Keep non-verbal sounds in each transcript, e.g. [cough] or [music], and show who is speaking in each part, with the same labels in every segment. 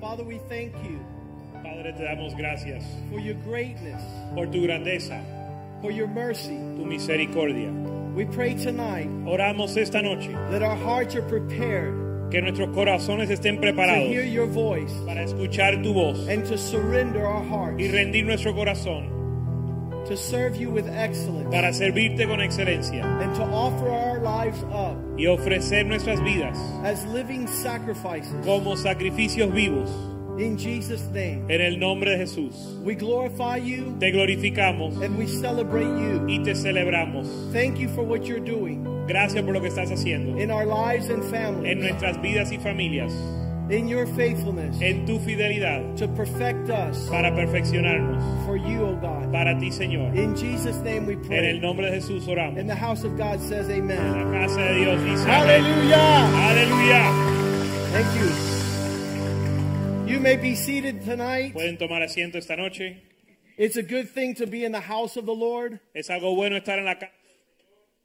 Speaker 1: Father, we thank you
Speaker 2: Padre, te damos gracias
Speaker 1: for your greatness,
Speaker 2: por tu grandeza,
Speaker 1: for your mercy.
Speaker 2: tu misericordia.
Speaker 1: We pray tonight
Speaker 2: Oramos esta noche
Speaker 1: that our hearts are prepared
Speaker 2: que nuestros corazones estén
Speaker 1: to hear
Speaker 2: preparados
Speaker 1: your voice
Speaker 2: para escuchar tu voz
Speaker 1: and to surrender our hearts
Speaker 2: y rendir nuestro corazón
Speaker 1: to serve you with excellence
Speaker 2: para servirte con excelencia
Speaker 1: and to offer our lives up
Speaker 2: y ofrecer nuestras vidas
Speaker 1: as living sacrifices.
Speaker 2: como sacrificios vivos.
Speaker 1: In Jesus' name,
Speaker 2: En el nombre de Jesús,
Speaker 1: we glorify you
Speaker 2: te glorificamos
Speaker 1: and we celebrate you.
Speaker 2: y te celebramos.
Speaker 1: Thank you for what you're doing
Speaker 2: Gracias por lo que estás haciendo
Speaker 1: in our lives and
Speaker 2: en
Speaker 1: families,
Speaker 2: nuestras vidas y familias,
Speaker 1: in your faithfulness
Speaker 2: en tu fidelidad
Speaker 1: to perfect us
Speaker 2: para perfeccionarnos,
Speaker 1: for you, O God.
Speaker 2: para ti Señor.
Speaker 1: In Jesus' name we
Speaker 2: En
Speaker 1: pray.
Speaker 2: el nombre de Jesús oramos.
Speaker 1: And the house of God says amen.
Speaker 2: La casa de Dios dice amén.
Speaker 1: Hallelujah.
Speaker 2: Aleluya.
Speaker 1: Thank you. You may be seated tonight.
Speaker 2: Pueden tomar asiento esta noche.
Speaker 1: It's a good thing to be in the house of the Lord.
Speaker 2: Es algo bueno estar en la casa.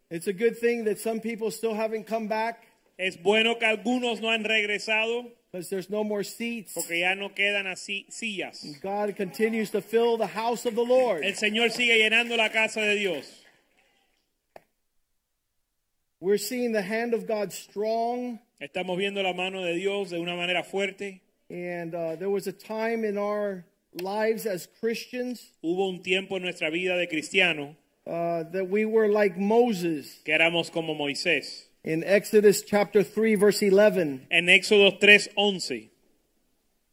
Speaker 1: It's a good thing that some people still haven't come back
Speaker 2: Es bueno que algunos no han regresado
Speaker 1: because there's no more seats.
Speaker 2: porque ya no quedan así sillas.
Speaker 1: God continues to fill the house of the Lord.
Speaker 2: El Señor sigue llenando la casa de Dios.
Speaker 1: We're seeing the hand of God strong.
Speaker 2: Estamos viendo la mano de Dios de una manera fuerte.
Speaker 1: And uh, there was a time in our lives as Christians
Speaker 2: Hubo un tiempo en nuestra vida de cristiano
Speaker 1: uh, that we were like Moses
Speaker 2: que éramos como Moisés.
Speaker 1: in Exodus chapter 3, verse 11.
Speaker 2: En Éxodo 3:11,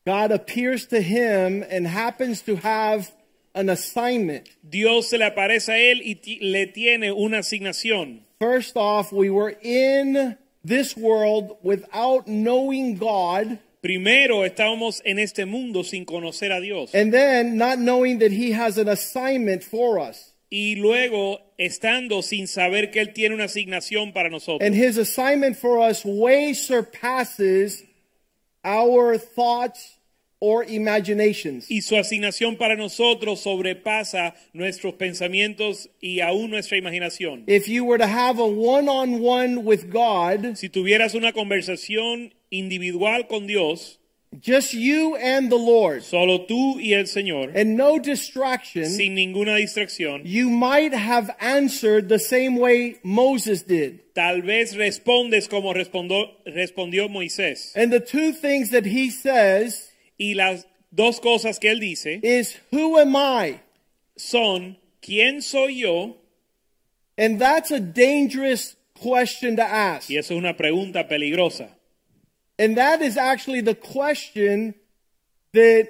Speaker 1: God appears to him and happens to have an assignment.
Speaker 2: Dios se le aparece a él y ti- le tiene una asignación.
Speaker 1: First off, we were in this world without knowing God,
Speaker 2: Primero estábamos en este mundo sin conocer a Dios.
Speaker 1: and then not knowing that he has an assignment for us.
Speaker 2: y luego estando sin saber que Él tiene una asignación para nosotros.
Speaker 1: And his assignment for us way surpasses our thoughts or imaginations.
Speaker 2: Y su asignación para nosotros sobrepasa nuestros pensamientos y aún nuestra imaginación.
Speaker 1: If you were to have a one on one with God,
Speaker 2: Si tuvieras una conversación individual con Dios,
Speaker 1: just you and the Lord,
Speaker 2: solo tú y el Señor,
Speaker 1: and no distraction,
Speaker 2: sin ninguna distracción,
Speaker 1: you might have answered the same way Moses did.
Speaker 2: tal vez respondes como respondo- respondió Moisés.
Speaker 1: And the two things that he says
Speaker 2: Y las dos cosas que Él dice
Speaker 1: is, Who am I?
Speaker 2: son, ¿quién soy yo?
Speaker 1: And that's a dangerous question to ask.
Speaker 2: Y eso es una pregunta peligrosa.
Speaker 1: And that is actually the question that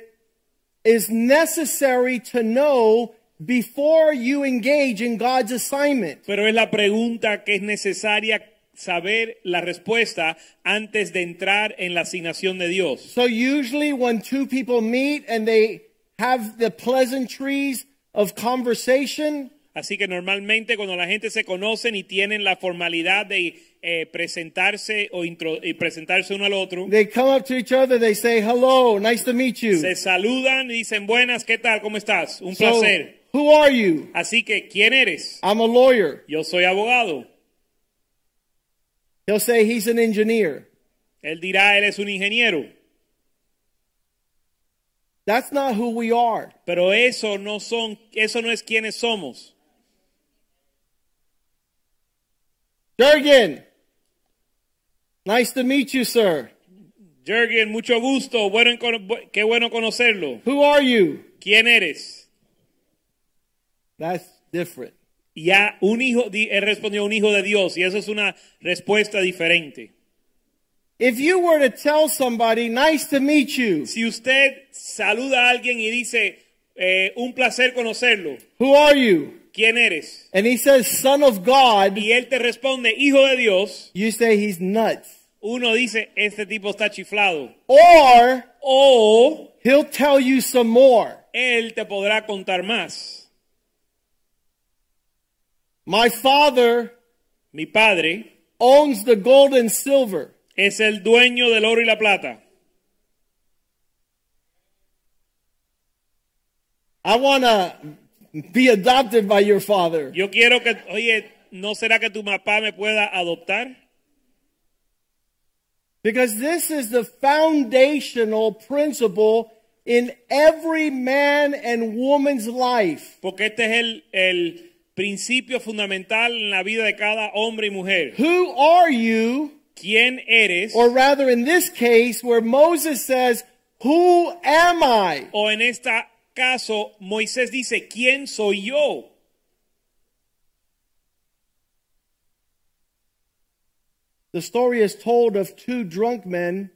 Speaker 1: is necessary to know before you engage in God's assignment.
Speaker 2: Pero es la pregunta que es necesaria saber la respuesta antes de entrar en la asignación de Dios.
Speaker 1: So usually when two people meet and they have the pleasantries of conversation,
Speaker 2: Así que normalmente cuando la gente se conocen y tienen la formalidad de eh, presentarse o intro- y presentarse uno al otro,
Speaker 1: They come up to each other, they say, Hello, nice to meet you.
Speaker 2: se saludan y dicen buenas, ¿qué tal? ¿Cómo estás? Un
Speaker 1: So,
Speaker 2: placer.
Speaker 1: who are you?
Speaker 2: Así que, ¿quién eres?
Speaker 1: I'm a lawyer.
Speaker 2: Yo soy abogado.
Speaker 1: He'll say he's an engineer.
Speaker 2: Él dirá, él es un ingeniero.
Speaker 1: That's not who we are.
Speaker 2: Pero eso no son, eso no es quienes somos.
Speaker 1: Jurgen, nice to meet you, sir.
Speaker 2: Jürgen, mucho gusto. Bueno, en cono- bu- qué bueno conocerlo.
Speaker 1: Who are you?
Speaker 2: ¿Quién eres?
Speaker 1: That's different.
Speaker 2: Ya un hijo, di- él respondió un hijo de Dios y eso es una respuesta diferente.
Speaker 1: If you were to tell somebody, Nice to meet you,
Speaker 2: Si usted saluda a alguien y dice, eh, un placer conocerlo,
Speaker 1: who are you?
Speaker 2: ¿quién eres?
Speaker 1: And he says, Son of God,
Speaker 2: Y él te responde, hijo de Dios,
Speaker 1: you say he's nuts.
Speaker 2: uno dice, este tipo está chiflado.
Speaker 1: Or
Speaker 2: O
Speaker 1: He'll tell you some more.
Speaker 2: Él te podrá contar más.
Speaker 1: My father
Speaker 2: Mi padre
Speaker 1: owns the gold and silver.
Speaker 2: es el dueño del oro y la plata.
Speaker 1: I want to be adopted by your father.
Speaker 2: Yo quiero que, oye, ¿no será que tu papá me pueda adoptar?
Speaker 1: Because this is the foundational principle in every man and woman's life.
Speaker 2: Porque este es el, el principio fundamental en la vida de cada hombre y mujer.
Speaker 1: Who are you?
Speaker 2: ¿Quién eres?
Speaker 1: Or rather, in this case, where Moses says, Who am I?
Speaker 2: O en este caso, Moisés dice, ¿quién soy yo?
Speaker 1: The story is told of two drunk men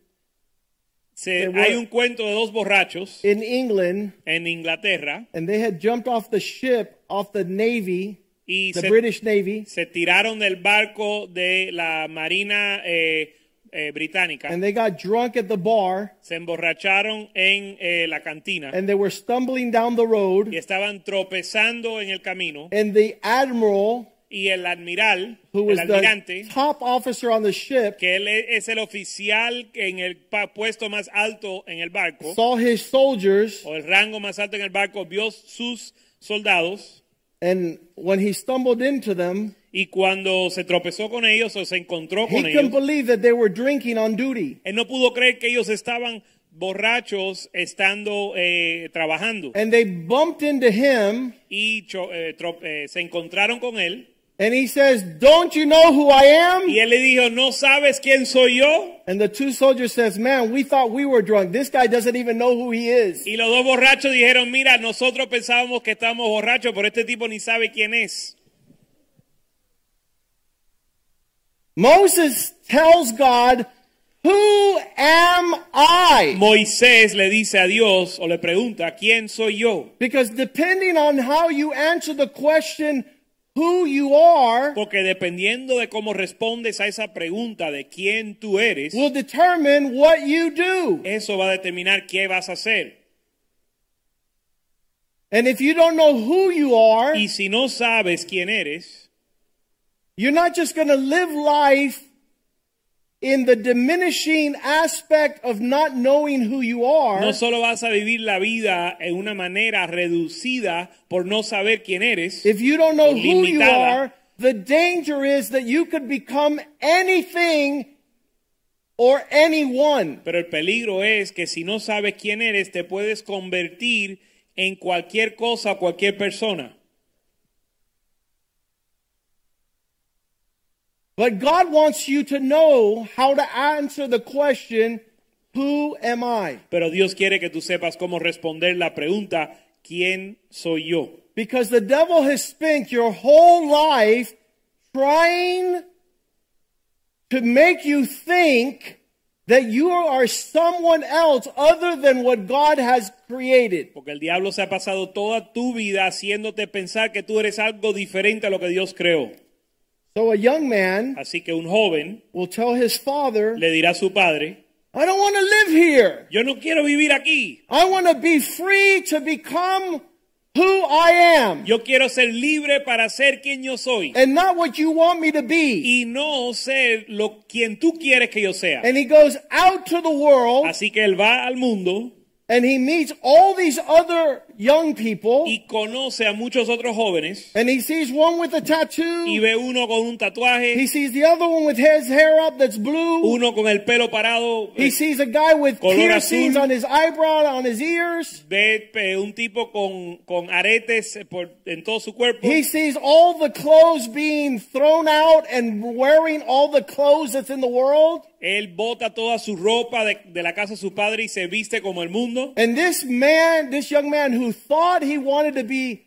Speaker 2: Se-
Speaker 1: They were-
Speaker 2: hay un cuento de dos borrachos
Speaker 1: in England,
Speaker 2: en Inglaterra
Speaker 1: and they had jumped off the ship, off the Navy,
Speaker 2: y
Speaker 1: the
Speaker 2: se,
Speaker 1: British Navy,
Speaker 2: se tiraron del barco de la Marina eh, eh, Británica.
Speaker 1: and they got drunk at the bar,
Speaker 2: se emborracharon en eh, la cantina
Speaker 1: and they were stumbling down the road,
Speaker 2: y estaban tropezando en el camino.
Speaker 1: and the admiral,
Speaker 2: Y el admiral,
Speaker 1: who was
Speaker 2: el almirante,
Speaker 1: the top officer on the ship,
Speaker 2: que él es el oficial que en el pa- puesto más alto en el barco,
Speaker 1: saw his soldiers,
Speaker 2: o el rango más alto en el barco, vio sus soldados
Speaker 1: and when he stumbled into them,
Speaker 2: y cuando se tropezó con ellos o se encontró
Speaker 1: he
Speaker 2: con
Speaker 1: couldn't
Speaker 2: ellos,
Speaker 1: believe that they were drinking on duty.
Speaker 2: él no pudo creer que ellos estaban borrachos estando eh, trabajando
Speaker 1: And they bumped into him,
Speaker 2: y cho- eh, tro- eh, se encontraron con él
Speaker 1: and he says, Don't you know who I am?
Speaker 2: y él le dijo, ¿no sabes quién soy yo?
Speaker 1: And the two soldiers says, Man, we thought we were drunk. This guy doesn't even know who he is.
Speaker 2: Y los dos borrachos dijeron, mira, nosotros pensábamos que estábamos borrachos, pero este tipo ni sabe quién es.
Speaker 1: Moses tells God, Who am I?
Speaker 2: Moisés le dice a Dios o le pregunta, ¿quién soy yo?
Speaker 1: Because depending on how you answer the question, who you are,
Speaker 2: Porque dependiendo de cómo respondes a esa pregunta de quién tú eres,
Speaker 1: will determine what you do.
Speaker 2: eso va a determinar qué vas a hacer.
Speaker 1: And if you don't know who you are,
Speaker 2: Y si no sabes quién eres,
Speaker 1: You're not just going to live life in the diminishing aspect of not knowing who you are,
Speaker 2: no solo vas a vivir la vida en una manera reducida por no saber quién eres,
Speaker 1: if you don't know who you
Speaker 2: Limitada.
Speaker 1: are, the danger is that you could become anything or anyone.
Speaker 2: Pero el peligro es que si no sabes quién eres, te puedes convertir en cualquier cosa o cualquier persona.
Speaker 1: But God wants you to know how to answer the question, who am I?
Speaker 2: Pero Dios quiere que tú sepas cómo responder la pregunta, ¿quién soy yo?
Speaker 1: Because the devil has spent your whole life trying to make you think that you are someone else other than what God has created.
Speaker 2: Porque el diablo se ha pasado toda tu vida haciéndote pensar que tú eres algo diferente a lo que Dios creó.
Speaker 1: So a young man
Speaker 2: Así que un joven
Speaker 1: will tell his father,
Speaker 2: le dirá a su padre,
Speaker 1: I don't want to live here.
Speaker 2: yo no quiero vivir aquí,
Speaker 1: I want to be free to become who I am
Speaker 2: yo quiero ser libre para ser quien yo soy
Speaker 1: and not what you want me to be.
Speaker 2: y no ser lo quien tú quieres que yo sea.
Speaker 1: And he goes out to the world
Speaker 2: Así que él va al mundo
Speaker 1: and he meets all these other young people.
Speaker 2: y conoce a muchos otros jóvenes
Speaker 1: And he sees one with a
Speaker 2: y
Speaker 1: tattoo.
Speaker 2: ve uno con un
Speaker 1: He
Speaker 2: tatuaje,
Speaker 1: sees the other one with his hair up that's blue.
Speaker 2: uno con el pelo parado,
Speaker 1: He
Speaker 2: eh,
Speaker 1: sees a guy with
Speaker 2: Color
Speaker 1: piercings
Speaker 2: azul.
Speaker 1: on his eyebrow, on his ears.
Speaker 2: ve eh, un tipo con, con aretes eh, por, en todo su cuerpo
Speaker 1: He sees all the clothes being thrown out and wearing all the clothes that's in the world.
Speaker 2: él bota toda su ropa de, de la casa de su padre y se viste como el mundo
Speaker 1: And this man, this young man who thought he wanted to be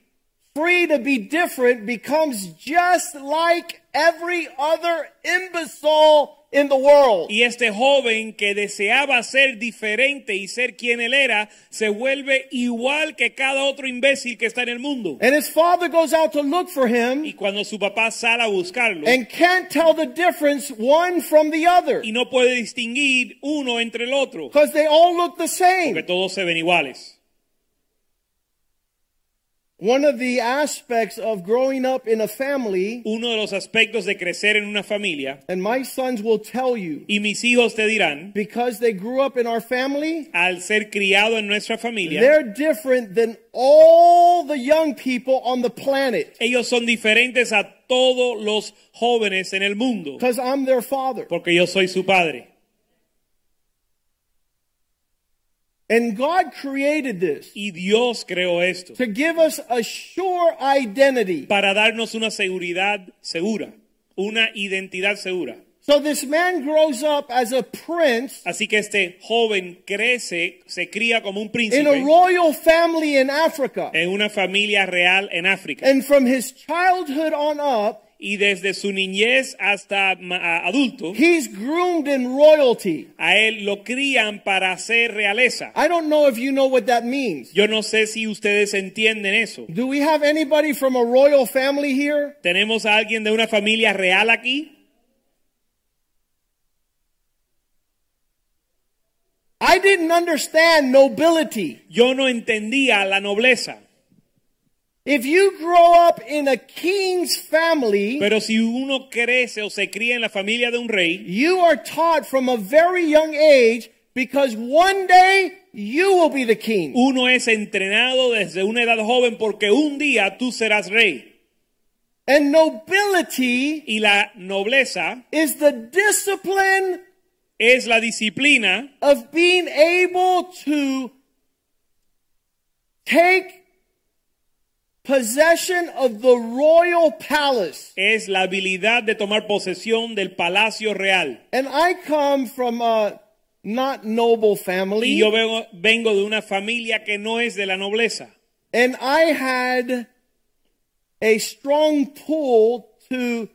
Speaker 1: free to be different becomes just like every other imbecile in the world.
Speaker 2: Y este joven que deseaba ser diferente y ser quien él era, se vuelve igual que cada otro imbécil que está en el mundo.
Speaker 1: And his father goes out to look for him
Speaker 2: Y cuando su papá sale a buscarlo
Speaker 1: and can't tell the difference one from the other
Speaker 2: y no puede distinguir uno entre el otro,
Speaker 1: because they all look the
Speaker 2: porque
Speaker 1: same.
Speaker 2: todos se ven iguales.
Speaker 1: One of the aspects of growing up in a family,
Speaker 2: Uno de los aspectos de crecer en una familia,
Speaker 1: and my sons will tell you,
Speaker 2: y mis hijos te dirán,
Speaker 1: because they grew up in our family,
Speaker 2: al ser criado en nuestra familia,
Speaker 1: they're different than all the young people on the planet
Speaker 2: ellos son diferentes a todos los jóvenes en el mundo,
Speaker 1: because I'm their father.
Speaker 2: porque yo soy su padre.
Speaker 1: And God created this
Speaker 2: Y Dios creó esto
Speaker 1: to give us a sure identity.
Speaker 2: para darnos una seguridad segura, una identidad segura.
Speaker 1: So this man grows up as a prince
Speaker 2: Así que este joven crece, se cría como un
Speaker 1: in
Speaker 2: príncipe
Speaker 1: a royal family in Africa.
Speaker 2: en una familia real en África.
Speaker 1: And from his childhood on up,
Speaker 2: Y desde su niñez hasta ma- a- adulto,
Speaker 1: he's groomed in royalty.
Speaker 2: a él lo crían para hacer realeza.
Speaker 1: I don't know if you know what that means.
Speaker 2: Yo no sé si ustedes entienden eso.
Speaker 1: Do we have anybody from a royal family here?
Speaker 2: ¿Tenemos a alguien de una familia real aquí?
Speaker 1: I didn't understand nobility.
Speaker 2: Yo no entendía la nobleza.
Speaker 1: If you grow up in a king's family,
Speaker 2: Pero si uno crece o se cría en la familia de un rey,
Speaker 1: you are taught from a very young age because one day you will be the king.
Speaker 2: uno es entrenado desde una edad joven porque un día tú serás rey.
Speaker 1: And nobility
Speaker 2: Y la nobleza
Speaker 1: is the discipline
Speaker 2: es la disciplina
Speaker 1: of being able to take possession of the royal palace.
Speaker 2: es la habilidad de tomar posesión del palacio real.
Speaker 1: And I come from a not noble
Speaker 2: Y
Speaker 1: family,
Speaker 2: yo vengo, vengo de una familia que no es de la nobleza.
Speaker 1: and I had a strong pull to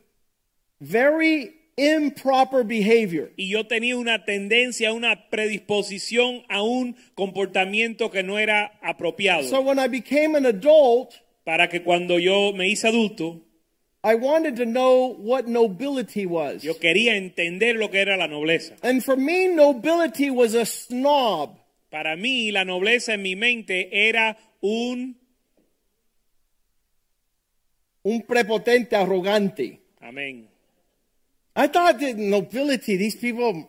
Speaker 1: very improper behavior.
Speaker 2: Y yo tenía una tendencia, una predisposición a un comportamiento que no era apropiado.
Speaker 1: So when I became an adult,
Speaker 2: para que cuando yo me hice adulto,
Speaker 1: I wanted to know what nobility was.
Speaker 2: yo quería entender lo que era la nobleza.
Speaker 1: And for me, nobility was a snob.
Speaker 2: Para mí, la nobleza en mi mente era un...
Speaker 1: un prepotente arrogante.
Speaker 2: Amén.
Speaker 1: I thought that nobility, these people,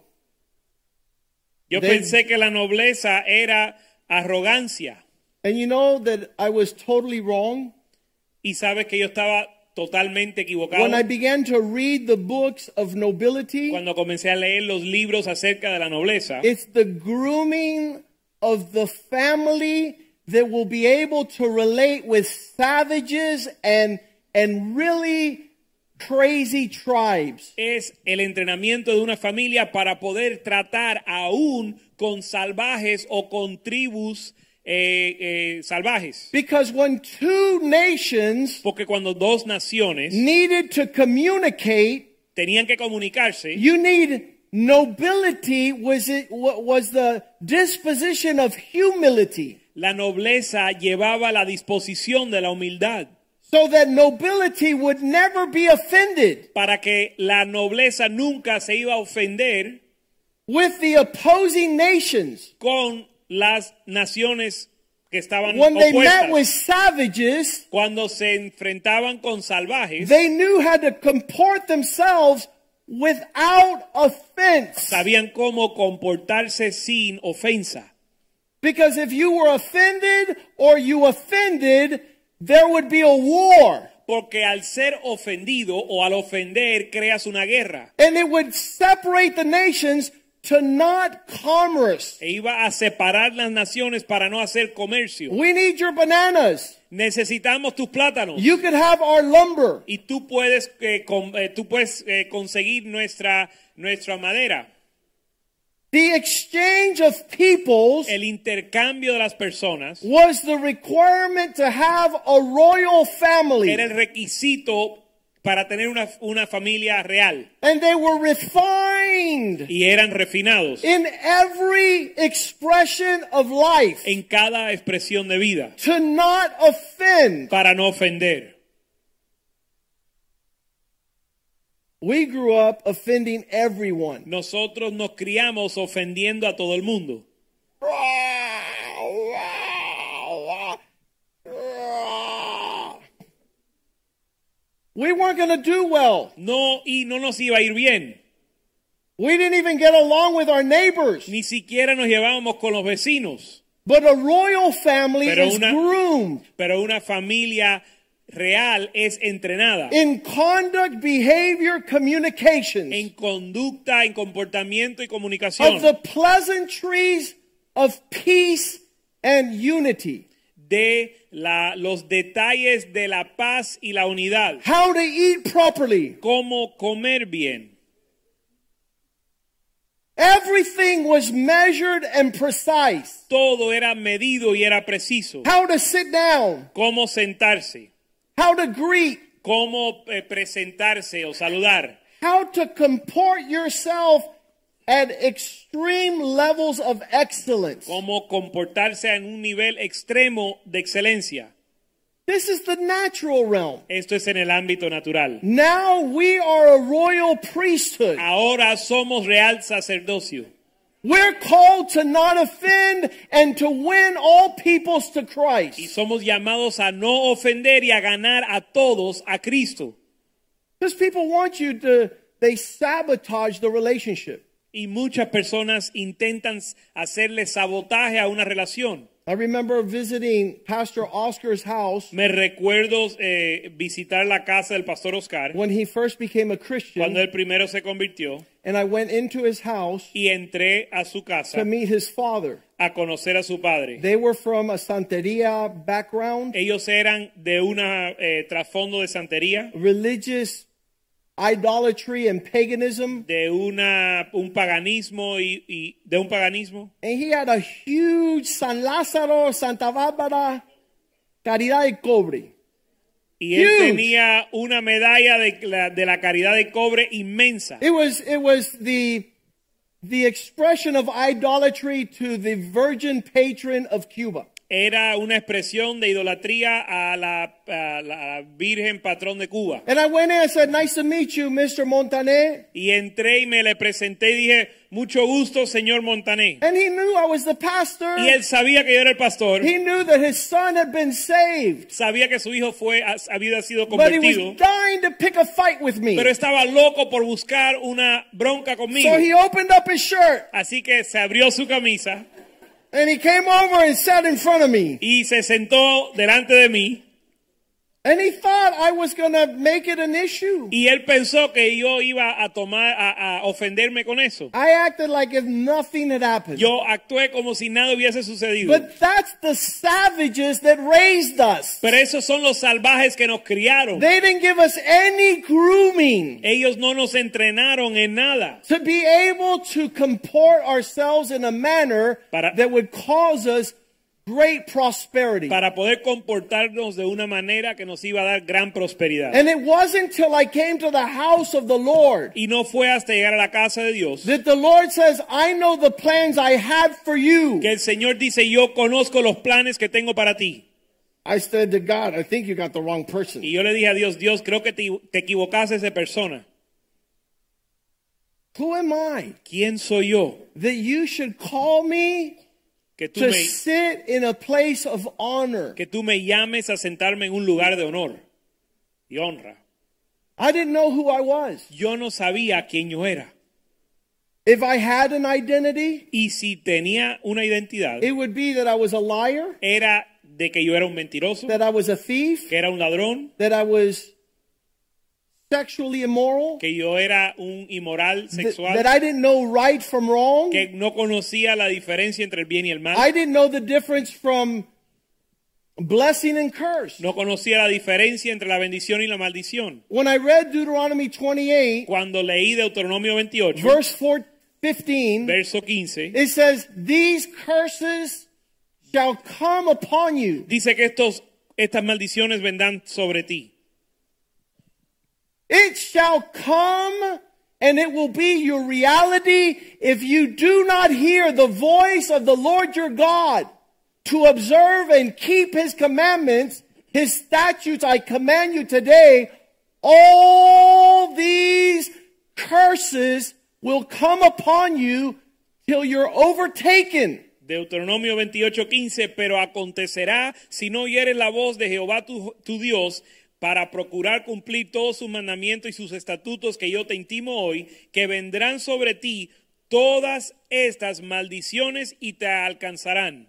Speaker 2: Yo
Speaker 1: They-
Speaker 2: pensé que la nobleza era arrogancia.
Speaker 1: and you know that I was totally wrong.
Speaker 2: Y sabes que yo estaba totalmente equivocado
Speaker 1: When I began to read the books of nobility,
Speaker 2: cuando comencé a leer los libros acerca de la nobleza.
Speaker 1: it's the grooming of the family that will be able to relate with savages and, and really crazy tribes.
Speaker 2: es el entrenamiento de una familia para poder tratar aún con salvajes o con tribus eh, eh, salvajes.
Speaker 1: Because when two nations
Speaker 2: Porque cuando dos naciones
Speaker 1: needed to communicate,
Speaker 2: tenían que comunicarse,
Speaker 1: You need nobility was it wa- was the disposition of humility.
Speaker 2: la nobleza llevaba la disposición de la humildad
Speaker 1: So that nobility would never be offended
Speaker 2: para que la nobleza nunca se iba a ofender
Speaker 1: with the opposing nations.
Speaker 2: con las naciones que estaban
Speaker 1: When they met with
Speaker 2: opuestas.
Speaker 1: savages,
Speaker 2: Cuando se enfrentaban con salvajes,
Speaker 1: they knew how to comport themselves without offense.
Speaker 2: sabían cómo comportarse sin ofensa.
Speaker 1: Because if you were offended or you offended, there would be a war.
Speaker 2: Porque al ser ofendido o al ofender creas una guerra.
Speaker 1: And it would separate the nations to not commerce.
Speaker 2: E iba a separar las naciones para no hacer comercio.
Speaker 1: We need your bananas.
Speaker 2: Necesitamos tus plátanos.
Speaker 1: You could have our lumber.
Speaker 2: y tú puedes, eh, con- eh, tú puedes eh, conseguir nuestra, nuestra madera.
Speaker 1: The exchange of peoples
Speaker 2: El intercambio de las personas
Speaker 1: was the requirement to have a royal
Speaker 2: era el
Speaker 1: family.
Speaker 2: requisito para tener una, una familia real.
Speaker 1: And they were refined
Speaker 2: Y eran refinados
Speaker 1: in every expression of life
Speaker 2: en cada expresión de vida
Speaker 1: to not offend.
Speaker 2: para no ofender.
Speaker 1: We grew up offending everyone.
Speaker 2: Nosotros nos criamos ofendiendo a todo el mundo.
Speaker 1: We weren't going to do well.
Speaker 2: No, y no nos iba a ir bien.
Speaker 1: We didn't even get along with our neighbors.
Speaker 2: Ni siquiera nos llevábamos con los vecinos.
Speaker 1: But a royal family
Speaker 2: Pero
Speaker 1: is
Speaker 2: una-
Speaker 1: groomed
Speaker 2: Pero una familia real es entrenada
Speaker 1: in conduct, behavior, communications
Speaker 2: en conducta, en comportamiento y comunicación
Speaker 1: of the pleasantries of peace and unity.
Speaker 2: de la- los detalles de la paz y la unidad.
Speaker 1: How to eat properly.
Speaker 2: Cómo comer bien.
Speaker 1: Everything was measured and precise.
Speaker 2: Todo era medido y era preciso.
Speaker 1: How to sit down.
Speaker 2: Cómo sentarse.
Speaker 1: How to greet.
Speaker 2: Cómo eh, presentarse o saludar.
Speaker 1: How to comport yourself at extreme levels of excellence.
Speaker 2: Cómo comportarse en un nivel extremo de excelencia.
Speaker 1: This is the natural realm.
Speaker 2: Esto es en el ámbito natural.
Speaker 1: Now we are a royal priesthood.
Speaker 2: Ahora somos real sacerdocio.
Speaker 1: We're called to not offend and to win all peoples to
Speaker 2: Y
Speaker 1: Christ.
Speaker 2: somos llamados a no ofender y a ganar a todos a Cristo.
Speaker 1: Because people want you to, they sabotage the relationship.
Speaker 2: Y muchas personas intentan hacerle sabotaje a una relación.
Speaker 1: I remember visiting Pastor Oscar's house
Speaker 2: Me recuerdo eh, visitar la casa del pastor Oscar
Speaker 1: when he first became a
Speaker 2: cuando
Speaker 1: Christian,
Speaker 2: él primero se convirtió
Speaker 1: and I went into his house
Speaker 2: y entré a su
Speaker 1: to
Speaker 2: casa
Speaker 1: meet his father.
Speaker 2: a conocer a su padre.
Speaker 1: They were from a Santeria background,
Speaker 2: Ellos eran de un trasfondo de santería,
Speaker 1: religious idolatry and paganism,
Speaker 2: de una, un paganismo y, y de un paganismo.
Speaker 1: and he had a huge San Lázaro, Santa Bárbara, Caridad y Cobre.
Speaker 2: Y él
Speaker 1: Huge.
Speaker 2: tenía una medalla de la, de la caridad de cobre inmensa.
Speaker 1: It was it was the the expression of idolatry to the virgin patron of Cuba.
Speaker 2: Era una expresión de idolatría a la, a la- a la Virgen Patrón de Cuba.
Speaker 1: And I went in and said, "Nice to meet you, Mr. Montané."
Speaker 2: Y entré y me le presenté y dije, mucho gusto, señor Montané.
Speaker 1: And he knew I was the pastor.
Speaker 2: Y él sabía que yo era el pastor,
Speaker 1: He knew that his son had been saved,
Speaker 2: sabía que su hijo fue, ha- había sido
Speaker 1: but he was
Speaker 2: convertido,
Speaker 1: dying to pick a fight with me.
Speaker 2: pero estaba loco por buscar una bronca conmigo.
Speaker 1: So he opened up his shirt
Speaker 2: Así que se abrió su camisa
Speaker 1: and he came over and sat in front of me.
Speaker 2: y se sentó delante de mí.
Speaker 1: And he thought I was going to make it an issue.
Speaker 2: Y él pensó que yo iba a tomar, a, a ofenderme con eso.
Speaker 1: I acted like if nothing had happened.
Speaker 2: Yo actué como si nada hubiese sucedido.
Speaker 1: But that's the savages that raised us.
Speaker 2: Pero esos son los salvajes que nos criaron.
Speaker 1: They didn't give us any grooming
Speaker 2: Ellos no nos entrenaron en nada
Speaker 1: to be able to comport ourselves in a manner
Speaker 2: Para-
Speaker 1: that would cause us great prosperity.
Speaker 2: para poder comportarnos de una manera que nos iba a dar gran prosperidad.
Speaker 1: and it wasn't till I came to the house of the Lord
Speaker 2: Y no fue hasta llegar a la casa de Dios
Speaker 1: that the Lord says, I know the plans I have for you.
Speaker 2: que el Señor dice, yo conozco los planes que tengo para ti.
Speaker 1: I said to God, I think you got the wrong person.
Speaker 2: Y yo le dije a Dios, Dios, creo que te, te equivocaste de persona.
Speaker 1: Who am I
Speaker 2: ¿Quién soy yo?
Speaker 1: that you should call me
Speaker 2: Que tú,
Speaker 1: to
Speaker 2: me,
Speaker 1: sit in a place of honor?
Speaker 2: que tú me llames a sentarme en un lugar de honor y honra.
Speaker 1: I didn't know who I was.
Speaker 2: Yo no sabía quién yo era.
Speaker 1: If I had an identity,
Speaker 2: Y si tenía una identidad,
Speaker 1: it would be that I was a liar,
Speaker 2: era de que yo era un mentiroso,
Speaker 1: that I was a thief,
Speaker 2: que era un ladrón,
Speaker 1: that I was sexually immoral,
Speaker 2: que yo era un inmoral
Speaker 1: that,
Speaker 2: sexual,
Speaker 1: that I didn't know right from wrong.
Speaker 2: que no conocía la diferencia entre el bien y el mal,
Speaker 1: I didn't know the difference from blessing and curse.
Speaker 2: no conocía la diferencia entre la bendición y la maldición.
Speaker 1: When I read Deuteronomy 28,
Speaker 2: Cuando leí Deuteronomio 28,
Speaker 1: verse 4, 15,
Speaker 2: verso 15,
Speaker 1: It says, These curses shall come upon you.
Speaker 2: dice que estos, estas maldiciones vendrán sobre ti.
Speaker 1: It shall come and it will be your reality if you do not hear the voice of the Lord your God to observe and keep his commandments, his statutes I command you today. All these curses will come upon you till you're overtaken.
Speaker 2: Deuteronomio 28:15, pero acontecerá si no oyeres la voz de Jehová tu, tu Dios para procurar cumplir todos sus mandamientos y sus estatutos que yo te intimo hoy, que vendrán sobre ti todas estas maldiciones y te alcanzarán.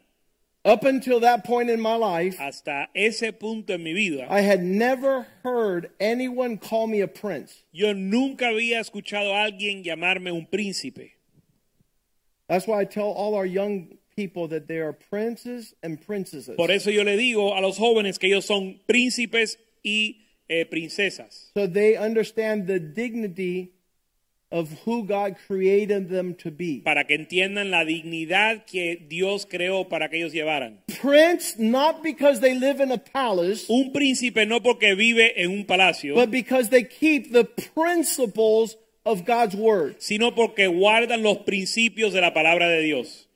Speaker 1: Up until that point in my life,
Speaker 2: Hasta ese punto en mi vida,
Speaker 1: I had never heard anyone call me a prince.
Speaker 2: yo nunca había escuchado a alguien llamarme un príncipe.
Speaker 1: That's why I tell all our young people that they are princes and princesses.
Speaker 2: Por eso yo le digo a los jóvenes que ellos son príncipes y eh, princesas.
Speaker 1: so they understand the dignity of who God created them to be.
Speaker 2: para que entiendan la dignidad que Dios creó para que ellos llevaran.
Speaker 1: Prince, not because they live in a palace,
Speaker 2: Un príncipe no porque vive en un palacio,
Speaker 1: but because they keep the principles of God's word.
Speaker 2: sino porque guardan los principios de la palabra de Dios.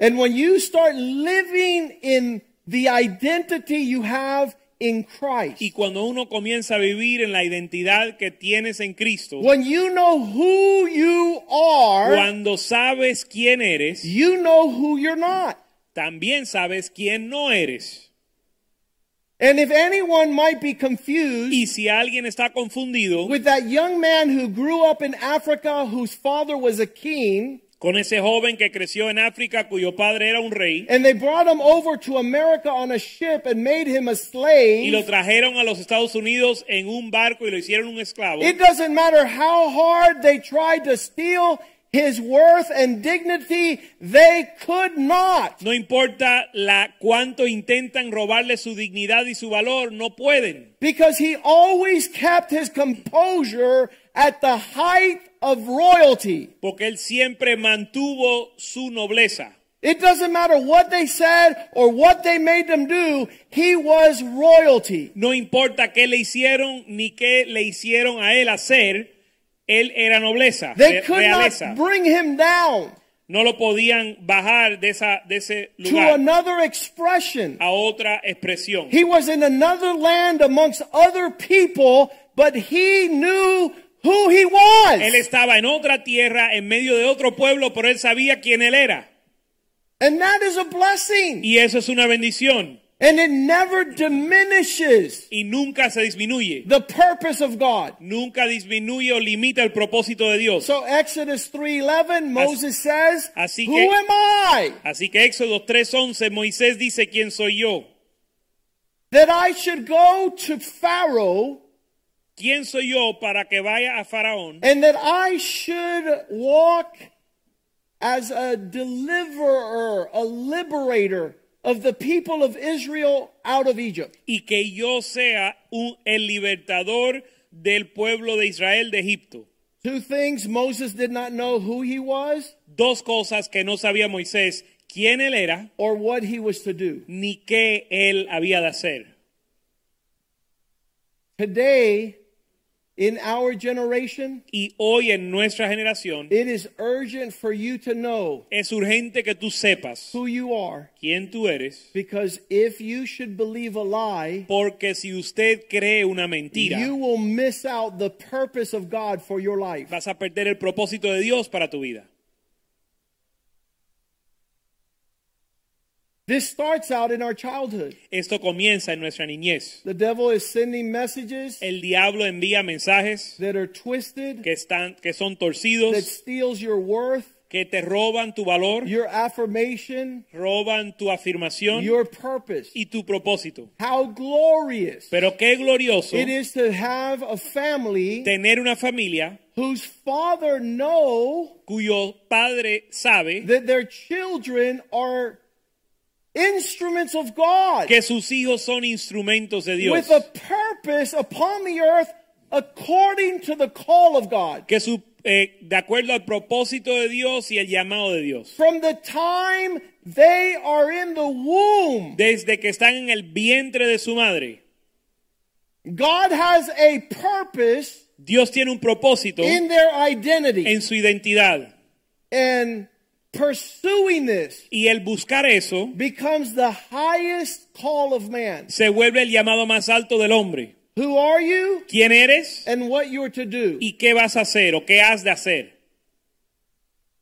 Speaker 1: And when you start living in the identity you have in Christ,
Speaker 2: Y cuando uno comienza a vivir en la identidad que tienes en Cristo,
Speaker 1: when you know who you are,
Speaker 2: cuando sabes quién eres,
Speaker 1: you know who you're not.
Speaker 2: también sabes quién no eres.
Speaker 1: And if anyone might be confused,
Speaker 2: Y si alguien está confundido
Speaker 1: with that young man who grew up in Africa whose father was a king,
Speaker 2: con ese joven que creció en África cuyo padre era un rey
Speaker 1: and they brought him over to America on a ship and made him a
Speaker 2: y lo
Speaker 1: slave.
Speaker 2: trajeron a los Estados Unidos en un barco y lo hicieron un esclavo.
Speaker 1: It doesn't matter how hard they tried to steal his worth and dignity, they could not.
Speaker 2: No importa la cuánto intentan robarle su dignidad y su valor, no pueden,
Speaker 1: Because he always kept his composure at the height of royalty.
Speaker 2: porque él siempre mantuvo su nobleza.
Speaker 1: It doesn't matter what they said or what they made them do, he was royalty.
Speaker 2: No importa qué le hicieron ni qué le hicieron a él hacer, él era nobleza,
Speaker 1: They
Speaker 2: re-
Speaker 1: could
Speaker 2: realeza.
Speaker 1: not bring him down.
Speaker 2: No lo podían bajar de esa de ese
Speaker 1: to
Speaker 2: lugar
Speaker 1: another expression.
Speaker 2: a otra expresión.
Speaker 1: He was in another land amongst other people, but he knew who he
Speaker 2: Él
Speaker 1: was.
Speaker 2: estaba en otra tierra, en medio de otro pueblo, pero él sabía quién él era.
Speaker 1: And that is a blessing.
Speaker 2: Y eso es una bendición
Speaker 1: And it never diminishes
Speaker 2: y nunca se disminuye.
Speaker 1: the purpose of God.
Speaker 2: nunca disminuye o limita el propósito de Dios.
Speaker 1: So Exodus 3:11 Moses says,
Speaker 2: así
Speaker 1: "Who
Speaker 2: que-
Speaker 1: am I
Speaker 2: Así que Éxodo 3:11 Moisés dice, ¿quién soy yo?
Speaker 1: that I should go to Pharaoh
Speaker 2: ¿Quién soy yo para que vaya a Faraón
Speaker 1: and that I should walk as a deliverer, a liberator of the people of Israel out of Egypt.
Speaker 2: y que yo sea un- el libertador del pueblo de Israel de Egipto?
Speaker 1: Two things Moses did not know who he was
Speaker 2: Dos cosas que no sabía Moisés, quién él era
Speaker 1: or what he was to do.
Speaker 2: ni qué él había de hacer.
Speaker 1: Today, in our generation,
Speaker 2: Y hoy en nuestra generación
Speaker 1: it is urgent for you to know
Speaker 2: es urgente que tú sepas
Speaker 1: who you are
Speaker 2: quién tú eres,
Speaker 1: because if you should believe a lie,
Speaker 2: porque si usted cree una mentira,
Speaker 1: you will miss out the purpose of God for your life.
Speaker 2: vas a perder el propósito de Dios para tu vida.
Speaker 1: This starts out in our childhood.
Speaker 2: Esto comienza en nuestra niñez.
Speaker 1: The devil is sending messages
Speaker 2: El diablo envía mensajes
Speaker 1: that are twisted,
Speaker 2: que, están, que son
Speaker 1: that
Speaker 2: torcidos,
Speaker 1: steals your worth,
Speaker 2: que te roban tu valor,
Speaker 1: your affirmation,
Speaker 2: roban tu afirmación
Speaker 1: your purpose.
Speaker 2: y tu propósito.
Speaker 1: How glorious
Speaker 2: Pero qué glorioso
Speaker 1: it is to have a family
Speaker 2: tener una familia
Speaker 1: whose father know
Speaker 2: cuyo padre sabe
Speaker 1: that their children are instruments of God
Speaker 2: que sus hijos son instrumentos de Dios,
Speaker 1: with a purpose upon the earth according to the call of God.
Speaker 2: que su, eh, de acuerdo al propósito de Dios y el llamado de Dios.
Speaker 1: From the time they are in the womb,
Speaker 2: Desde que están en el vientre de su madre,
Speaker 1: God has a purpose
Speaker 2: Dios tiene un propósito
Speaker 1: in their identity
Speaker 2: en su identidad.
Speaker 1: and pursuing this
Speaker 2: Y el buscar eso
Speaker 1: becomes the highest call of man.
Speaker 2: se vuelve el llamado más alto del hombre.
Speaker 1: Who are you
Speaker 2: ¿Quién eres?
Speaker 1: and what you're to do?
Speaker 2: ¿Y qué vas a hacer o qué has de hacer?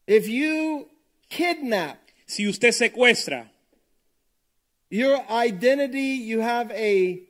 Speaker 1: If you kidnap
Speaker 2: Si usted secuestra
Speaker 1: your identity, you have a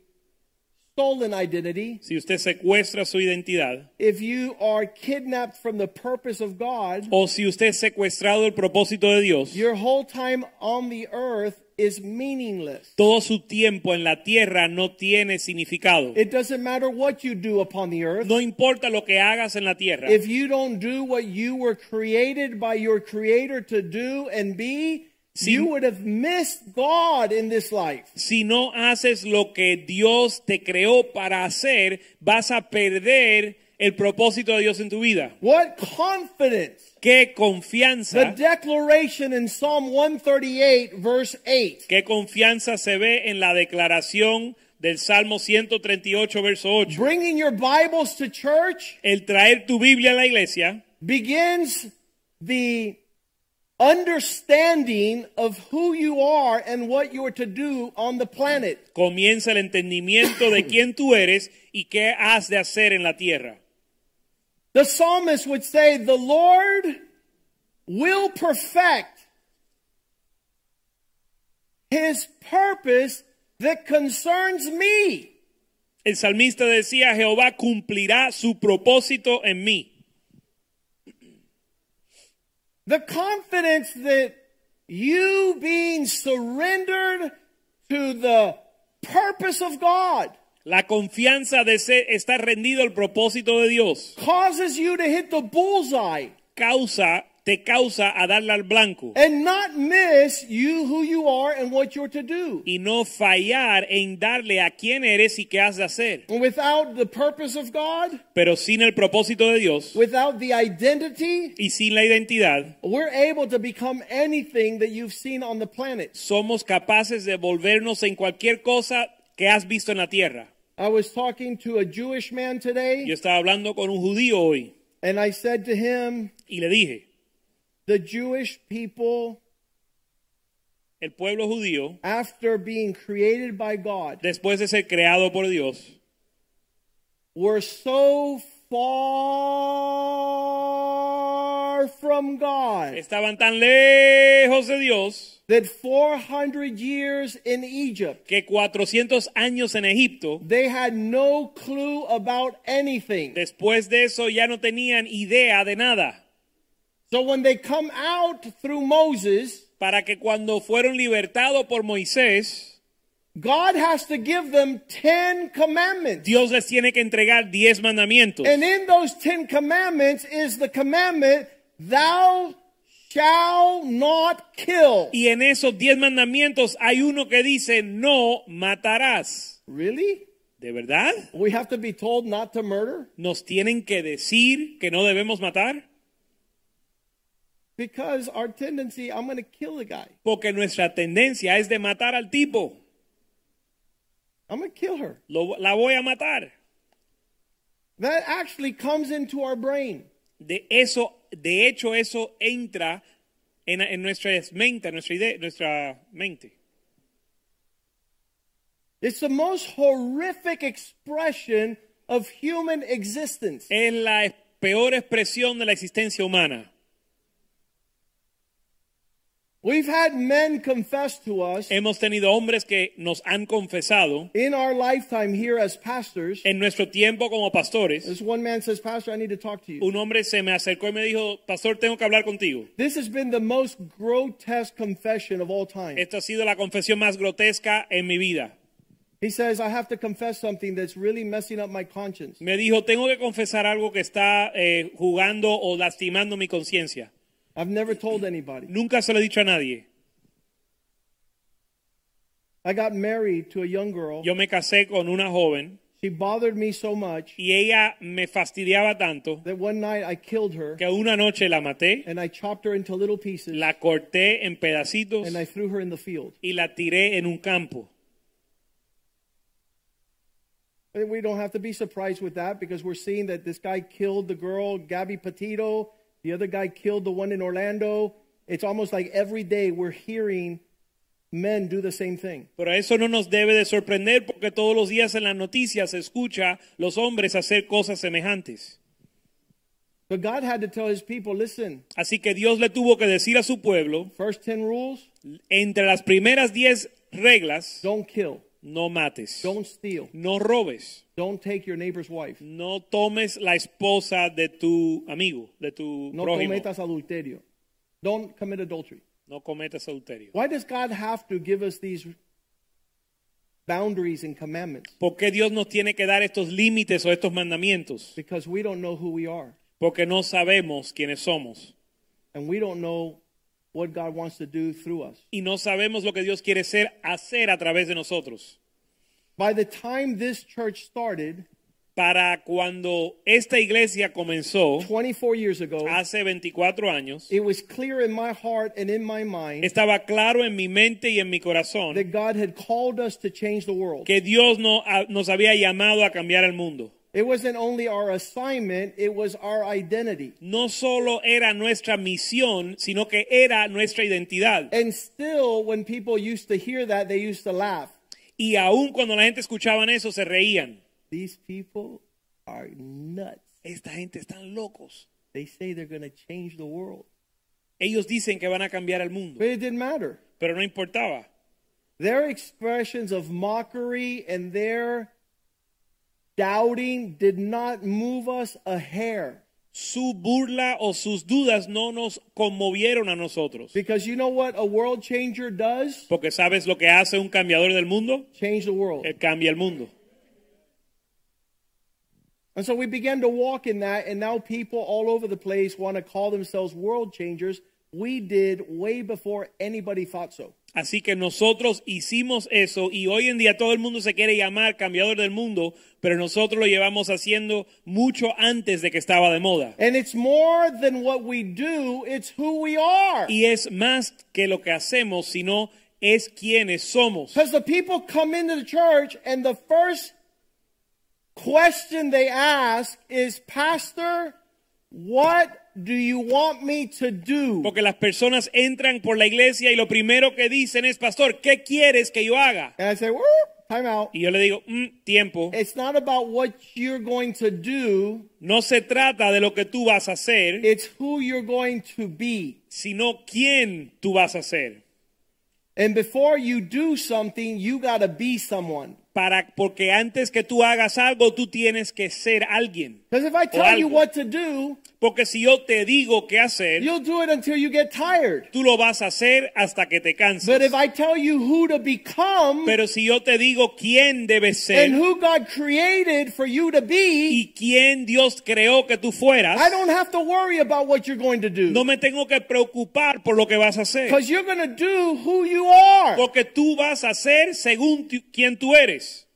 Speaker 1: stolen identity.
Speaker 2: Si usted secuestra su identidad
Speaker 1: If you are kidnapped from the purpose of God,
Speaker 2: o si usted es secuestrado del propósito de Dios,
Speaker 1: your whole time on the earth is meaningless.
Speaker 2: todo su tiempo en la tierra no tiene significado.
Speaker 1: It doesn't matter what you do upon the earth.
Speaker 2: No importa lo que hagas en la tierra.
Speaker 1: If you don't do what you were created by your creator to do and be,
Speaker 2: Si-
Speaker 1: you would have missed God in this life.
Speaker 2: Si no haces lo que Dios te creó para hacer, vas a perder el propósito de Dios en tu vida.
Speaker 1: What confidence!
Speaker 2: Qué
Speaker 1: The
Speaker 2: confianza,
Speaker 1: declaration in Psalm 138, verse 8.
Speaker 2: qué confianza se ve en la declaración del Salmo 138, verso 8.
Speaker 1: Bringing your Bibles to church
Speaker 2: El traer tu Biblia a la iglesia
Speaker 1: begins the understanding of who you are and what you are to do on the planet.
Speaker 2: comienza el entendimiento de quién tú eres y qué has de hacer en la tierra.
Speaker 1: The psalmist would say, The Lord will perfect his purpose that concerns me.
Speaker 2: El salmista decía, Jehová cumplirá su propósito en mí.
Speaker 1: The confidence that you being surrendered to the purpose of God
Speaker 2: La confianza de ser- estar rendido al propósito de Dios
Speaker 1: causes you to hit the bullseye
Speaker 2: causa, te causa a darle al blanco
Speaker 1: and not miss you who you are and what you're to do.
Speaker 2: y no fallar en darle a quién eres y qué has de hacer.
Speaker 1: And without the purpose of God,
Speaker 2: Pero sin el propósito de Dios
Speaker 1: without the identity,
Speaker 2: y sin la identidad,
Speaker 1: we're able to become anything that you've seen on the planet.
Speaker 2: somos capaces de volvernos en cualquier cosa que has visto en la tierra.
Speaker 1: I was talking to a Jewish man
Speaker 2: Yo
Speaker 1: today,
Speaker 2: estaba hablando con un judío hoy
Speaker 1: and I said to him,
Speaker 2: y le dije,
Speaker 1: The Jewish people
Speaker 2: el pueblo judío,
Speaker 1: after being created by God
Speaker 2: después de ser creado por Dios,
Speaker 1: were so far from God
Speaker 2: estaban tan lejos de Dios
Speaker 1: that 400 years in Egypt
Speaker 2: que 400 años en Egipto
Speaker 1: they had no clue about anything.
Speaker 2: Después de eso ya no tenían idea de nada.
Speaker 1: So when they come out through Moses,
Speaker 2: Para que cuando fueron libertados por Moisés,
Speaker 1: God has to give them 10 commandments.
Speaker 2: Dios les tiene que entregar diez mandamientos.
Speaker 1: And in those 10 commandments is the commandment, thou shall not kill.
Speaker 2: Y en esos diez mandamientos hay uno que dice, no matarás.
Speaker 1: Really?
Speaker 2: ¿De verdad?
Speaker 1: We have to be told not to murder?
Speaker 2: ¿Nos tienen que decir que no debemos matar?
Speaker 1: Because our tendency, I'm going to kill the guy.
Speaker 2: Porque nuestra tendencia es de matar al tipo.
Speaker 1: I'm going to kill her.
Speaker 2: Lo- la voy a matar.
Speaker 1: That actually comes into our brain.
Speaker 2: De eso, de hecho, eso entra en, en nuestra mente, nuestra idea, nuestra mente.
Speaker 1: It's the most horrific expression of human existence.
Speaker 2: es la ex- peor expresión de la existencia humana.
Speaker 1: We've had men confess to us
Speaker 2: Hemos tenido hombres que nos han confesado
Speaker 1: in our lifetime here as pastors.
Speaker 2: en nuestro tiempo como pastores.
Speaker 1: This one man says, Pastor, I need to talk to you.
Speaker 2: Un hombre se me acercó y me dijo, pastor, tengo que hablar contigo.
Speaker 1: This has been the most grotesque confession of all time.
Speaker 2: Esta ha sido la confesión más grotesca en mi vida.
Speaker 1: He says, I have to confess something that's really messing up my conscience.
Speaker 2: Me dijo, tengo que confesar algo que está eh, jugando o lastimando mi conciencia.
Speaker 1: I've never told anybody.
Speaker 2: Nunca se lo he dicho a nadie.
Speaker 1: I got married to a young girl.
Speaker 2: Yo me casé con una joven
Speaker 1: She bothered me so much
Speaker 2: y ella me fastidiaba tanto
Speaker 1: that one night I killed her
Speaker 2: que una noche la maté,
Speaker 1: and I chopped her into little pieces
Speaker 2: la corté en pedacitos
Speaker 1: and I threw her in the field.
Speaker 2: y la tiré en un campo.
Speaker 1: And we don't have to be surprised with that because we're seeing that this guy killed the girl, Gabby Petito. The other guy killed the one in Orlando. It's almost like every day we're hearing men do the same thing.
Speaker 2: Pero eso no nos debe de sorprender porque todos los días en las noticias se escucha los hombres hacer cosas semejantes.
Speaker 1: But God had to tell his people listen,
Speaker 2: Así que Dios le tuvo que decir a su pueblo,
Speaker 1: first 10 rules
Speaker 2: entre las primeras 10 reglas,
Speaker 1: don't kill,
Speaker 2: no mates,
Speaker 1: don't steal,
Speaker 2: no robes,
Speaker 1: don't take your neighbor's wife,
Speaker 2: no tomes la esposa de tu amigo, de tu
Speaker 1: no
Speaker 2: prójimo,
Speaker 1: cometas adulterio, don't commit adultery.
Speaker 2: no cometas adulterio.
Speaker 1: Why does God have to give us these boundaries and commandments?
Speaker 2: ¿Por qué Dios nos tiene que dar estos límites o estos mandamientos?
Speaker 1: Because we don't know who we are.
Speaker 2: Porque no sabemos quiénes somos
Speaker 1: and we don't know what God wants to do through us.
Speaker 2: y no sabemos lo que Dios quiere ser, hacer a través de nosotros.
Speaker 1: By the time this church started
Speaker 2: Para cuando esta iglesia comenzó
Speaker 1: 24 years ago,
Speaker 2: hace 24 años,
Speaker 1: it was clear in my heart and in my mind
Speaker 2: estaba claro en mi mente y en mi corazón
Speaker 1: that God had called us to change the world.
Speaker 2: que Dios no, a- nos había llamado a cambiar el mundo.
Speaker 1: It wasn't only our assignment, it was our identity.
Speaker 2: No solo era nuestra misión, sino que era nuestra identidad.
Speaker 1: And still, when people used to hear that, they used to laugh.
Speaker 2: Y aun cuando la gente escuchaba eso, se reían.
Speaker 1: These people are nuts.
Speaker 2: Esta gente están locos.
Speaker 1: They say they're going to change the world.
Speaker 2: Ellos dicen que van a cambiar el mundo,
Speaker 1: But it didn't matter.
Speaker 2: pero no importaba.
Speaker 1: Their expressions of mockery and their doubting did not move us a hair.
Speaker 2: Su burla o sus dudas no nos conmovieron a nosotros.
Speaker 1: Because you know what a world changer does?
Speaker 2: Porque sabes lo que hace un cambiador del mundo?
Speaker 1: Change the world.
Speaker 2: Él cambia el mundo.
Speaker 1: And so we began to walk in that, and now people all over the place want to call themselves world changers. We did way before anybody thought so.
Speaker 2: Así que nosotros hicimos eso y hoy en día todo el mundo se quiere llamar cambiador del mundo, pero nosotros lo llevamos haciendo mucho antes de que estaba de moda.
Speaker 1: And it's more than what we do, it's who we are.
Speaker 2: Y es más que lo que hacemos, sino es quienes somos.
Speaker 1: Because the people come into the church and the first question they ask is, Pastor, what do you want me to do?
Speaker 2: Porque las personas entran por la iglesia y lo primero que dicen es, pastor, ¿qué quieres que yo haga?
Speaker 1: And I say, "Whoop, time out.
Speaker 2: Y yo le digo, "Mm, tiempo.
Speaker 1: It's not about what you're going to do,
Speaker 2: No se trata de lo que tú vas a hacer,
Speaker 1: it's who you're going to be.
Speaker 2: sino quién tú vas a ser.
Speaker 1: And before you do something, you got to be someone.
Speaker 2: Para, porque antes que tú hagas algo, tú tienes que ser alguien.
Speaker 1: Because if I tell you what to do,
Speaker 2: Porque si yo te digo qué hacer,
Speaker 1: you'll do it until you get tired.
Speaker 2: tú lo vas a hacer hasta que te canses.
Speaker 1: But if I tell you who to become,
Speaker 2: Pero si yo te digo quién debes ser
Speaker 1: and who God created for you to be,
Speaker 2: y quién Dios creó que tú fueras,
Speaker 1: I don't have to worry about what you're going to
Speaker 2: no
Speaker 1: do.
Speaker 2: me tengo que preocupar por lo que vas a hacer.
Speaker 1: Because you're going to do who you are.
Speaker 2: Porque tú vas a hacer según tu- quién tú eres.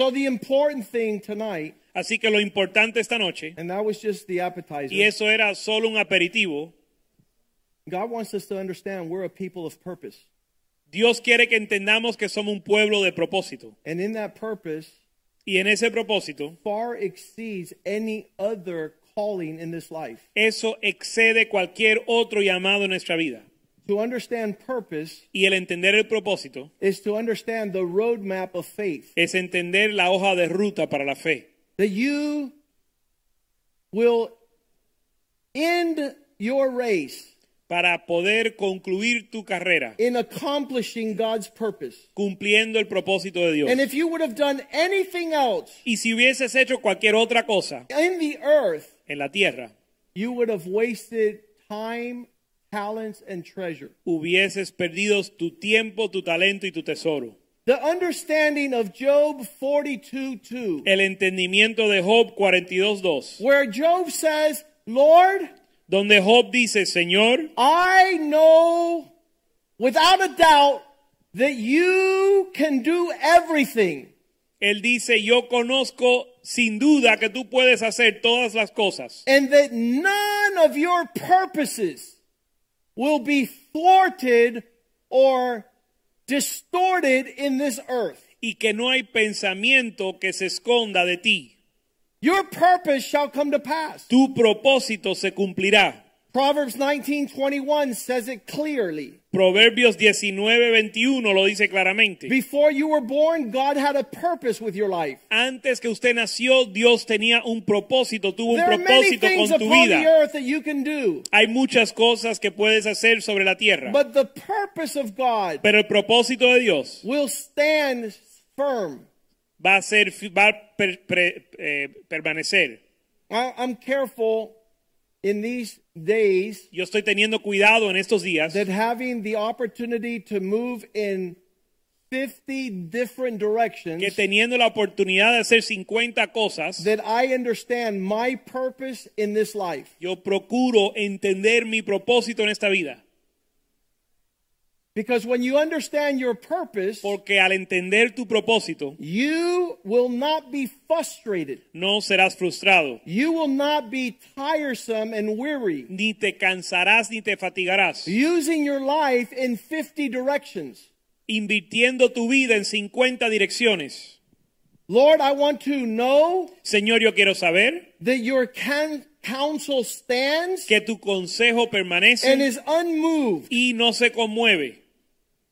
Speaker 1: So, the important thing tonight,
Speaker 2: Así que lo importante esta noche,
Speaker 1: and that was just the
Speaker 2: y
Speaker 1: appetizer,
Speaker 2: eso era solo un aperitivo,
Speaker 1: God wants us to understand we're a people of purpose.
Speaker 2: Dios quiere que entendamos que somos un pueblo de propósito.
Speaker 1: And in that purpose,
Speaker 2: Y en ese propósito,
Speaker 1: far exceeds any other calling in this life.
Speaker 2: eso excede cualquier otro llamado en nuestra vida.
Speaker 1: To understand purpose
Speaker 2: Y el entender el propósito
Speaker 1: is to understand the roadmap of faith.
Speaker 2: es entender la hoja de ruta para la fe.
Speaker 1: that you will end your race
Speaker 2: Para poder concluir tu carrera
Speaker 1: in accomplishing God's purpose.
Speaker 2: cumpliendo el propósito de Dios.
Speaker 1: And if you would have done anything else
Speaker 2: Y si hubieses hecho cualquier otra cosa
Speaker 1: in the earth,
Speaker 2: en la tierra,
Speaker 1: you would have wasted time, talents, and treasure.
Speaker 2: hubieses perdido tu tiempo, tu talento y tu tesoro.
Speaker 1: The understanding of Job 42 2,
Speaker 2: El entendimiento de Job 42.2,
Speaker 1: where Job says, Lord,
Speaker 2: donde Job dice, Señor,
Speaker 1: I know without a doubt that you can do everything.
Speaker 2: Él dice, yo conozco sin duda que tú puedes hacer todas las cosas
Speaker 1: and that none of your purposes will be thwarted or distorted in this earth.
Speaker 2: y que no hay pensamiento que se esconda de ti.
Speaker 1: Your purpose shall come to pass.
Speaker 2: Tu propósito se cumplirá.
Speaker 1: Proverbs 19:21 says it clearly.
Speaker 2: Proverbios 19:21 lo dice claramente.
Speaker 1: Before you were born, God had a purpose with your life.
Speaker 2: Antes que usted nació, Dios tenía un propósito, tuvo un
Speaker 1: There are many
Speaker 2: propósito
Speaker 1: things
Speaker 2: con tu
Speaker 1: upon the
Speaker 2: vida.
Speaker 1: earth that you can do,
Speaker 2: Hay muchas cosas que puedes hacer sobre la tierra,
Speaker 1: but the purpose of God
Speaker 2: pero el propósito de Dios
Speaker 1: will stand firm.
Speaker 2: va a ser va a per- pre- eh, permanecer.
Speaker 1: I- I'm careful in these days
Speaker 2: Yo estoy teniendo cuidado en estos días
Speaker 1: that having the opportunity to move in 50 different directions
Speaker 2: que teniendo la oportunidad de hacer 50 cosas,
Speaker 1: that I understand my purpose in this life
Speaker 2: yo procuro entender mi propósito en esta vida,
Speaker 1: because when you understand your purpose
Speaker 2: porque al entender tu propósito
Speaker 1: you will not be frustrated
Speaker 2: no serás frustrado,
Speaker 1: you will not be tiresome and weary
Speaker 2: ni te cansarás ni te fatigarás,
Speaker 1: using your life in 50 directions
Speaker 2: invirtiendo tu vida en 50 direcciones.
Speaker 1: Lord I want to know
Speaker 2: Señor, yo quiero saber
Speaker 1: that your can- counsel stands
Speaker 2: que tu consejo
Speaker 1: and
Speaker 2: permanece
Speaker 1: is unmoved
Speaker 2: y no se conmueve.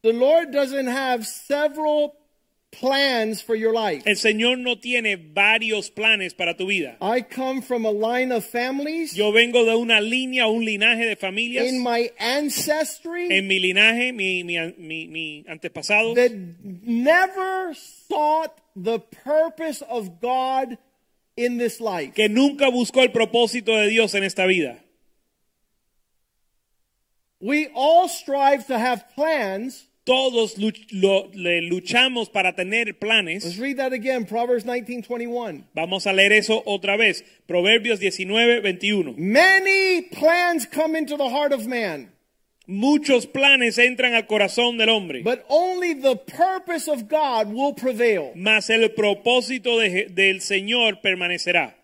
Speaker 1: The Lord doesn't have several plans for your life.
Speaker 2: El Señor no tiene varios planes para tu vida.
Speaker 1: I come from a line of families
Speaker 2: Yo vengo de una línea, un linaje de familias.
Speaker 1: in my ancestry
Speaker 2: en mi linaje, mi, mi, mi, mi antepasado,
Speaker 1: that never sought the purpose of God in this life.
Speaker 2: que nunca buscó el propósito de Dios en esta vida.
Speaker 1: We all strive to have plans.
Speaker 2: Todos luch- lo- le luchamos para tener
Speaker 1: Let's
Speaker 2: planes.
Speaker 1: read that again, Proverbs 19:21.
Speaker 2: Vamos a leer eso otra vez. Proverbios 19, 21.
Speaker 1: Many plans come into the heart of man,
Speaker 2: Muchos planes entran al corazón del hombre,
Speaker 1: but only the purpose of God will prevail.
Speaker 2: mas el propósito de Je- del Señor permanecerá.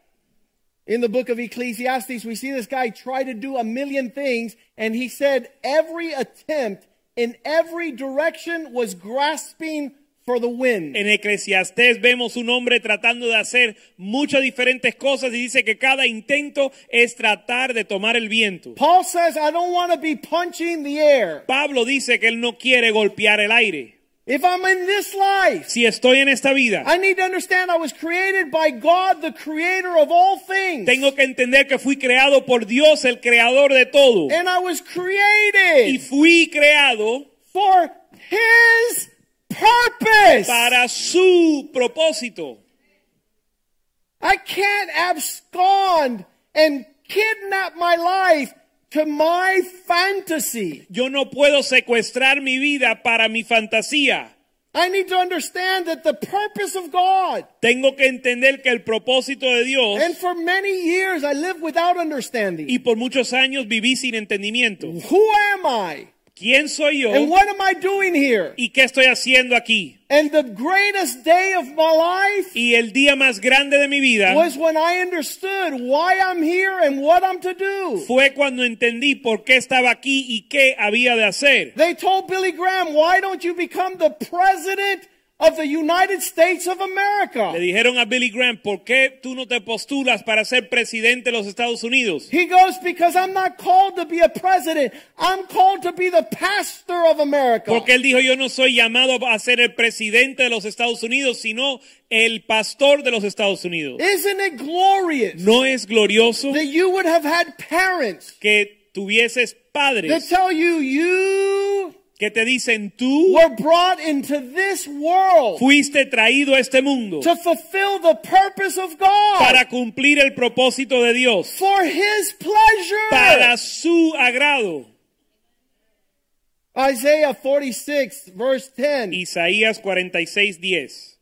Speaker 1: In the book of Ecclesiastes, we see this guy try to do a million things, and he said every attempt in every direction was grasping for the wind.
Speaker 2: En Eclesiastés vemos un hombre tratando de hacer muchas diferentes cosas y dice que cada intento es tratar de tomar el viento.
Speaker 1: Paul says, I don't want to be punching the air.
Speaker 2: Pablo dice que él no quiere golpear el aire.
Speaker 1: If I'm in this life,
Speaker 2: Si estoy en esta vida,
Speaker 1: I need to understand I was created by God, the creator of all things.
Speaker 2: tengo que entender que fui creado por Dios, el creador de todo.
Speaker 1: And I was
Speaker 2: Y
Speaker 1: created
Speaker 2: fui creado
Speaker 1: for his purpose.
Speaker 2: para su propósito.
Speaker 1: I can't abscond and kidnap my life to my fantasy.
Speaker 2: Yo no puedo secuestrar mi vida para mi fantasía.
Speaker 1: I need to understand that the purpose of God,
Speaker 2: Tengo que entender que el propósito de Dios,
Speaker 1: and for many years I lived without
Speaker 2: y
Speaker 1: understanding.
Speaker 2: por muchos años viví sin entendimiento.
Speaker 1: Who am I?
Speaker 2: ¿Quién soy yo?
Speaker 1: And what am I doing here?
Speaker 2: ¿Y qué estoy haciendo aquí?
Speaker 1: And the greatest day of my life
Speaker 2: Y el día más grande de mi vida
Speaker 1: was when I understood why I'm here and what I'm to do.
Speaker 2: fue cuando entendí por qué estaba aquí y qué había de hacer.
Speaker 1: They told Billy Graham, why don't you become the president of the United States of America?
Speaker 2: Le dijeron a Billy Graham, ¿por qué tú no te postulas para ser presidente de los Estados Unidos?
Speaker 1: He goes, because I'm not called to be a president. I'm called to be the pastor of America.
Speaker 2: Porque él dijo, yo no soy llamado a ser el presidente de los Estados Unidos, sino el pastor de los Estados Unidos.
Speaker 1: Isn't it glorious
Speaker 2: ¿No es glorioso
Speaker 1: that you would have had parents
Speaker 2: que tuvieses
Speaker 1: that
Speaker 2: padres
Speaker 1: tell you you
Speaker 2: que te dicen, tú
Speaker 1: were brought into this world
Speaker 2: fuiste traído a este mundo
Speaker 1: to fulfill the purpose of God
Speaker 2: para cumplir el propósito de Dios,
Speaker 1: for His pleasure?
Speaker 2: para su agrado?
Speaker 1: Isaiah 46, verse 10.
Speaker 2: Isaías 46, 10.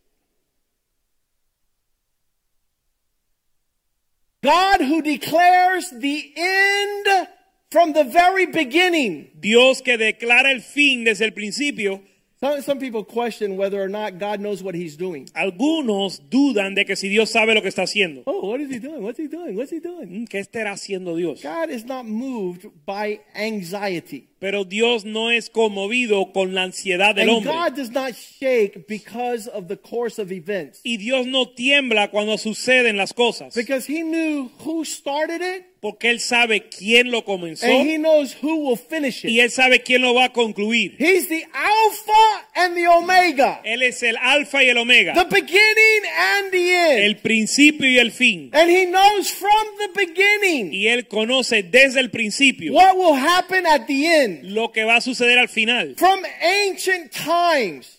Speaker 1: God who declares the end from the very beginning.
Speaker 2: Dios que declara el fin desde el principio
Speaker 1: Some, some people question whether or not God knows what he's doing.
Speaker 2: Algunos dudan de que si Dios sabe lo que está haciendo.
Speaker 1: Oh, what is he doing? What's he doing? What's he doing?
Speaker 2: Mm, ¿Qué estará haciendo Dios?
Speaker 1: God is not moved by anxiety.
Speaker 2: Pero Dios no es conmovido con la ansiedad del
Speaker 1: And
Speaker 2: hombre.
Speaker 1: God does not shake because of the course of events.
Speaker 2: Y Dios no tiembla cuando suceden las cosas.
Speaker 1: Because he knew who started it
Speaker 2: Porque Él sabe quién lo comenzó
Speaker 1: and he knows who will finish
Speaker 2: y
Speaker 1: it.
Speaker 2: Él sabe quién lo va a concluir.
Speaker 1: He's the Alpha and the Omega,
Speaker 2: Él es el alfa y el omega.
Speaker 1: the beginning and the
Speaker 2: el
Speaker 1: end.
Speaker 2: principio y el fin.
Speaker 1: And he knows from the beginning
Speaker 2: Y Él conoce desde el principio
Speaker 1: what will happen at the end.
Speaker 2: lo que va a suceder al final.
Speaker 1: From ancient times,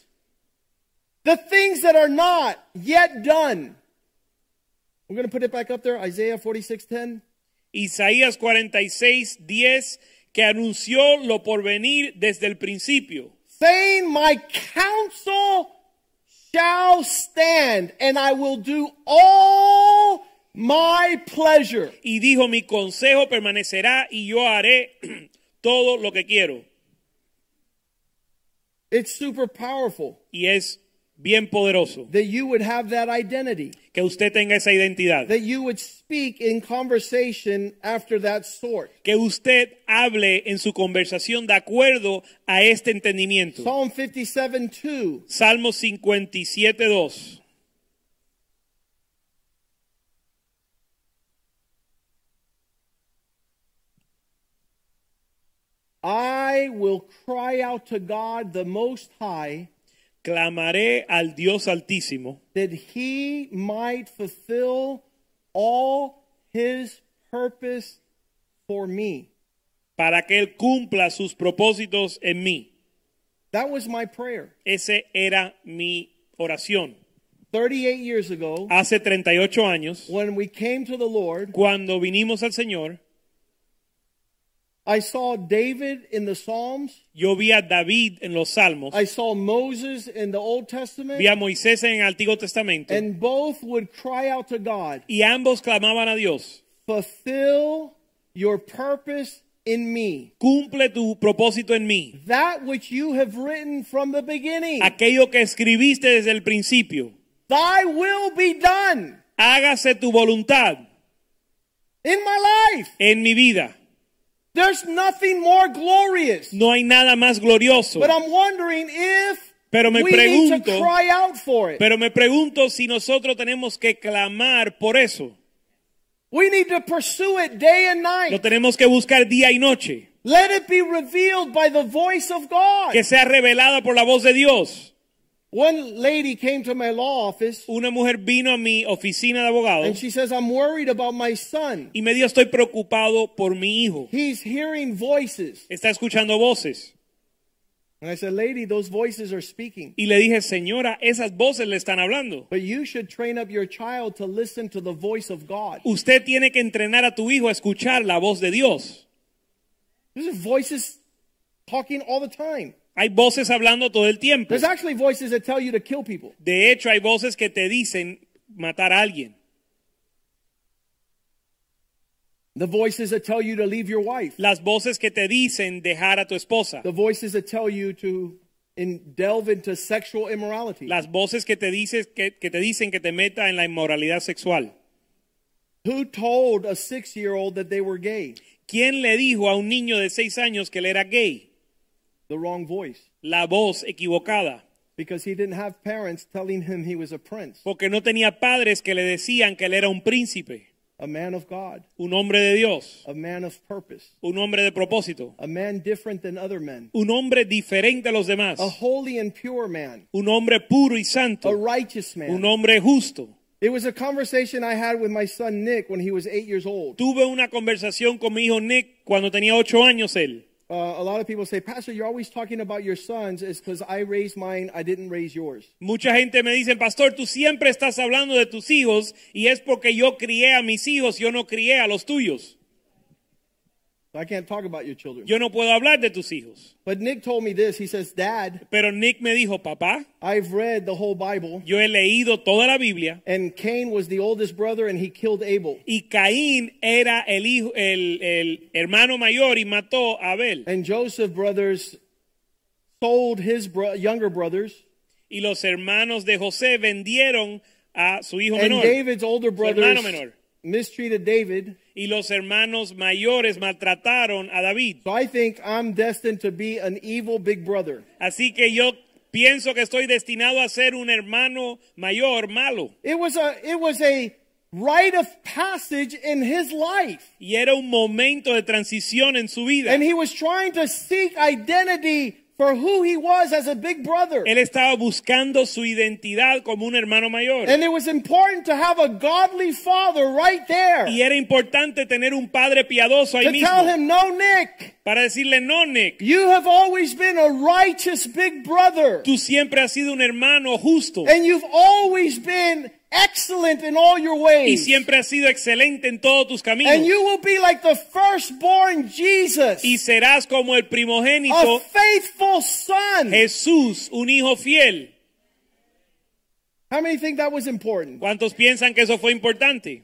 Speaker 1: the things that are not yet done. We're going to put it back up there, Isaiah 46:10.
Speaker 2: Isaías 46, 10, que anunció lo por venir desde el principio.
Speaker 1: saying, My counsel shall stand, and I will do all my pleasure.
Speaker 2: Y dijo, mi consejo permanecerá y yo haré [clears throat] todo lo que quiero.
Speaker 1: It's super powerful
Speaker 2: Y es bien poderoso
Speaker 1: that you would have that identity,
Speaker 2: que usted tenga esa identidad.
Speaker 1: that you would speak in conversation after that sort.
Speaker 2: Que usted hable en su conversación de acuerdo a este entendimiento.
Speaker 1: Psalm 57 2.
Speaker 2: Salmo 57, 2.
Speaker 1: I will cry out to God the Most High
Speaker 2: Clamaré al Dios Altísimo
Speaker 1: that he might fulfill all his purpose for me.
Speaker 2: para que Él cumpla sus propósitos en mí.
Speaker 1: That was my prayer.
Speaker 2: Esa era mi oración.
Speaker 1: 38 years ago,
Speaker 2: Hace 38 años,
Speaker 1: when we came to the Lord,
Speaker 2: cuando vinimos al Señor,
Speaker 1: I saw David in the Psalms.
Speaker 2: yo vi a David en los Salmos,
Speaker 1: I saw Moses in the Old
Speaker 2: vi
Speaker 1: Testament.
Speaker 2: a Moisés en el Antiguo Testamento,
Speaker 1: And both would cry out to God,
Speaker 2: y ambos clamaban a Dios,
Speaker 1: fulfill your purpose in me.
Speaker 2: cumple tu propósito en mí,
Speaker 1: That which you have written from the beginning.
Speaker 2: aquello que escribiste desde el principio,
Speaker 1: Thy will be done
Speaker 2: hágase tu voluntad
Speaker 1: in my life.
Speaker 2: en mi vida.
Speaker 1: There's nothing more glorious.
Speaker 2: No hay nada más glorioso,
Speaker 1: But I'm wondering if
Speaker 2: Pero me
Speaker 1: we need to
Speaker 2: pregunto-
Speaker 1: cry out for it.
Speaker 2: pero me pregunto si nosotros tenemos que clamar por eso,
Speaker 1: We need to pursue it day and night.
Speaker 2: lo tenemos que buscar día y noche,
Speaker 1: Let it be revealed by the voice of God.
Speaker 2: que sea revelada por la voz de Dios.
Speaker 1: One lady came to my law office
Speaker 2: Una mujer vino a mi oficina de abogados.
Speaker 1: and she says, I'm worried about my son.
Speaker 2: y me dijo estoy preocupado por mi hijo.
Speaker 1: He's hearing voices.
Speaker 2: Está escuchando voces.
Speaker 1: And I said, Lady, those voices are speaking.
Speaker 2: Y le dije, señora, esas voces le están hablando.
Speaker 1: But you should train up your child to listen to the voice of God.
Speaker 2: Usted tiene que entrenar a tu hijo a escuchar la voz de Dios.
Speaker 1: There's voices talking all the time.
Speaker 2: Hay voces hablando todo el tiempo.
Speaker 1: There's actually voices that tell you to kill people.
Speaker 2: De hecho, hay voces que te dicen matar a alguien.
Speaker 1: The voices that tell you to leave your wife.
Speaker 2: Las voces que te dicen dejar a tu esposa.
Speaker 1: The voices that tell you to in, delve into sexual immorality.
Speaker 2: Las voces que te, dices que, que te dicen que te meta en la inmoralidad sexual.
Speaker 1: Who told a six year old that they were gay?
Speaker 2: ¿Quién le dijo a un niño de seis años que él era gay?
Speaker 1: the wrong voice
Speaker 2: La voz equivocada.
Speaker 1: because he didn't have parents telling him he was a prince,
Speaker 2: porque no tenía padres que le decían que él era un príncipe,
Speaker 1: a man of God,
Speaker 2: un hombre de Dios,
Speaker 1: a man of purpose,
Speaker 2: un hombre de propósito,
Speaker 1: a man different than other men,
Speaker 2: un hombre diferente a los demás,
Speaker 1: a holy and pure man,
Speaker 2: un hombre puro y santo,
Speaker 1: a righteous
Speaker 2: un
Speaker 1: man.
Speaker 2: hombre justo.
Speaker 1: It was a conversation I had with my son Nick when he was eight years old.
Speaker 2: Tuve una conversación con mi hijo Nick cuando tenía ocho años él.
Speaker 1: Uh, a lot of people say, Pastor, you're always talking about your sons. It's because I raised mine, I didn't raise yours.
Speaker 2: Mucha gente me dice, pastor, tú siempre estás hablando de tus hijos y es porque yo crié a mis hijos, yo no crié a los tuyos.
Speaker 1: So I can't talk about your children.
Speaker 2: Yo no puedo hablar de tus hijos.
Speaker 1: But Nick told me this. He says, Dad,
Speaker 2: Pero Nick me dijo, papá,
Speaker 1: I've read the whole Bible,
Speaker 2: yo he leído toda la Biblia
Speaker 1: and Cain was the oldest brother, and he killed Abel.
Speaker 2: Y Caín era el, hijo, el, el hermano mayor y mató a Abel.
Speaker 1: And Joseph brothers sold his bro- younger brothers,
Speaker 2: Y los hermanos de José vendieron a su hijo
Speaker 1: and
Speaker 2: menor.
Speaker 1: David's older
Speaker 2: su hermano
Speaker 1: brothers
Speaker 2: menor.
Speaker 1: mistreated David.
Speaker 2: Y los hermanos mayores maltrataron a David.
Speaker 1: So I think I'm destined to be an evil big brother.
Speaker 2: Así que yo pienso que estoy destinado a ser un hermano mayor malo.
Speaker 1: It was a it was a rite of passage in his life.
Speaker 2: Y era un momento de transición en su vida.
Speaker 1: And he was trying to seek identity for who he was as a big brother.
Speaker 2: Él estaba buscando su identidad como un hermano mayor.
Speaker 1: And it was important to have a godly father right there
Speaker 2: y era importante tener un padre piadoso ahí
Speaker 1: to
Speaker 2: mismo
Speaker 1: tell him, no, Nick,
Speaker 2: para decirle, no, Nick,
Speaker 1: you have always been a righteous big brother.
Speaker 2: tú siempre has sido un hermano justo
Speaker 1: And you've always been excellent in all your
Speaker 2: y
Speaker 1: ways.
Speaker 2: siempre has sido excelente en todos tus caminos.
Speaker 1: And you will be like the firstborn Jesus,
Speaker 2: y serás como el
Speaker 1: a
Speaker 2: primogénito
Speaker 1: faithful son.
Speaker 2: Jesús, un hijo fiel.
Speaker 1: How many think that was important?
Speaker 2: ¿Cuántos piensan que eso fue importante?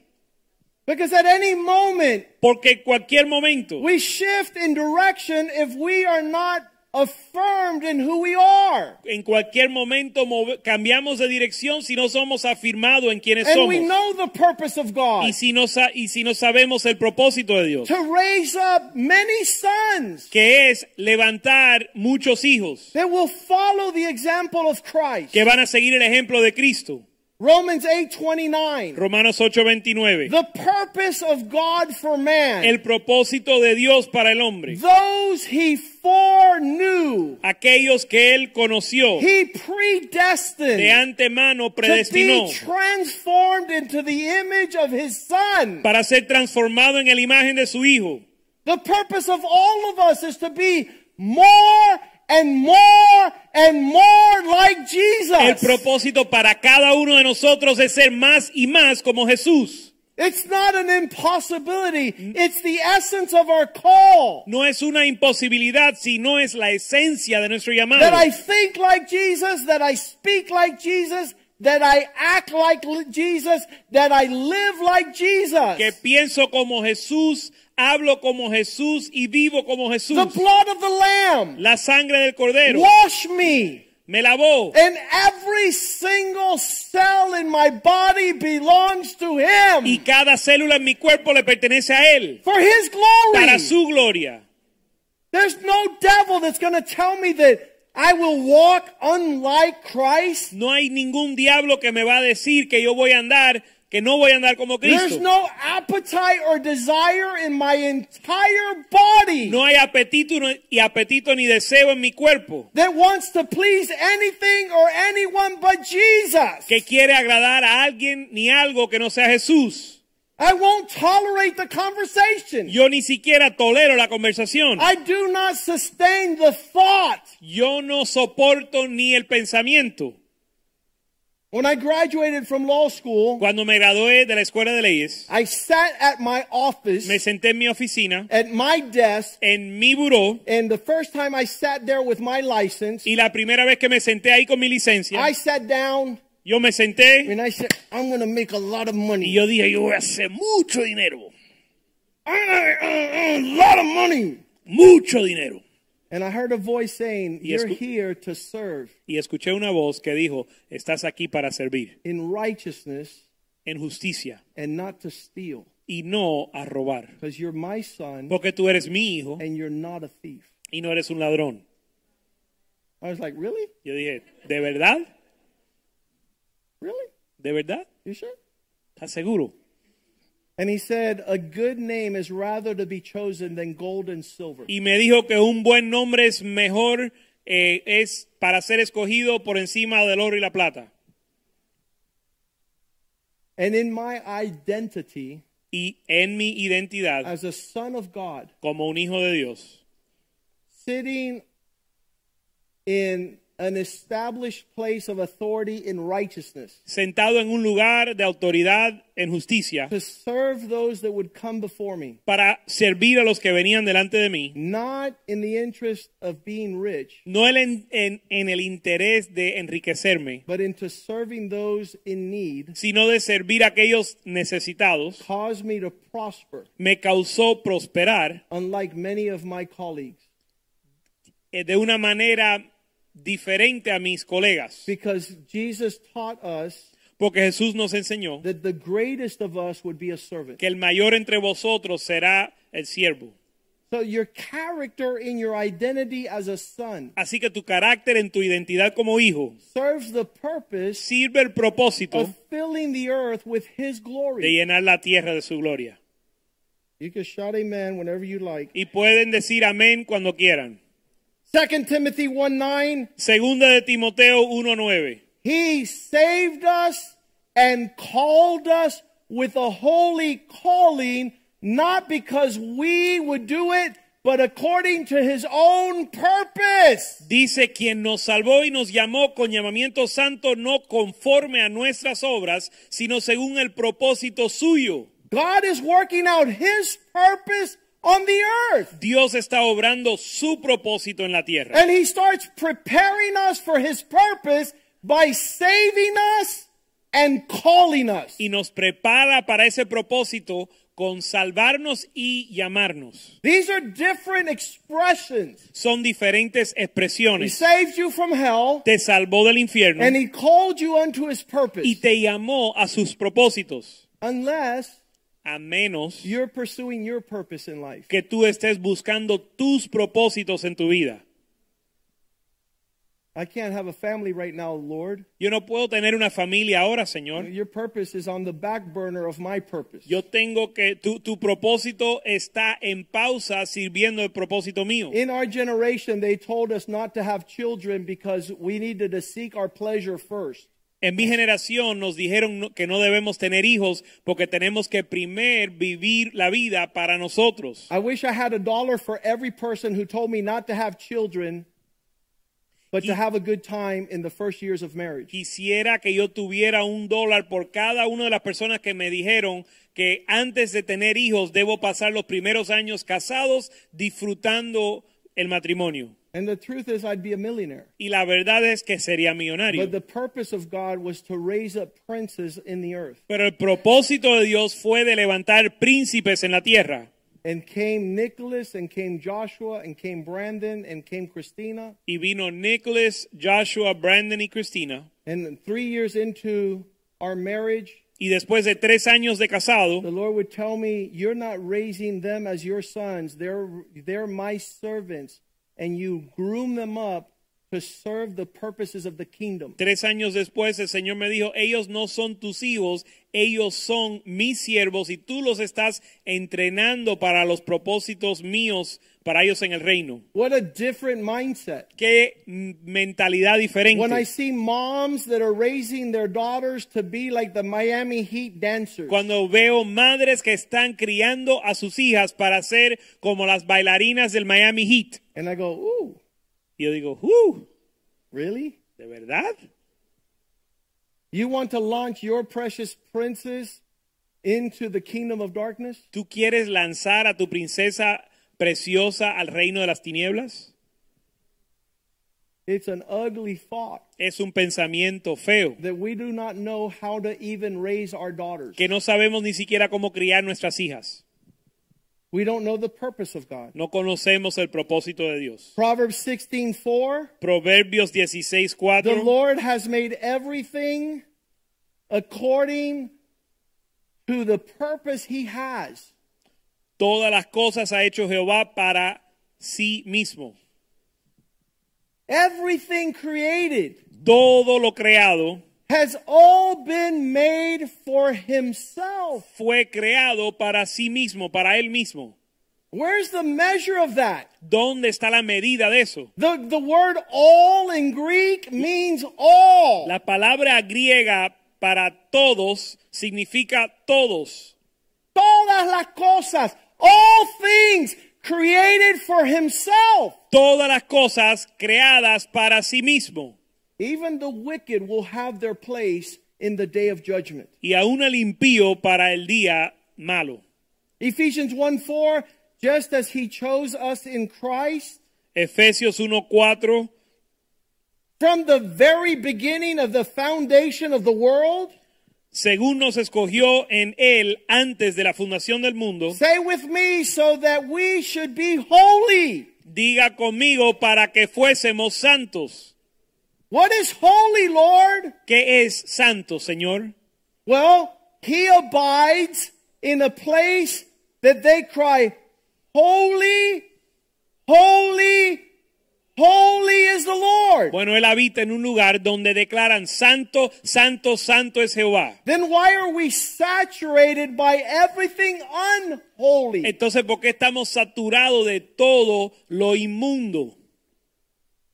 Speaker 1: Because at any moment,
Speaker 2: Porque en cualquier momento
Speaker 1: we shift in direction if we are not affirmed in who we are.
Speaker 2: en cualquier momento move- cambiamos de dirección si no somos afirmados en quienes
Speaker 1: And we
Speaker 2: somos
Speaker 1: know the purpose of God
Speaker 2: y si, no sa- y si no sabemos el propósito de Dios,
Speaker 1: to raise up many sons
Speaker 2: que es levantar muchos hijos
Speaker 1: that will follow the example of Christ.
Speaker 2: que van a seguir el ejemplo de Cristo.
Speaker 1: Romans 8:29.
Speaker 2: Romanos 8:29.
Speaker 1: The purpose of God for man,
Speaker 2: El propósito de Dios para el hombre.
Speaker 1: those he foreknew,
Speaker 2: Aquellos que él conoció
Speaker 1: he
Speaker 2: de
Speaker 1: predestined
Speaker 2: antemano
Speaker 1: to
Speaker 2: predestinó
Speaker 1: be transformed into the image of his son.
Speaker 2: para ser transformado en la imagen de su hijo.
Speaker 1: The purpose of all of us is to be more and more and more like
Speaker 2: El
Speaker 1: Jesus.
Speaker 2: propósito para cada uno de nosotros es ser más y más como Jesús.
Speaker 1: It's not an impossibility. It's the essence of our call.
Speaker 2: No es una imposibilidad, sino es la esencia de nuestro llamado.
Speaker 1: That I think like Jesus, that I speak like Jesus, that I act like li- Jesus, that I live like
Speaker 2: Que
Speaker 1: Jesus.
Speaker 2: pienso como Jesús, hablo como Jesús y vivo como
Speaker 1: The
Speaker 2: Jesús.
Speaker 1: blood of the Lamb
Speaker 2: La sangre del cordero
Speaker 1: wash me.
Speaker 2: me lavó
Speaker 1: And every single cell in my body belongs to Him.
Speaker 2: y cada célula en mi cuerpo le pertenece a él
Speaker 1: for his glory.
Speaker 2: para su gloria.
Speaker 1: There's no devil that's going to tell me that I will walk unlike Christ.
Speaker 2: No hay ningún diablo que me va a decir que yo voy a andar, que no voy a andar como Cristo.
Speaker 1: There's no appetite or desire in my entire body
Speaker 2: No hay apetito y apetito ni deseo en mi cuerpo
Speaker 1: that wants to please anything or anyone but Jesus.
Speaker 2: que quiere agradar a alguien ni algo que no sea Jesús.
Speaker 1: I won't tolerate the conversation.
Speaker 2: Yo ni siquiera tolero la conversación.
Speaker 1: I do not sustain the thought.
Speaker 2: Yo no soporto ni el pensamiento.
Speaker 1: When I graduated from law school,
Speaker 2: Cuando me gradué de la escuela de leyes,
Speaker 1: I sat at my office,
Speaker 2: me senté en mi oficina,
Speaker 1: at my desk,
Speaker 2: en mi buró,
Speaker 1: And the first time I sat there with my license,
Speaker 2: y la primera vez que me senté ahí con mi licencia,
Speaker 1: I sat down
Speaker 2: yo me senté
Speaker 1: and I said, I'm going to make a lot of
Speaker 2: y
Speaker 1: [laughs] money.
Speaker 2: yo dije, yo voy a hacer mucho dinero,
Speaker 1: I'm gonna earn uh, A lot of money.
Speaker 2: mucho dinero.
Speaker 1: And I heard a voice saying,
Speaker 2: Y
Speaker 1: You're
Speaker 2: escu-
Speaker 1: here to serve
Speaker 2: Y escuché una voz que dijo, estás aquí para servir
Speaker 1: in righteousness
Speaker 2: en justicia
Speaker 1: and not to steal,
Speaker 2: y no a robar.
Speaker 1: because you're my son
Speaker 2: Porque tú eres mi hijo
Speaker 1: and you're not a thief.
Speaker 2: y no eres un ladrón.
Speaker 1: I was like, Really?
Speaker 2: Yo dije, ¿de verdad?
Speaker 1: Really?
Speaker 2: ¿De verdad?
Speaker 1: You sure?
Speaker 2: ¿Estás seguro?
Speaker 1: And he said, A good name is rather to be chosen than gold and silver.
Speaker 2: Y me dijo que un buen nombre es mejor, eh, es para ser escogido por encima del oro y la plata.
Speaker 1: And in my identity
Speaker 2: Y en mi identidad,
Speaker 1: as a son of God,
Speaker 2: como un hijo de Dios,
Speaker 1: sitting in an established place of authority in righteousness
Speaker 2: sentado en un lugar de autoridad en justicia,
Speaker 1: to serve those that would come before me,
Speaker 2: para servir a los que venían delante de mí,
Speaker 1: not in the interest of being rich,
Speaker 2: no el en, en- en el interés de enriquecerme,
Speaker 1: but into serving those in need,
Speaker 2: sino de servir a aquellos necesitados,
Speaker 1: caused me to prosper,
Speaker 2: me causó prosperar
Speaker 1: unlike many of my colleagues.
Speaker 2: eh, de una manera diferente a mis colegas.
Speaker 1: Because Jesus taught us
Speaker 2: Porque Jesús nos enseñó
Speaker 1: that the greatest of us would be a servant.
Speaker 2: que el mayor entre vosotros será el siervo.
Speaker 1: So your character in your identity as a son
Speaker 2: Así que tu carácter en tu identidad como hijo
Speaker 1: serves the purpose
Speaker 2: sirve el propósito
Speaker 1: of filling the earth with his
Speaker 2: de
Speaker 1: glory.
Speaker 2: llenar la tierra de su gloria.
Speaker 1: You can shout amen whenever you like.
Speaker 2: Y pueden decir amén cuando quieran.
Speaker 1: 2 Timothy 1 9,
Speaker 2: Segunda de Timoteo 1.9.
Speaker 1: he saved us and called us with a holy calling, not because we would do it, but according to his own purpose.
Speaker 2: Dice, quien nos salvó y nos llamó con llamamiento santo no conforme a nuestras obras, sino según el propósito suyo.
Speaker 1: God is working out his purpose on the earth.
Speaker 2: Dios está obrando su propósito en la tierra.
Speaker 1: And he starts preparing us for his purpose by saving us and calling us.
Speaker 2: Y nos prepara para ese propósito con salvarnos y llamarnos.
Speaker 1: These are different expressions.
Speaker 2: Son diferentes
Speaker 1: He
Speaker 2: expresiones.
Speaker 1: saved you from hell
Speaker 2: Te salvó del infierno
Speaker 1: and he called you unto his purpose.
Speaker 2: y te llamó a sus propósitos.
Speaker 1: Unless
Speaker 2: A menos
Speaker 1: you're pursuing your purpose in life.
Speaker 2: que tú estés buscando tus propósitos en tu vida.
Speaker 1: I can't have a family right now, Lord.
Speaker 2: Yo no puedo tener una familia ahora, Señor.
Speaker 1: Your purpose is on the back burner of my purpose.
Speaker 2: Yo tengo que, tu, tu propósito está en pausa sirviendo el propósito mío.
Speaker 1: In our generation, they told us not to have children because we needed to seek our pleasure first.
Speaker 2: En mi generación nos dijeron no- que no debemos tener hijos porque tenemos que primer vivir la vida para nosotros.
Speaker 1: I wish I had a dollar for every person who told me not to have children, but to have a good time in the first years of marriage.
Speaker 2: Quisiera que yo tuviera un dólar por cada una de las personas que me dijeron que antes de tener hijos debo pasar los primeros años casados disfrutando el matrimonio.
Speaker 1: And the truth is, I'd be a millionaire.
Speaker 2: Y la verdad es que sería millonario.
Speaker 1: But the purpose of God was to raise up princes in the earth
Speaker 2: Pero el propósito de Dios fue de levantar príncipes en la tierra.
Speaker 1: and came Nicholas and came Joshua and came Brandon and came Christina.
Speaker 2: Y vino Nicholas, Joshua, Brandon y Cristina.
Speaker 1: And three years into our marriage,
Speaker 2: Y después de tres años de
Speaker 1: the
Speaker 2: casado,
Speaker 1: Lord would tell me, "You're not raising them as your sons. They're they're my servants, and you groom them up to serve the purposes of the kingdom."
Speaker 2: tres años después, el Señor me dijo, ellos no son tus hijos, ellos son mis siervos y tú los estás entrenando para los propósitos míos, para ellos en el reino.
Speaker 1: What a different mindset.
Speaker 2: Qué mm, mentalidad diferente.
Speaker 1: When I see moms that are raising their daughters to be like the Miami Heat dancers.
Speaker 2: Cuando veo madres que están criando a sus hijas para ser como las bailarinas del Miami Heat.
Speaker 1: And I go, "Ooh,
Speaker 2: Y yo digo, "Uh,
Speaker 1: really?
Speaker 2: ¿de verdad?
Speaker 1: You want to launch your precious princes into the kingdom of darkness?"
Speaker 2: ¿Tú quieres lanzar a tu princesa preciosa al reino de las tinieblas?
Speaker 1: It's an ugly thought.
Speaker 2: Es un pensamiento feo,
Speaker 1: that we do not know how to even raise our daughters.
Speaker 2: que no sabemos ni siquiera cómo criar nuestras hijas.
Speaker 1: We don't know the purpose of God.
Speaker 2: No conocemos el propósito de Dios.
Speaker 1: Proverbs 16:4
Speaker 2: Proverbios
Speaker 1: The
Speaker 2: 16:4
Speaker 1: Lord has made everything according to the purpose he has.
Speaker 2: Todas las cosas ha hecho Jehová para sí mismo.
Speaker 1: Everything created
Speaker 2: Todo lo creado
Speaker 1: has all been made for himself.
Speaker 2: fue creado para sí mismo, para él mismo.
Speaker 1: Where's the measure of that?
Speaker 2: ¿Dónde está la medida de eso?
Speaker 1: The, the word all in Greek means all.
Speaker 2: La palabra griega para todos significa todos.
Speaker 1: todas las cosas, all things created for himself.
Speaker 2: Todas las cosas creadas para sí mismo.
Speaker 1: Even the wicked will have their place in the day of judgment.
Speaker 2: Y aún el impío para el día malo.
Speaker 1: Ephesians 1 4, just as he chose us in Christ
Speaker 2: Efesios 1.4
Speaker 1: from the very beginning of the foundation of the world.
Speaker 2: Según nos escogió en él antes de la fundación del mundo,
Speaker 1: Say with me, so that we should be holy.
Speaker 2: diga conmigo para que fuésemos santos.
Speaker 1: What is holy, Lord?
Speaker 2: ¿Qué es santo, Señor?
Speaker 1: Well, he abides in a place that they cry, Holy, holy, holy is the Lord.
Speaker 2: Bueno, él habita en un lugar donde declaran santo, santo, santo es Jehová.
Speaker 1: Then why are we saturated by everything unholy?
Speaker 2: Entonces, ¿por qué estamos saturados de todo lo inmundo?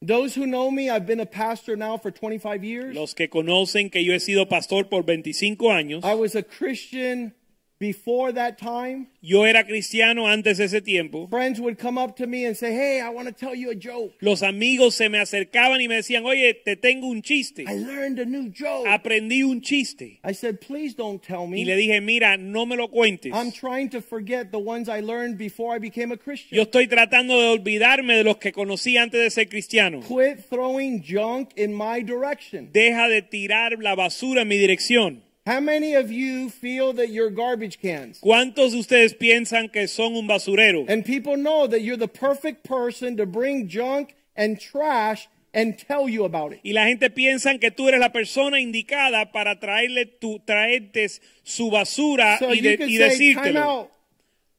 Speaker 1: Those who know me, I've been a pastor now for 25 years.
Speaker 2: Los que conocen que yo he sido pastor por 25 años,
Speaker 1: I was a Christian before that time.
Speaker 2: yo era cristiano antes de ese tiempo.
Speaker 1: Friends would come up to me and say, Hey, I want to tell you a joke.
Speaker 2: Los amigos se me acercaban y me decían, oye, te tengo un chiste.
Speaker 1: I learned a new joke.
Speaker 2: Aprendí un chiste.
Speaker 1: I said, Please don't tell
Speaker 2: Y
Speaker 1: me.
Speaker 2: le dije, mira, no me lo cuentes.
Speaker 1: I'm trying to forget the ones I learned before I became a
Speaker 2: Yo
Speaker 1: Christian.
Speaker 2: estoy tratando de olvidarme de los que conocí antes de ser cristiano.
Speaker 1: Quit throwing junk in my direction.
Speaker 2: Deja de tirar la basura en mi dirección.
Speaker 1: How many of you feel that you're garbage cans?
Speaker 2: ¿Cuántos de ustedes piensan que son un basurero?
Speaker 1: And people know that you're the perfect person to bring junk and trash and tell you about it.
Speaker 2: Y la gente piensa que tú eres la persona indicada para traerle tu, traerte su basura
Speaker 1: So
Speaker 2: Ah, y,
Speaker 1: you
Speaker 2: de-
Speaker 1: can
Speaker 2: y
Speaker 1: say, time
Speaker 2: decírtelo.
Speaker 1: out.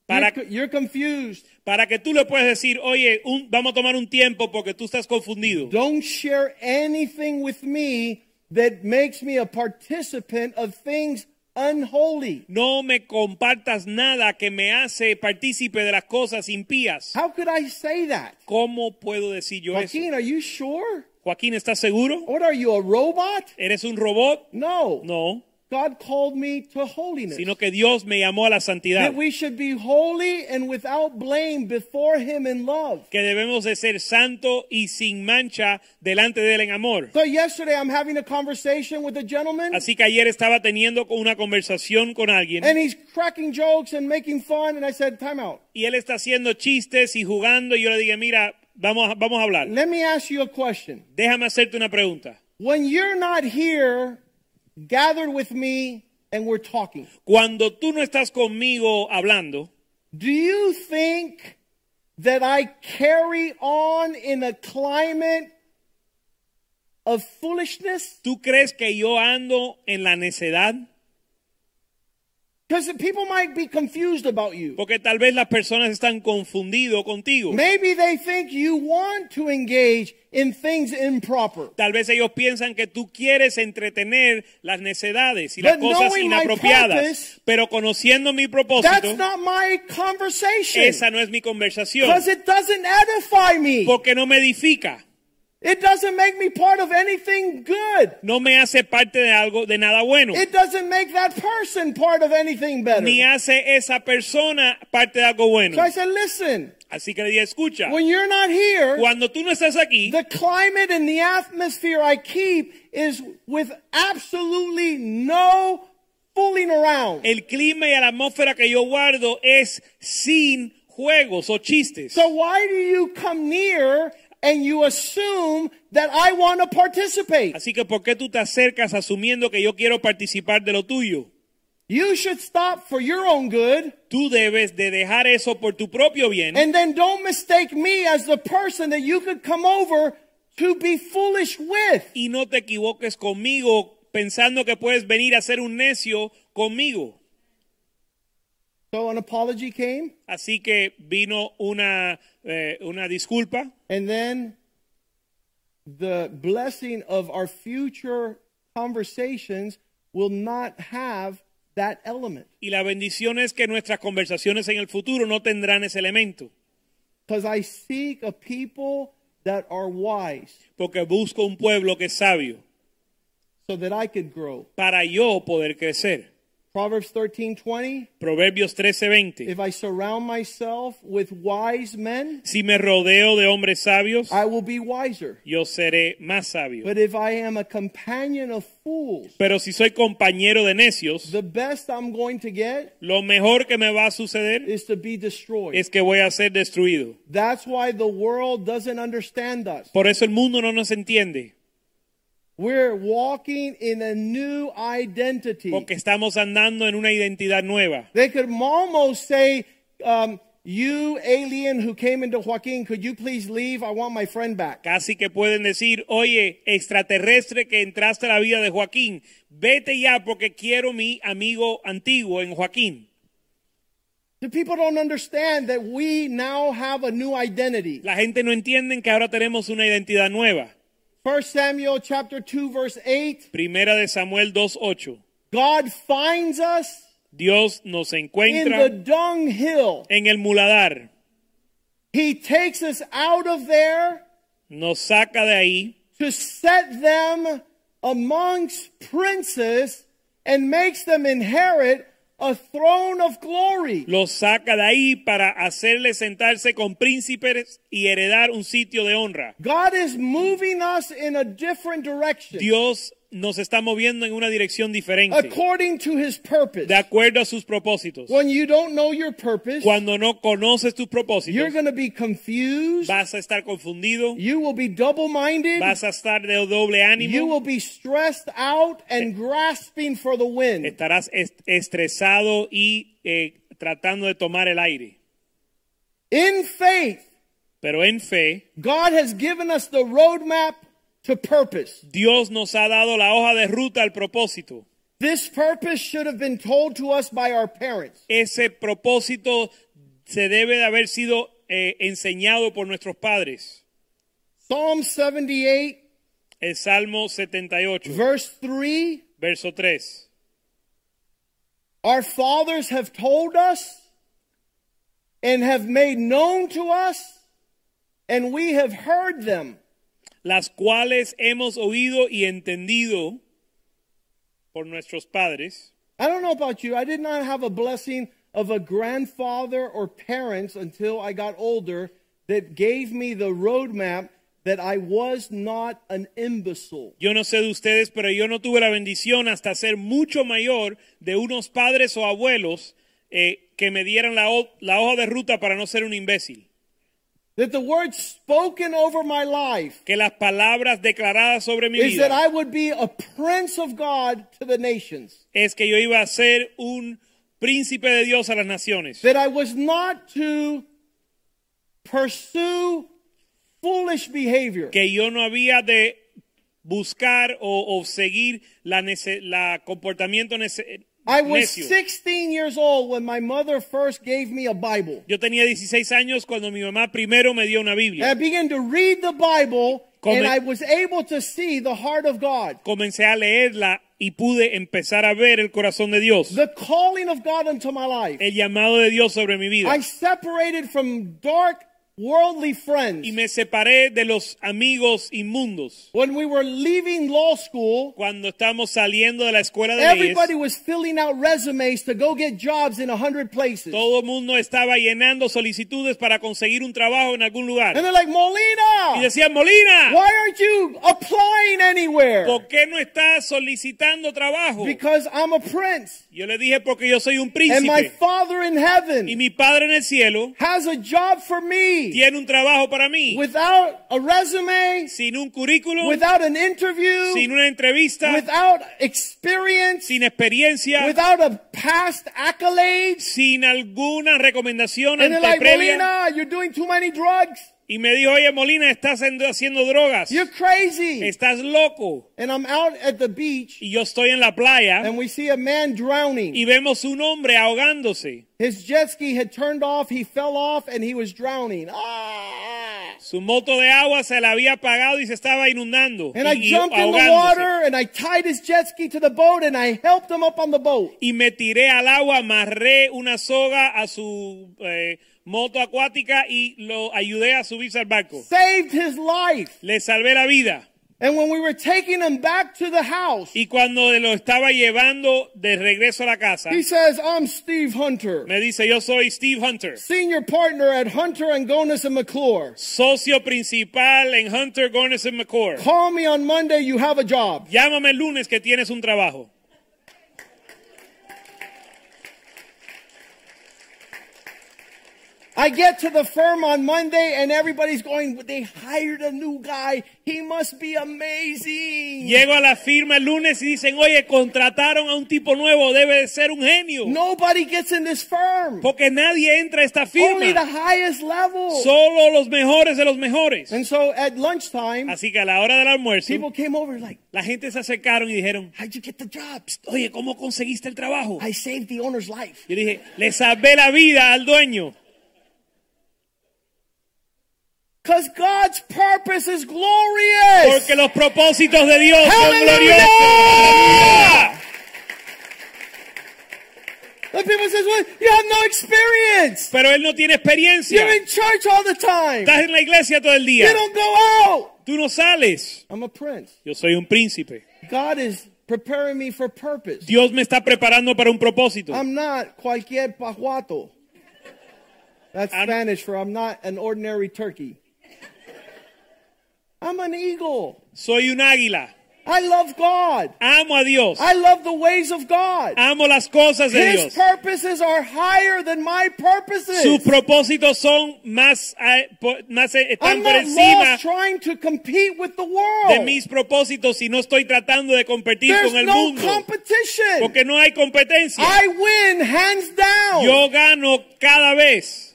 Speaker 2: Para,
Speaker 1: You're, you're confused.
Speaker 2: para que tú le puedas decir, oye, un- vamos a tomar un tiempo porque tú estás confundido.
Speaker 1: Don't share anything with me that makes me a participant of things unholy.
Speaker 2: No me compartas nada que me hace partícipe de las cosas impías.
Speaker 1: How could I say that?
Speaker 2: ¿Cómo puedo decir yo eso?
Speaker 1: Joaquin, are you sure?
Speaker 2: Joaquín, ¿estás seguro?
Speaker 1: What are you, a robot?
Speaker 2: ¿Eres un robot?
Speaker 1: No.
Speaker 2: No,
Speaker 1: God called me to holiness.
Speaker 2: sino que Dios me llamó a la santidad.
Speaker 1: that we should be holy and without blame before Him in love.
Speaker 2: Que debemos de ser santo y sin mancha delante de él en amor.
Speaker 1: So yesterday I'm having a conversation with a gentleman
Speaker 2: Así que ayer estaba teniendo con- una conversación con alguien
Speaker 1: and he's cracking jokes and making fun and I said, time out.
Speaker 2: y él está haciendo chistes y jugando y yo le dije, mira, vamos, a- vamos a hablar.
Speaker 1: Let me ask you a question.
Speaker 2: Déjame hacerte una pregunta.
Speaker 1: When you're not here, gathered with me and we're talking,
Speaker 2: Cuando tú no estás conmigo hablando,
Speaker 1: do you think that I carry on in a climate of foolishness?
Speaker 2: ¿Tú crees que yo ando en la necedad?
Speaker 1: Because people might be confused about you.
Speaker 2: Porque tal vez las personas están confundidas contigo.
Speaker 1: Maybe they think you want to engage in things improper.
Speaker 2: Tal vez ellos piensan que tú quieres entretener las necedades y las
Speaker 1: But
Speaker 2: cosas
Speaker 1: knowing my
Speaker 2: inapropiadas.
Speaker 1: purpose,
Speaker 2: Pero conociendo mi
Speaker 1: That's
Speaker 2: propósito,
Speaker 1: not my conversation.
Speaker 2: esa no es mi conversación.
Speaker 1: Because it doesn't edify me.
Speaker 2: Porque no me edifica.
Speaker 1: It doesn't make me part of anything good.
Speaker 2: No me hace parte de algo, de nada bueno.
Speaker 1: It doesn't make that person part of anything better.
Speaker 2: Ni hace esa persona parte de algo bueno.
Speaker 1: So I said, listen,
Speaker 2: Así que le dije, escucha,
Speaker 1: when you're not here,
Speaker 2: cuando tú no estás aquí,
Speaker 1: the climate and the atmosphere I keep is with absolutely no fooling around.
Speaker 2: el clima y la atmósfera que yo guardo es sin juegos o chistes.
Speaker 1: So why do you come near and you assume that I want to participate?
Speaker 2: Así que ¿por qué tú te acercas asumiendo que yo quiero participar de lo tuyo?
Speaker 1: You should stop for your own good
Speaker 2: Tú debes de dejar eso por tu propio bien
Speaker 1: and then don't mistake me as the person that you could come over to be foolish with.
Speaker 2: y no te equivoques conmigo pensando que puedes venir a ser un necio conmigo.
Speaker 1: So an apology came
Speaker 2: Así que vino una, eh, una disculpa
Speaker 1: and then the blessing of our future conversations will not have that element.
Speaker 2: y la bendición es que nuestras conversaciones en el futuro no tendrán ese elemento
Speaker 1: Because I seek a people that are wise
Speaker 2: porque busco un pueblo que es sabio
Speaker 1: so that I could grow.
Speaker 2: para yo poder crecer.
Speaker 1: Proverbs thirteen twenty.
Speaker 2: Proverbios 13:20.
Speaker 1: If I surround myself with wise men,
Speaker 2: Si me rodeo de hombres sabios,
Speaker 1: I will be wiser.
Speaker 2: yo seré más sabio.
Speaker 1: But if I am a companion of fools,
Speaker 2: Pero si soy compañero de necios,
Speaker 1: the best I'm going to get
Speaker 2: lo mejor que me va a suceder
Speaker 1: is to be destroyed.
Speaker 2: es que voy a ser destruido.
Speaker 1: That's why the world doesn't understand us.
Speaker 2: Por eso el mundo no nos entiende,
Speaker 1: We're walking in a new identity.
Speaker 2: porque estamos andando en una identidad nueva.
Speaker 1: They could almost say, um, you alien who came into Joaquin, could you please leave? I want my friend back.
Speaker 2: Casi que pueden decir, oye, extraterrestre que entraste a la vida de Joaquín, vete ya porque quiero mi amigo antiguo en Joaquín.
Speaker 1: The people don't understand that we now have a new identity.
Speaker 2: La gente no entiende que ahora tenemos una identidad nueva.
Speaker 1: 1 Samuel chapter 2 verse 8,
Speaker 2: Primera de Samuel 2.8.
Speaker 1: God finds us
Speaker 2: Dios nos
Speaker 1: in the
Speaker 2: encuentra
Speaker 1: dung hill.
Speaker 2: en el muladar,
Speaker 1: He takes us out of there
Speaker 2: nos saca de ahí
Speaker 1: to set them amongst princes and makes them inherit a throne of glory.
Speaker 2: los saca de ahí para hacerle sentarse con príncipes y heredar un sitio de honra.
Speaker 1: God is moving us in a different direction
Speaker 2: Dios nos está moviendo en una dirección diferente,
Speaker 1: according to his purpose.
Speaker 2: de acuerdo a sus propósitos.
Speaker 1: When you don't know your purpose,
Speaker 2: Cuando no conoces tus
Speaker 1: you're
Speaker 2: propósitos,
Speaker 1: going to be confused.
Speaker 2: vas a estar confundido,
Speaker 1: You will be double minded.
Speaker 2: vas a estar de doble
Speaker 1: You
Speaker 2: ánimo,
Speaker 1: will be stressed out and grasping for the wind.
Speaker 2: estarás est- estresado y eh, tratando de tomar el aire.
Speaker 1: In faith,
Speaker 2: Pero en fe,
Speaker 1: God has given us the roadmap to purpose.
Speaker 2: Dios nos ha dado la hoja de ruta al propósito.
Speaker 1: This purpose should have been told to us by our parents.
Speaker 2: ese propósito se debe de haber sido eh, enseñado por nuestros padres.
Speaker 1: Psalm 78,
Speaker 2: El Salmo 78,
Speaker 1: verse 3
Speaker 2: verso 3.
Speaker 1: Our fathers have told us and have made known to us, and we have heard them.
Speaker 2: Las cuales hemos oído y entendido por nuestros padres.
Speaker 1: I don't know about you. I did not have a blessing of a grandfather or parents until I got older that gave me the roadmap that I was not an imbecile.
Speaker 2: Yo no sé de ustedes, pero yo no tuve la bendición hasta ser mucho mayor de unos padres o abuelos eh, que me dieran la, ho- la hoja de ruta para no ser un imbécil.
Speaker 1: That the word spoken over my life
Speaker 2: Que las palabras declaradas sobre mi
Speaker 1: is that
Speaker 2: vida
Speaker 1: I would be a prince of God to the nations.
Speaker 2: es que yo iba a ser un príncipe de Dios a las naciones.
Speaker 1: that I was not to pursue foolish behavior.
Speaker 2: que yo no había de buscar o, o seguir la, nece- la comportamiento nece-
Speaker 1: I was
Speaker 2: necio.
Speaker 1: 16 years old when my mother first gave me a Bible.
Speaker 2: Yo tenía 16 años cuando mi mamá primero me dio una
Speaker 1: And I
Speaker 2: Biblia.
Speaker 1: began to read the Bible,
Speaker 2: Come-
Speaker 1: and I was able to see the heart of God,
Speaker 2: Comencé a leerla y pude empezar a ver el corazón de Dios,
Speaker 1: the calling of God into my life.
Speaker 2: el llamado de Dios sobre mi vida.
Speaker 1: I separated from dark, worldly friends.
Speaker 2: Y me separé de los amigos inmundos.
Speaker 1: When we were leaving law school,
Speaker 2: Cuando estamos saliendo de la escuela de leyes,
Speaker 1: everybody was filling out resumes to go get jobs in a hundred places.
Speaker 2: todo el mundo estaba llenando solicitudes para conseguir un trabajo en algún
Speaker 1: And
Speaker 2: lugar.
Speaker 1: they're like, Molina!
Speaker 2: Y decían, Molina,
Speaker 1: Why aren't you applying anywhere?
Speaker 2: ¿por qué no estás solicitando trabajo?
Speaker 1: Because I'm a prince.
Speaker 2: Yo le dije porque yo soy un
Speaker 1: And my
Speaker 2: príncipe
Speaker 1: Father in
Speaker 2: y
Speaker 1: heaven
Speaker 2: mi padre en el cielo
Speaker 1: has a job for me
Speaker 2: tiene un trabajo para mí.
Speaker 1: without a resume,
Speaker 2: Sin un currículum,
Speaker 1: without an interview,
Speaker 2: sin una entrevista,
Speaker 1: without experience,
Speaker 2: sin experiencia,
Speaker 1: without a past accolades.
Speaker 2: sin alguna recomendación
Speaker 1: And they're
Speaker 2: ante
Speaker 1: like,
Speaker 2: previa.
Speaker 1: Molina, you're doing too many drugs.
Speaker 2: Y me dijo, oye Molina, estás haciendo- haciendo drogas,
Speaker 1: You're crazy.
Speaker 2: estás loco.
Speaker 1: And I'm out at the beach
Speaker 2: Y yo estoy en la playa
Speaker 1: and we see a man drowning.
Speaker 2: y vemos un hombre ahogándose.
Speaker 1: His jet ski had turned off, he fell off, and he was drowning. Ah!
Speaker 2: Su moto de agua se la había apagado y se estaba inundando.
Speaker 1: And I
Speaker 2: y- y
Speaker 1: jumped in the
Speaker 2: ahogándose.
Speaker 1: water and I tied his jet ski to the boat and I helped him up on the boat.
Speaker 2: y me tiré al agua, amarré una soga a su eh, moto acuática y lo ayudé a subirse al barco.
Speaker 1: Saved his life.
Speaker 2: Le salvé la vida.
Speaker 1: And when we were taking him back to the house,
Speaker 2: Y cuando lo estaba llevando de regreso a la casa,
Speaker 1: he says, I'm Steve Hunter,
Speaker 2: me dice, yo soy Steve Hunter,
Speaker 1: senior partner at Hunter and Gonis and McClure.
Speaker 2: socio principal en Hunter Gornes McCord.
Speaker 1: Call me on Monday, you have a job.
Speaker 2: Llámame el lunes que tienes un trabajo.
Speaker 1: I get to the firm on Monday and everybody's going, they hired a new guy. He must be amazing.
Speaker 2: Llego a la firma el lunes y dicen, oye, contrataron a un tipo nuevo, debe de ser un genio.
Speaker 1: Nobody gets in this firm.
Speaker 2: Porque nadie entra a esta
Speaker 1: Only the
Speaker 2: firma.
Speaker 1: highest level.
Speaker 2: Solo los mejores de los mejores.
Speaker 1: and so at lunchtime,
Speaker 2: Así que a la hora del almuerzo,
Speaker 1: people came over like,
Speaker 2: la gente se acercaron y dijeron,
Speaker 1: how'd you get the job?
Speaker 2: oye, ¿cómo conseguiste el trabajo?
Speaker 1: I saved the owner's life.
Speaker 2: Yo dije, le salvé la vida al dueño.
Speaker 1: Because God's purpose is glorious.
Speaker 2: Porque los propósitos de Dios son
Speaker 1: ¡Aleluya!
Speaker 2: gloriosos. ¡Aleluya!
Speaker 1: But people says, well, you have no experience.
Speaker 2: Pero él no tiene experiencia.
Speaker 1: You're in church all the time.
Speaker 2: Estás en la iglesia todo el
Speaker 1: You
Speaker 2: día.
Speaker 1: don't go out.
Speaker 2: Tú no sales.
Speaker 1: I'm a prince.
Speaker 2: Yo soy un príncipe.
Speaker 1: God is preparing me for purpose.
Speaker 2: Dios me está preparando para un propósito.
Speaker 1: I'm not cualquier pajuato. That's
Speaker 2: I'm-
Speaker 1: Spanish for I'm not an ordinary turkey. I'm an eagle.
Speaker 2: Soy un águila.
Speaker 1: I love God.
Speaker 2: Amo a Dios.
Speaker 1: I love the ways of God.
Speaker 2: Amo las cosas Ah, de
Speaker 1: His
Speaker 2: Dios.
Speaker 1: purposes are higher than my
Speaker 2: Sus
Speaker 1: purposes.
Speaker 2: propósitos son más, ah, po- más eh,
Speaker 1: I'm
Speaker 2: están por
Speaker 1: not
Speaker 2: encima
Speaker 1: lost trying to compete with the
Speaker 2: de
Speaker 1: world.
Speaker 2: mis propósitos y no estoy tratando de competir
Speaker 1: There's
Speaker 2: con el
Speaker 1: no
Speaker 2: mundo.
Speaker 1: competition.
Speaker 2: Porque no hay competencia.
Speaker 1: I win hands down.
Speaker 2: Yo gano cada vez.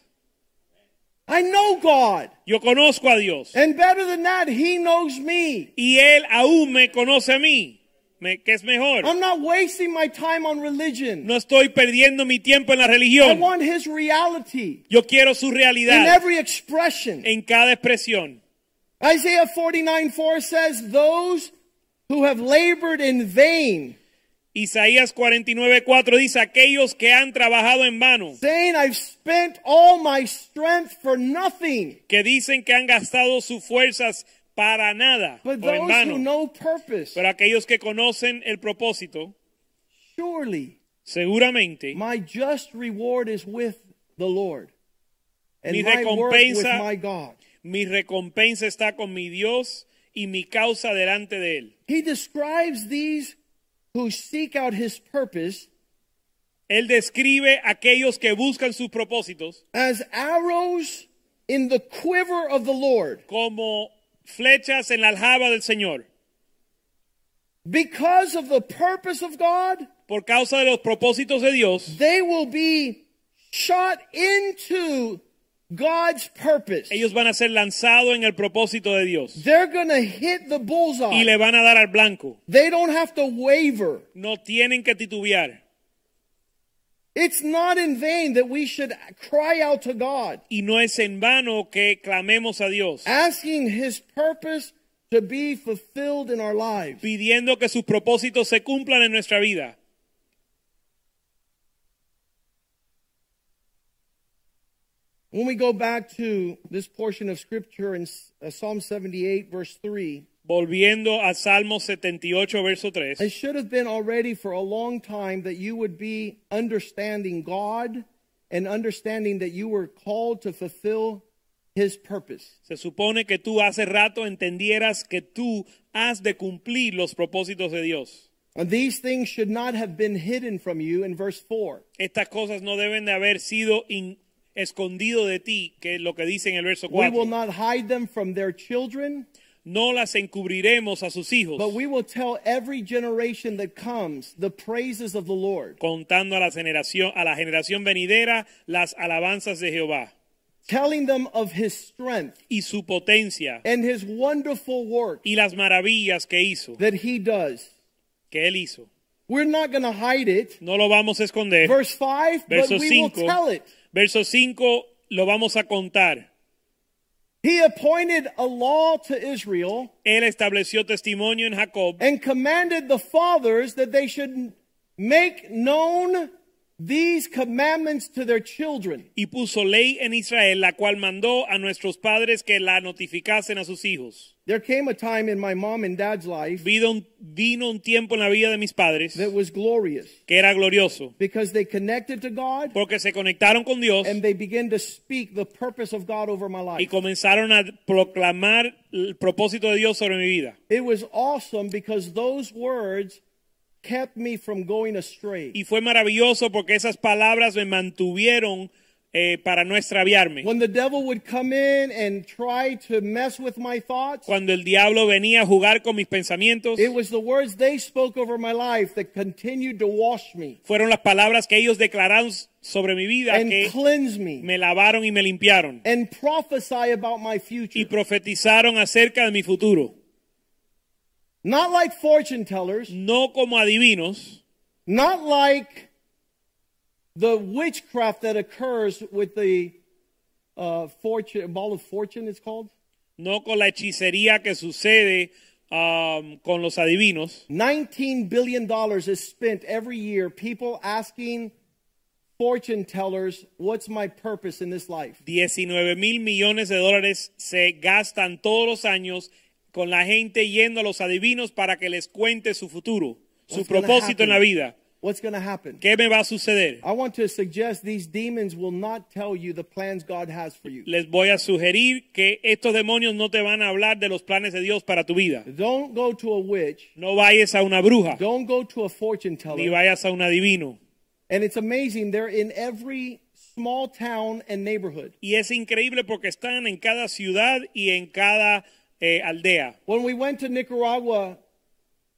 Speaker 1: I know God.
Speaker 2: Yo conozco a Dios.
Speaker 1: And better than that, He knows me.
Speaker 2: Y Él aún me conoce a mí. Me- que es mejor.
Speaker 1: I'm not wasting my time on religion.
Speaker 2: No estoy perdiendo mi tiempo en la
Speaker 1: I
Speaker 2: religión.
Speaker 1: want His reality
Speaker 2: Yo quiero su
Speaker 1: in
Speaker 2: realidad
Speaker 1: every expression.
Speaker 2: en cada expresión.
Speaker 1: Isaiah 49 4 says, Those who have labored in vain,
Speaker 2: Isaías 49:4 dice, aquellos que han trabajado en vano,
Speaker 1: saying, I've spent all my strength for nothing.
Speaker 2: que dicen que han gastado sus fuerzas para nada
Speaker 1: But
Speaker 2: o
Speaker 1: those who
Speaker 2: en vano.
Speaker 1: know purpose,
Speaker 2: Pero aquellos que conocen el propósito,
Speaker 1: surely
Speaker 2: seguramente
Speaker 1: my just reward is with the Lord. And
Speaker 2: Mi
Speaker 1: my work with
Speaker 2: recompensa-
Speaker 1: my God.
Speaker 2: mi recompensa está con mi Dios y mi causa delante de Él.
Speaker 1: He describes these who seek out his purpose
Speaker 2: Él describe a aquellos que buscan sus propósitos
Speaker 1: as arrows in the quiver of the Lord.
Speaker 2: como flechas en la aljaba del Señor.
Speaker 1: Because of the purpose of God,
Speaker 2: Por causa de los propósitos de Dios,
Speaker 1: they will be shot into God's purpose.
Speaker 2: ellos van a ser lanzados en el propósito de Dios
Speaker 1: They're going to hit the
Speaker 2: y
Speaker 1: bullseye.
Speaker 2: le van a dar al blanco.
Speaker 1: They don't have to waver.
Speaker 2: No tienen que titubear
Speaker 1: It's not in vain that we should cry out to God,
Speaker 2: y no es en vano que clamemos a Dios
Speaker 1: asking his purpose to be fulfilled in our lives.
Speaker 2: pidiendo que sus propósitos se cumplan en nuestra vida.
Speaker 1: When we go back to this portion of scripture in uh, Psalm 78, verse 3,
Speaker 2: Volviendo a Salmo 78, verso
Speaker 1: it
Speaker 2: 3.
Speaker 1: should have been already for a long time that you would be understanding God and understanding that you were called to fulfill his purpose.
Speaker 2: Se supone que tú hace rato entendieras que tú has de cumplir los propósitos de Dios.
Speaker 1: And these things should not have been hidden from you in verse 4.
Speaker 2: Estas cosas no deben de haber sido in- escondido de ti, que es lo que dice en el verso
Speaker 1: We will
Speaker 2: 4.
Speaker 1: not hide them from their children,
Speaker 2: No las encubriremos a sus hijos,
Speaker 1: but we will tell every generation that comes the praises of the Lord.
Speaker 2: contando a la generación, a la generación venidera las alabanzas de Jehová
Speaker 1: Telling them of his strength
Speaker 2: y su potencia
Speaker 1: and his wonderful work.
Speaker 2: y las maravillas que hizo,
Speaker 1: that he does.
Speaker 2: que él hizo.
Speaker 1: We're not going to hide it.
Speaker 2: No lo vamos a esconder.
Speaker 1: Verse 5,
Speaker 2: Verso
Speaker 1: but we will
Speaker 2: 5.
Speaker 1: tell it.
Speaker 2: Verso 5 lo vamos a contar.
Speaker 1: He appointed a law to Israel
Speaker 2: Él estableció testimonio en Jacob
Speaker 1: and commanded the fathers that they should make known these commandments to their children.
Speaker 2: y puso ley en Israel, la cual mandó a nuestros padres que la notificasen a sus hijos.
Speaker 1: There came a time in my mom and dad's life
Speaker 2: Vino un, vino un tiempo en la vida de mis padres
Speaker 1: that was glorious
Speaker 2: que era glorioso,
Speaker 1: because they connected to God
Speaker 2: porque se conectaron con Dios
Speaker 1: and they began to speak the purpose of God over my
Speaker 2: y
Speaker 1: life.
Speaker 2: comenzaron a proclamar el propósito de Dios sobre mi vida.
Speaker 1: It was awesome because those words kept me from going astray.
Speaker 2: Y fue maravilloso porque esas palabras me mantuvieron eh, para no extraviarme.
Speaker 1: When the devil would come in and try to mess with my thoughts,
Speaker 2: Cuando el diablo venía a jugar con mis pensamientos,
Speaker 1: it was the words they spoke over my life that continued to wash me
Speaker 2: fueron las palabras que ellos declararon sobre mi vida
Speaker 1: and
Speaker 2: que
Speaker 1: cleanse me
Speaker 2: me lavaron y me limpiaron
Speaker 1: and prophesy about my
Speaker 2: y
Speaker 1: future.
Speaker 2: profetizaron acerca de mi futuro.
Speaker 1: Not like fortune tellers,
Speaker 2: No como adivinos,
Speaker 1: not like the witchcraft that occurs with the uh, fortune ball of fortune. It's called
Speaker 2: no con la hechicería que sucede um, con los adivinos.
Speaker 1: nineteen billion dollars is spent every year. People asking fortune tellers, "What's my purpose in this life?"
Speaker 2: 19 mil millones de dólares se gastan todos los años con la gente yendo a los adivinos para que les cuente su futuro, su
Speaker 1: What's gonna
Speaker 2: propósito en la
Speaker 1: happen?
Speaker 2: vida.
Speaker 1: What's going to happen?
Speaker 2: ¿Qué me va a suceder?
Speaker 1: I want to suggest these demons will not tell you the plans God has for you.
Speaker 2: Les voy a sugerir que estos demonios no te van a hablar de los planes de Dios para tu vida.
Speaker 1: Don't go to a witch.
Speaker 2: No vayas a una bruja,
Speaker 1: Don't go to a fortune
Speaker 2: ni
Speaker 1: teller.
Speaker 2: vayas a un adivino.
Speaker 1: And it's amazing. They're in every small town and neighborhood.
Speaker 2: Y es increíble porque están en cada ciudad y en cada eh, aldea.
Speaker 1: When we went to Nicaragua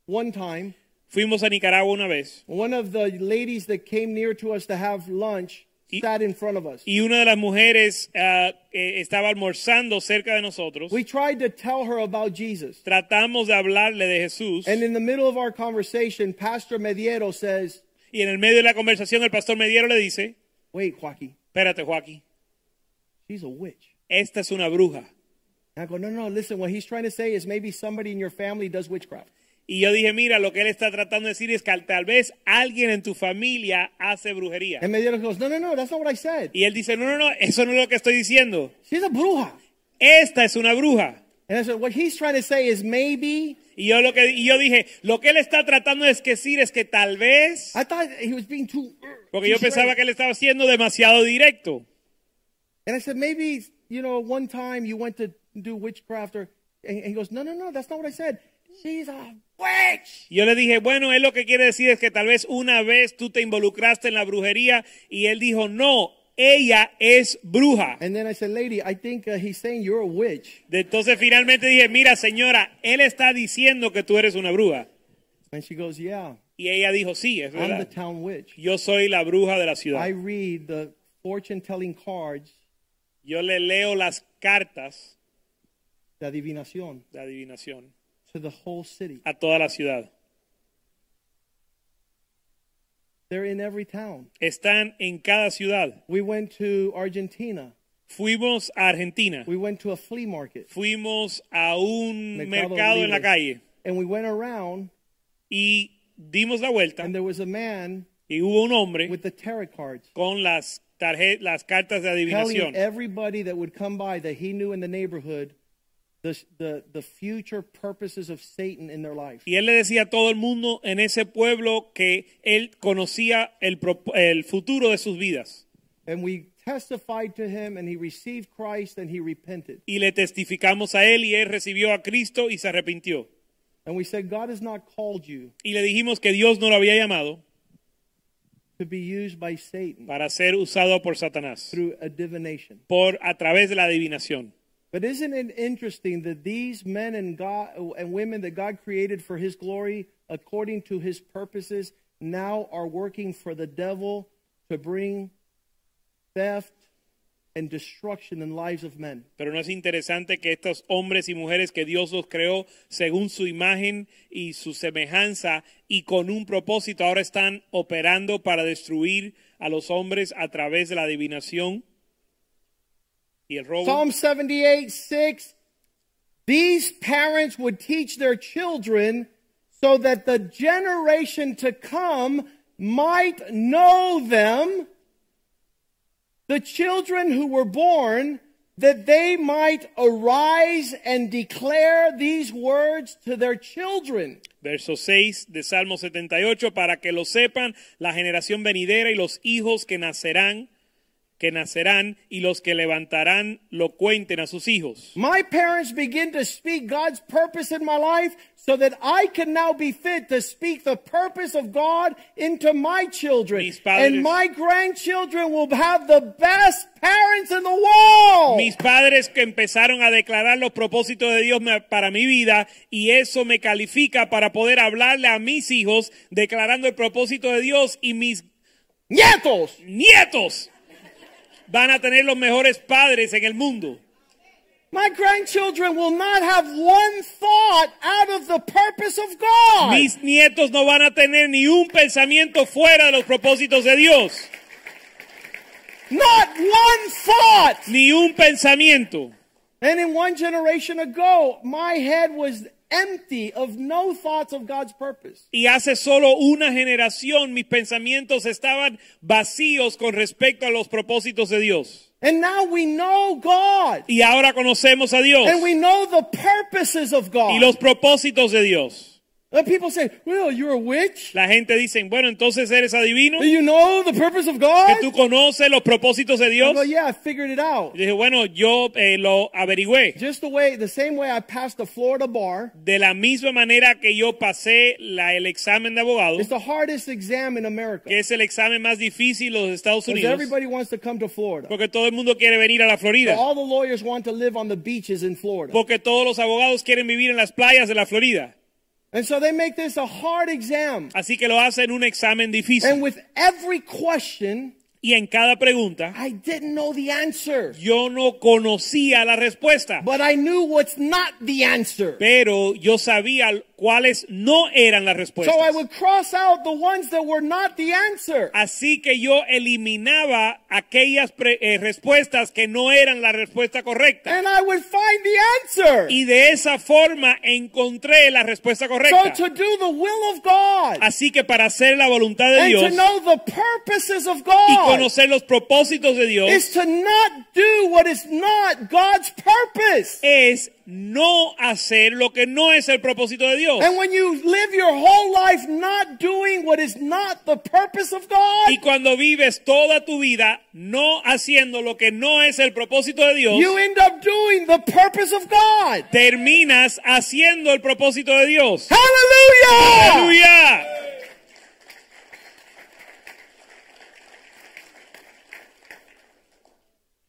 Speaker 1: one time,
Speaker 2: Fuimos a Nicaragua una vez
Speaker 1: one of the ladies that came near to us to have lunch
Speaker 2: Y-
Speaker 1: sat in front of us.
Speaker 2: y una de las mujeres ah, eh, estaba almorzando cerca de nosotros.
Speaker 1: We tried to tell her about Jesus.
Speaker 2: Tratamos de hablarle de Jesús
Speaker 1: And in the middle of our conversation, Pastor Mediero says,
Speaker 2: y en el medio de la conversación el pastor Mediero le dice,
Speaker 1: Wait, Joaquin,
Speaker 2: espérate Joaquín,
Speaker 1: she's a witch.
Speaker 2: esta es una bruja.
Speaker 1: And I go, no, no, listen, what he's trying to say is maybe somebody in your family does witchcraft.
Speaker 2: Y yo dije, mira, lo que él está tratando de decir es que tal vez alguien en tu familia hace brujería.
Speaker 1: And Mediero goes, no, no, no, that's not what I said.
Speaker 2: Y él dice, no, no, no, eso no es lo que estoy diciendo.
Speaker 1: She's a bruja.
Speaker 2: Esta es una bruja.
Speaker 1: And I said, what he's trying to say is maybe,
Speaker 2: Y yo, lo que, y yo dije, lo que él está tratando de decir es que tal vez,
Speaker 1: I thought he was being too.
Speaker 2: [clears throat] porque
Speaker 1: too
Speaker 2: yo pensaba
Speaker 1: straight.
Speaker 2: que él estaba siendo demasiado directo.
Speaker 1: And I said, maybe, you know, one time you went to do witchcraft or, and and he goes, no, no, no, that's not what I said. She's a witch.
Speaker 2: Y Yo le dije, bueno, él lo que quiere decir es que tal vez una vez tú te involucraste en la brujería y él dijo, no, ella es bruja.
Speaker 1: And then I said, lady, I think uh, he's saying you're a witch.
Speaker 2: De- Entonces finalmente dije, mira señora, él está diciendo que tú eres una bruja.
Speaker 1: And she goes, yeah,
Speaker 2: Y ella dijo, sí, es
Speaker 1: I'm the
Speaker 2: verdad.
Speaker 1: town witch.
Speaker 2: Yo soy la bruja de la
Speaker 1: I
Speaker 2: ciudad.
Speaker 1: read the fortune telling cards
Speaker 2: Yo le leo las cartas
Speaker 1: de adivinación
Speaker 2: de adivinación
Speaker 1: to the whole city.
Speaker 2: a toda la ciudad.
Speaker 1: They're in every town.
Speaker 2: Están en cada ciudad.
Speaker 1: We went to Argentina.
Speaker 2: Fuimos a Argentina.
Speaker 1: We went to a flea market.
Speaker 2: Fuimos a un
Speaker 1: Mercado
Speaker 2: mercado en la
Speaker 1: Libre.
Speaker 2: calle
Speaker 1: And we went around,
Speaker 2: y dimos la vuelta
Speaker 1: and there was a man
Speaker 2: y hubo un hombre
Speaker 1: with the tarot cards
Speaker 2: con las tarje- las cartas de adivinación
Speaker 1: telling everybody that would come by that he knew in the neighborhood the, the, the future purposes of Satan in their life.
Speaker 2: y él le decía a todo el mundo en ese pueblo que él conocía el, pro- el futuro de sus vidas
Speaker 1: And we testified to him, and he received Christ, and he repented.
Speaker 2: y le testificamos a él y él recibió a Cristo y se arrepintió
Speaker 1: And we said, God has not called you
Speaker 2: y le dijimos que Dios no lo había llamado
Speaker 1: to be used by Satan
Speaker 2: para ser usado por Satanás
Speaker 1: through a divination.
Speaker 2: por a través de la adivinación
Speaker 1: But isn't it interesting that these men and God and women that God created for his glory according to his purposes now are working for the devil to bring theft and destruction in lives of men.
Speaker 2: pero no es interesante que estos hombres y mujeres que Dios los creó según su imagen y su semejanza y con un propósito ahora están operando para destruir a los hombres a través de la adivinación y el robo.
Speaker 1: Psalm 78 6 These parents would teach their children so that the generation to come might know them, the children who were born, that they might arise and declare these words to their children.
Speaker 2: Verso 6 de Salmo 78, para que lo sepan la generación venidera y los hijos que nacerán que nacerán y los que levantarán lo cuenten a sus hijos.
Speaker 1: My parents begin to speak God's purpose in my life so that I can now be fit to speak the purpose of God into my children.
Speaker 2: Mis padres-
Speaker 1: And my grandchildren will have the best parents in the world.
Speaker 2: Mis padres que empezaron a declarar los propósitos de Dios me- para mi vida y eso me califica para poder hablarle a mis hijos declarando el propósito de Dios y mis
Speaker 1: Nietos.
Speaker 2: nietos van a tener los mejores padres en el mundo.
Speaker 1: My grandchildren will not have one thought out of the purpose of God.
Speaker 2: Mis nietos no van a tener ni un pensamiento fuera de los propósitos de Dios,
Speaker 1: Not one thought.
Speaker 2: ni un pensamiento.
Speaker 1: And in one generation ago, my head was empty of no thoughts of God's purpose.
Speaker 2: Y hace solo una generación mis pensamientos estaban vacíos con respecto a los propósitos de Dios.
Speaker 1: And now we know God.
Speaker 2: Y ahora conocemos a Dios
Speaker 1: And we know the purposes of
Speaker 2: y
Speaker 1: God.
Speaker 2: los propósitos de Dios.
Speaker 1: And people say, Well, you're a witch.
Speaker 2: La gente dice, bueno, entonces eres adivino,
Speaker 1: Do you know the purpose of
Speaker 2: que
Speaker 1: God?
Speaker 2: tú conoces los propósitos de
Speaker 1: I
Speaker 2: Dios.
Speaker 1: go, yeah, I figured it out.
Speaker 2: Y dije, bueno, yo eh, lo averigüé.
Speaker 1: Just the way, the same way I passed the Florida bar.
Speaker 2: De la misma manera que yo pasé la- el examen de abogado,
Speaker 1: It's the hardest exam in America.
Speaker 2: que es el examen más difícil de los Estados
Speaker 1: Because
Speaker 2: Unidos,
Speaker 1: everybody Oh. wants to come to Florida.
Speaker 2: porque todo el mundo quiere venir a la Florida,
Speaker 1: All the lawyers want to live on the beaches in Florida.
Speaker 2: porque todos los abogados quieren vivir en las playas de la Florida.
Speaker 1: And so they make this a hard exam.
Speaker 2: Así que lo hacen un examen
Speaker 1: And
Speaker 2: difícil.
Speaker 1: with every question,
Speaker 2: Y en cada pregunta,
Speaker 1: I didn't know the answer.
Speaker 2: yo no conocía la respuesta,
Speaker 1: But I knew what's not the answer.
Speaker 2: pero yo sabía cuáles no eran las
Speaker 1: So I
Speaker 2: respuestas.
Speaker 1: would cross out the ones that were not the answer.
Speaker 2: Así que yo eliminaba aquellas pre- eh, respuestas que no eran la respuesta correcta.
Speaker 1: And I would find the answer.
Speaker 2: Y de esa forma encontré la respuesta correcta.
Speaker 1: So to do the will of God
Speaker 2: Así que para hacer la voluntad de
Speaker 1: and to
Speaker 2: Dios
Speaker 1: know the purposes of
Speaker 2: y
Speaker 1: God
Speaker 2: conocer los propósitos de Dios
Speaker 1: is to not do what is not God's purpose.
Speaker 2: es no hacer lo que no es el propósito de Dios.
Speaker 1: And when you live your whole life not doing what is not the purpose of God,
Speaker 2: Y cuando vives toda tu vida no haciendo lo que no es el propósito de Dios,
Speaker 1: you end up doing the purpose of God.
Speaker 2: terminas haciendo el propósito de Dios.
Speaker 1: Hallelujah!
Speaker 2: ¡Aleluya!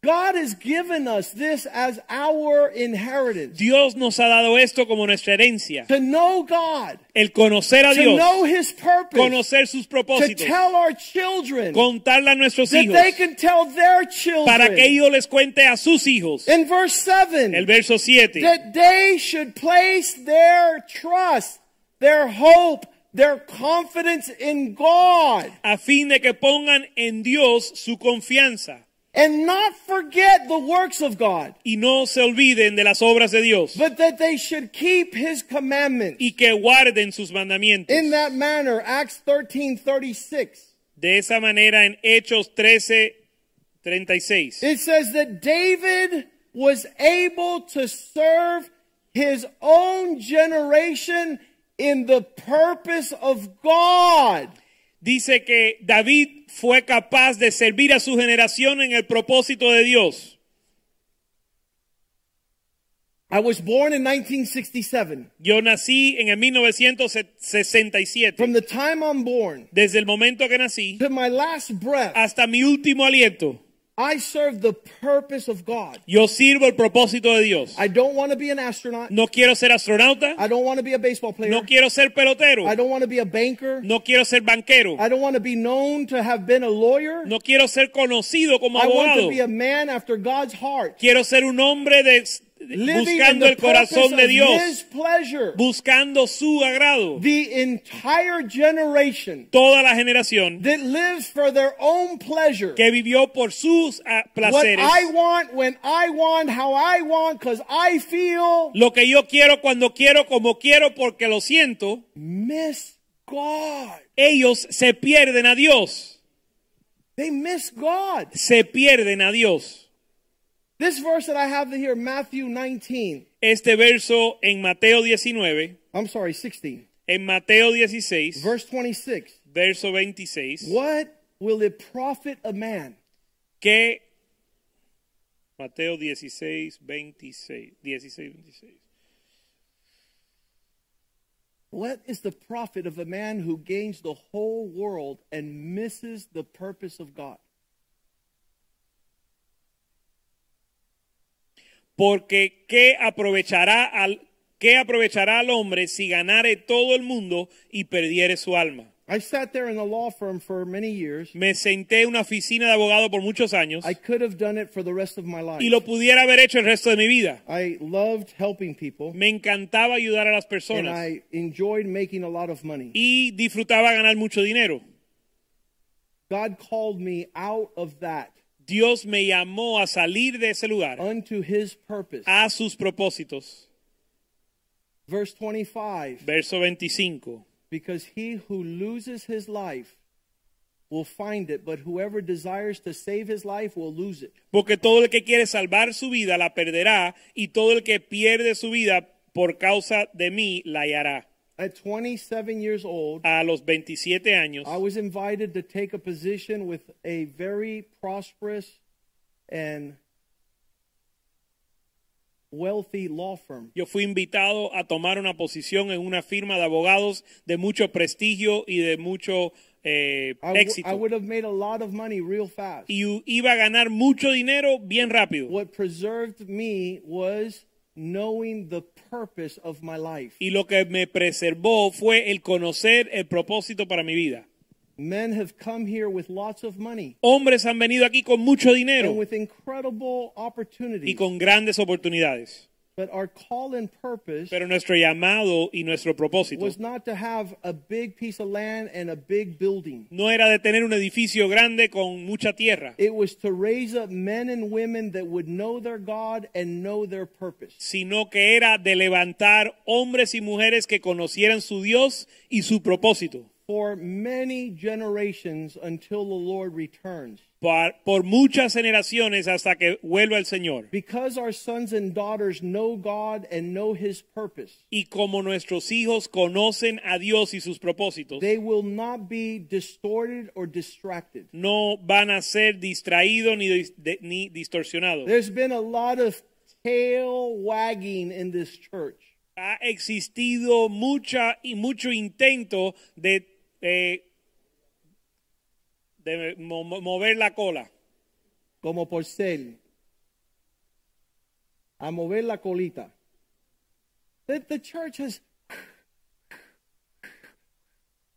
Speaker 1: God has given us this as our inheritance.
Speaker 2: Dios nos ha dado esto como nuestra herencia.
Speaker 1: To know God,
Speaker 2: El conocer a
Speaker 1: to
Speaker 2: Dios,
Speaker 1: know His purpose,
Speaker 2: conocer sus
Speaker 1: to
Speaker 2: propósitos,
Speaker 1: tell our children
Speaker 2: contarle a nuestros
Speaker 1: that
Speaker 2: hijos,
Speaker 1: they can tell their children.
Speaker 2: para que ellos les cuente a sus hijos.
Speaker 1: In verse 7,
Speaker 2: El verso 7.
Speaker 1: that they should place their trust, their hope, their confidence in God,
Speaker 2: a fin de que pongan en Dios su confianza
Speaker 1: and not forget the works of God,
Speaker 2: y no se olviden de las obras de Dios
Speaker 1: but that they should keep His commandments.
Speaker 2: y que guarden sus mandamientos.
Speaker 1: In that manner, Acts 13 36.
Speaker 2: De esa manera en Hechos 13, 36.
Speaker 1: It says that David was able to serve his own generation in the purpose of God.
Speaker 2: Dice que David fue capaz de servir a su generación en el propósito de Dios.
Speaker 1: I was born in 1967.
Speaker 2: Yo nací en el 1967.
Speaker 1: From the time I'm born
Speaker 2: Desde el momento que nací
Speaker 1: to my last breath,
Speaker 2: hasta mi último aliento,
Speaker 1: I serve the purpose of God.
Speaker 2: yo sirvo el propósito de Dios.
Speaker 1: I don't want to be an astronaut.
Speaker 2: No quiero ser astronauta,
Speaker 1: I don't want to be a baseball player.
Speaker 2: no quiero ser pelotero,
Speaker 1: I don't want to be a banker.
Speaker 2: no quiero ser banquero,
Speaker 1: I don't want to be known to have been a lawyer.
Speaker 2: no quiero ser conocido como
Speaker 1: I want to
Speaker 2: abogado.
Speaker 1: be a man after God's heart.
Speaker 2: Quiero ser un hombre de,
Speaker 1: living in
Speaker 2: buscando
Speaker 1: the
Speaker 2: el corazón
Speaker 1: purpose
Speaker 2: de
Speaker 1: of
Speaker 2: Dios.
Speaker 1: His pleasure.
Speaker 2: buscando su agrado.
Speaker 1: The entire generation
Speaker 2: Toda la generación
Speaker 1: that lives for their own pleasure.
Speaker 2: que vivió por sus ah,
Speaker 1: What
Speaker 2: placeres,
Speaker 1: I want, when I want, how I want, because I feel,
Speaker 2: lo que yo quiero, cuando quiero, como quiero, porque lo siento,
Speaker 1: miss God.
Speaker 2: ellos se pierden a Dios.
Speaker 1: They miss God.
Speaker 2: Se pierden a Dios.
Speaker 1: This verse that I have here, Matthew 19,
Speaker 2: Este verso en Mateo 19,
Speaker 1: I'm sorry, 16,
Speaker 2: en Mateo 16,
Speaker 1: verse 26.
Speaker 2: verso 26.
Speaker 1: What will it profit a man
Speaker 2: que Mateo 16, 26, 16, 26.
Speaker 1: What is the profit of a man who gains the whole world and misses the purpose of God?
Speaker 2: Porque ¿qué aprovechará al qué aprovechará al hombre si ganare todo el mundo y perdiere su alma?
Speaker 1: I sat there in the law firm for many years.
Speaker 2: Me senté en una oficina de abogado por muchos años
Speaker 1: I could have done it for the rest of my life.
Speaker 2: y lo pudiera haber hecho el resto de mi vida.
Speaker 1: I loved helping people
Speaker 2: Me encantaba ayudar a las
Speaker 1: and
Speaker 2: personas
Speaker 1: I enjoyed making a lot of money.
Speaker 2: y disfrutaba ganar mucho dinero.
Speaker 1: God called me out of that
Speaker 2: Dios me llamó a salir de ese lugar
Speaker 1: unto his purpose.
Speaker 2: a sus propósitos.
Speaker 1: Verse 25
Speaker 2: Verso 25.
Speaker 1: Because he who loses his life will find it, but whoever desires to save his life will lose it.
Speaker 2: Porque todo el que quiere salvar su vida la perderá y todo el que pierde su vida por causa de mí la hallará.
Speaker 1: At 27 years old,
Speaker 2: A los 27 años
Speaker 1: I was invited to take a position with a very prosperous and wealthy law firm.
Speaker 2: yo fui invitado a tomar una posición en una firma de abogados de mucho prestigio y de mucho eh,
Speaker 1: I w- I
Speaker 2: éxito.
Speaker 1: would have made a lot of money real fast.
Speaker 2: Y u- iba a ganar mucho dinero bien rápido.
Speaker 1: What preserved me was knowing the purpose of my life.
Speaker 2: Y lo que me preservó fue el conocer el propósito para mi vida.
Speaker 1: Men have come here with lots of money
Speaker 2: Hombres han venido aquí con mucho
Speaker 1: and
Speaker 2: dinero
Speaker 1: with incredible
Speaker 2: y
Speaker 1: opportunities,
Speaker 2: con grandes oportunidades.
Speaker 1: but our call and purpose
Speaker 2: Pero nuestro llamado y nuestro propósito
Speaker 1: was not to have a big piece of land and a big building.
Speaker 2: no era de tener un edificio grande con mucha tierra,
Speaker 1: It was to raise up men and women that would know their God and know their purpose.
Speaker 2: sino que era de levantar hombres y mujeres que conocieran su Dios y su propósito
Speaker 1: For many generations until the Lord returns.
Speaker 2: par- por, muchas generaciones hasta que vuelva el Señor.
Speaker 1: Because our sons and daughters know God and know His purpose,
Speaker 2: Y como nuestros hijos conocen a Dios y sus propósitos,
Speaker 1: they will not be distorted or distracted.
Speaker 2: no van a ser distraídos ni, dis- de- ni distorsionados.
Speaker 1: There's been a lot of tail wagging in this church.
Speaker 2: Ha existido mucha y mucho intento de, eh, de mo- mo- mover la cola.
Speaker 1: como porcel, a mover la colita. The, the church has.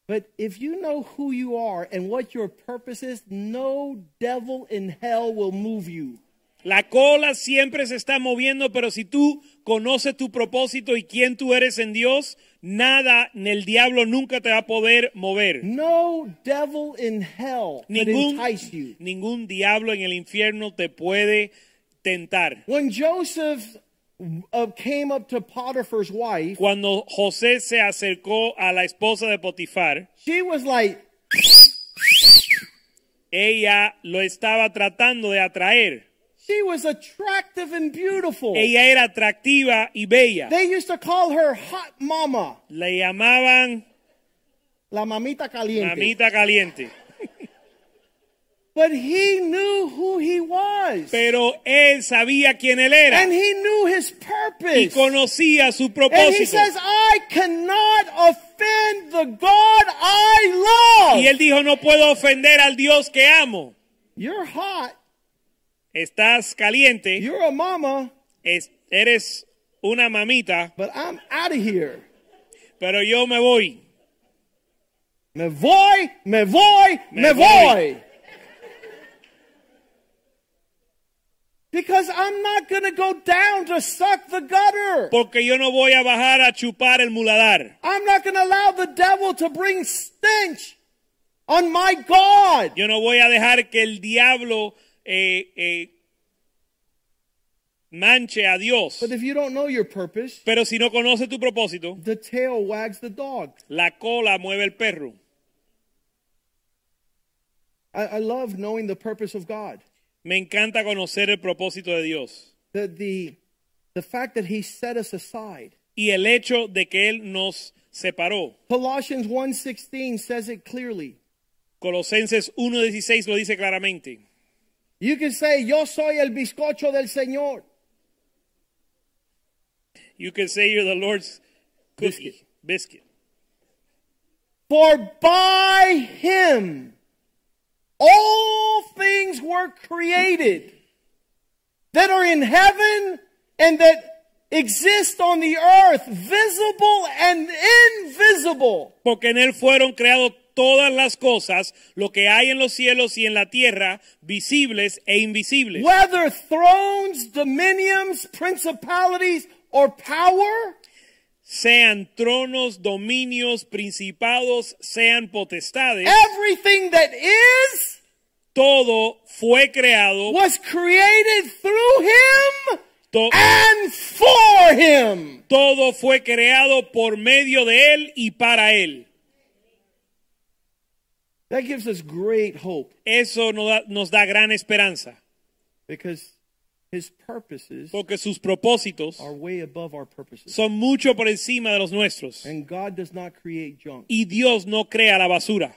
Speaker 1: But if you know who you are and what your purpose is, no devil in hell will move you.
Speaker 2: La cola siempre se está moviendo, pero si tú conoces tu propósito y quién tú eres en Dios, nada, ni el diablo nunca te va a poder mover.
Speaker 1: No devil in hell could
Speaker 2: Ningún,
Speaker 1: entice you.
Speaker 2: ningún diablo en el infierno te puede tentar.
Speaker 1: When Joseph uh, came up to Potiphar's wife,
Speaker 2: Cuando José se acercó a la esposa de Potifar,
Speaker 1: she was like,
Speaker 2: ella lo estaba tratando de atraer.
Speaker 1: she was attractive and beautiful.
Speaker 2: Ella era atractiva y bella.
Speaker 1: They used to call her hot mama.
Speaker 2: Le llamaban
Speaker 1: La mamita caliente.
Speaker 2: mamita caliente.
Speaker 1: But he knew who he was.
Speaker 2: Pero él sabía quién él era
Speaker 1: and he knew his
Speaker 2: y
Speaker 1: purpose.
Speaker 2: conocía su
Speaker 1: and he
Speaker 2: propósito.
Speaker 1: says, I cannot offend the God I love.
Speaker 2: Y él dijo, no puedo ofender al Dios que amo.
Speaker 1: You're hot.
Speaker 2: Estás caliente,
Speaker 1: You're a mama.
Speaker 2: es- eres una mamita,
Speaker 1: But I'm out of here.
Speaker 2: pero yo me voy.
Speaker 1: Me voy, me voy, me,
Speaker 2: Me voy.
Speaker 1: voy. Because I'm not going to go down to suck the gutter.
Speaker 2: Porque yo no voy a bajar a chupar el muladar.
Speaker 1: I'm not going to allow the devil to bring stench on my God.
Speaker 2: Yo no voy a dejar que el diablo eh, eh, manche a Dios.
Speaker 1: But if you don't know your purpose,
Speaker 2: Pero si no conoce tu propósito,
Speaker 1: the tail wags the dog.
Speaker 2: la cola mueve el perro.
Speaker 1: I, I love knowing the purpose of God.
Speaker 2: Me encanta conocer el propósito de Dios.
Speaker 1: The, the, the fact that he set us aside.
Speaker 2: Y el hecho de que Él nos separó.
Speaker 1: Colossians 1.16 says it clearly.
Speaker 2: Colosenses 1.16 lo dice claramente.
Speaker 1: You can say, Yo soy el bizcocho del Señor.
Speaker 2: You can say you're the Lord's cookie, biscuit.
Speaker 1: For by him all things were created that are in heaven and that exist on the earth, visible and invisible.
Speaker 2: Porque en él fueron creadas todas las cosas, lo que hay en los cielos y en la tierra, visibles e invisibles.
Speaker 1: Whether thrones, dominions, principalities, or power,
Speaker 2: Sean tronos, dominios, principados, sean potestades,
Speaker 1: Eh. everything that is
Speaker 2: todo fue creado
Speaker 1: was created through him
Speaker 2: To-
Speaker 1: and for him.
Speaker 2: Todo fue creado por medio de Él y para Él.
Speaker 1: That gives us great hope
Speaker 2: Eso nos da, nos da gran esperanza,
Speaker 1: because his purposes
Speaker 2: porque sus propósitos
Speaker 1: are way above our purposes.
Speaker 2: son mucho por encima de los nuestros.
Speaker 1: And God does not create junk.
Speaker 2: Y Dios no crea la basura.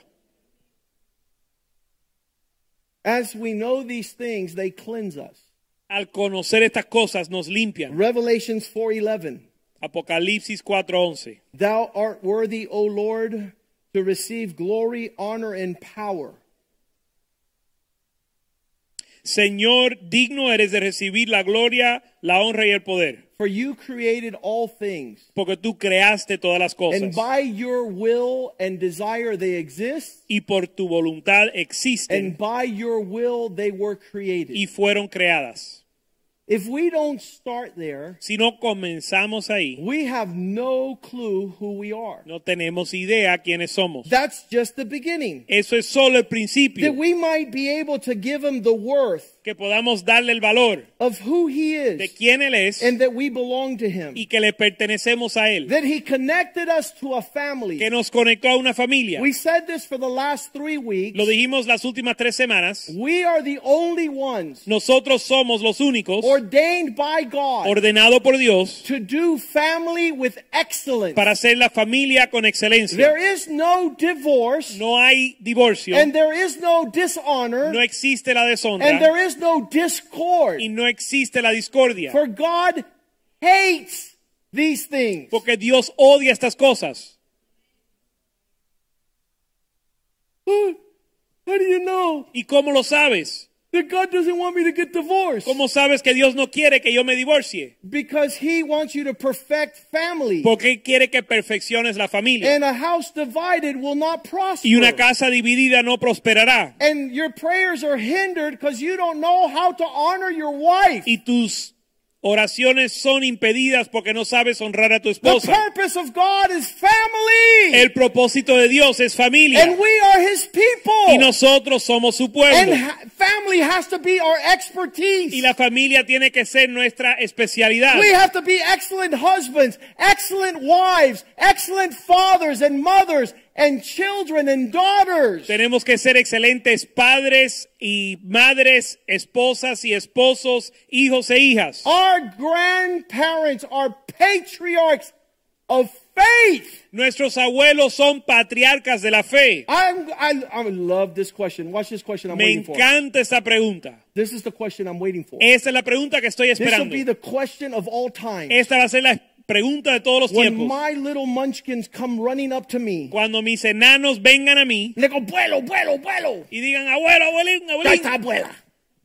Speaker 1: As we know these things, they cleanse us.
Speaker 2: Al conocer estas cosas nos limpian.
Speaker 1: Revelations 4:11.
Speaker 2: Apocalipsis 4:11.
Speaker 1: Thou art worthy, O Lord, to receive glory, honor and power.
Speaker 2: Señor, digno eres de recibir la gloria, la honra y el poder,
Speaker 1: For you created all things,
Speaker 2: porque tú creaste todas las
Speaker 1: and
Speaker 2: cosas.
Speaker 1: by your will and desire they exist,
Speaker 2: Y por tu voluntad
Speaker 1: and
Speaker 2: existen
Speaker 1: by your will they were created.
Speaker 2: y fueron creadas.
Speaker 1: If we don't start there,
Speaker 2: Si no comenzamos ahí,
Speaker 1: we have no clue who we are.
Speaker 2: No tenemos idea quiénes somos.
Speaker 1: That's just the beginning.
Speaker 2: Eso es solo el principio.
Speaker 1: That we might be able to give him the worth
Speaker 2: Que podamos darle el valor
Speaker 1: of who he
Speaker 2: de
Speaker 1: is
Speaker 2: quién Él es
Speaker 1: and that we belong to him.
Speaker 2: y que le pertenecemos a Él.
Speaker 1: That he connected us to a family.
Speaker 2: Que nos conectó a una familia.
Speaker 1: We said this for the last three weeks.
Speaker 2: Lo dijimos las últimas tres semanas.
Speaker 1: We are the only ones
Speaker 2: Nosotros somos los únicos
Speaker 1: ordained by God
Speaker 2: ordenados por Dios
Speaker 1: to do family with excellence.
Speaker 2: para hacer la familia con excelencia.
Speaker 1: There is no divorce
Speaker 2: No hay divorcio.
Speaker 1: and there is no dishonor
Speaker 2: No existe la
Speaker 1: and there
Speaker 2: deshonra.
Speaker 1: is no discord.
Speaker 2: Y no existe la discordia.
Speaker 1: For God hates these things.
Speaker 2: Porque Dios odia estas cosas.
Speaker 1: Oh, How do you know
Speaker 2: ¿Y cómo lo sabes?
Speaker 1: that God doesn't want me to get divorced?
Speaker 2: ¿Cómo sabes que Dios no quiere que yo me divorcie?
Speaker 1: Because He wants you to perfect family.
Speaker 2: Porque quiere que perfecciones la familia.
Speaker 1: And a house divided will not prosper.
Speaker 2: Y una casa dividida no prosperará.
Speaker 1: and your prayers are hindered because you don't know how to honor your wife.
Speaker 2: Y tus oraciones son impedidas porque no sabes honrar a tu
Speaker 1: The
Speaker 2: esposa.
Speaker 1: purpose of God is family.
Speaker 2: El propósito de Dios es familia.
Speaker 1: and we are His people.
Speaker 2: Y nosotros somos su
Speaker 1: and
Speaker 2: pueblo.
Speaker 1: ha- family has to be our expertise.
Speaker 2: Y la familia tiene que ser nuestra especialidad.
Speaker 1: We have to be excellent husbands, excellent wives, excellent fathers and mothers and children and daughters.
Speaker 2: Tenemos que ser excelentes padres y madres, esposas y esposos, hijos e hijas.
Speaker 1: Our grandparents are patriarchs of faith.
Speaker 2: Nuestros abuelos son patriarcas de la fe.
Speaker 1: I'm, I, I love this question. Watch this question I'm
Speaker 2: Me
Speaker 1: waiting for.
Speaker 2: encanta esta pregunta.
Speaker 1: This is the question I'm waiting for.
Speaker 2: Esa es la pregunta que estoy
Speaker 1: This will
Speaker 2: esperando.
Speaker 1: be the question of all time.
Speaker 2: Esta va a ser la pregunta de todos los
Speaker 1: When
Speaker 2: tiempos.
Speaker 1: my little munchkins come running up to me,
Speaker 2: Cuando mis enanos vengan a mí
Speaker 1: they go, bueno, bueno, bueno.
Speaker 2: y digan, abuelo, abuelín,
Speaker 1: Ahí
Speaker 2: abuelín,
Speaker 1: está abuela.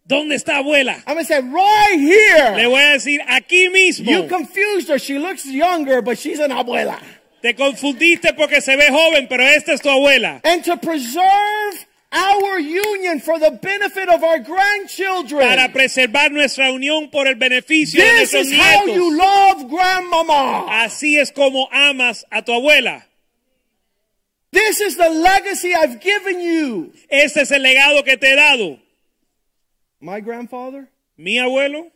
Speaker 2: ¿dónde está abuela?
Speaker 1: I'm going to say, right
Speaker 2: Le
Speaker 1: here.
Speaker 2: voy a decir, aquí mismo.
Speaker 1: You confused her. She looks younger, but she's an abuela.
Speaker 2: Te confundiste porque se ve joven, pero esta es tu abuela.
Speaker 1: And to preserve our union for the benefit of our
Speaker 2: Para
Speaker 1: grandchildren.
Speaker 2: preservar nuestra unión por el beneficio de
Speaker 1: This
Speaker 2: nuestros
Speaker 1: is how you
Speaker 2: nietos.
Speaker 1: love grandmama.
Speaker 2: Así es como amas a tu abuela.
Speaker 1: This is the legacy I've given you.
Speaker 2: Este es el legado que te he dado.
Speaker 1: My grandfather,
Speaker 2: Mi abuelo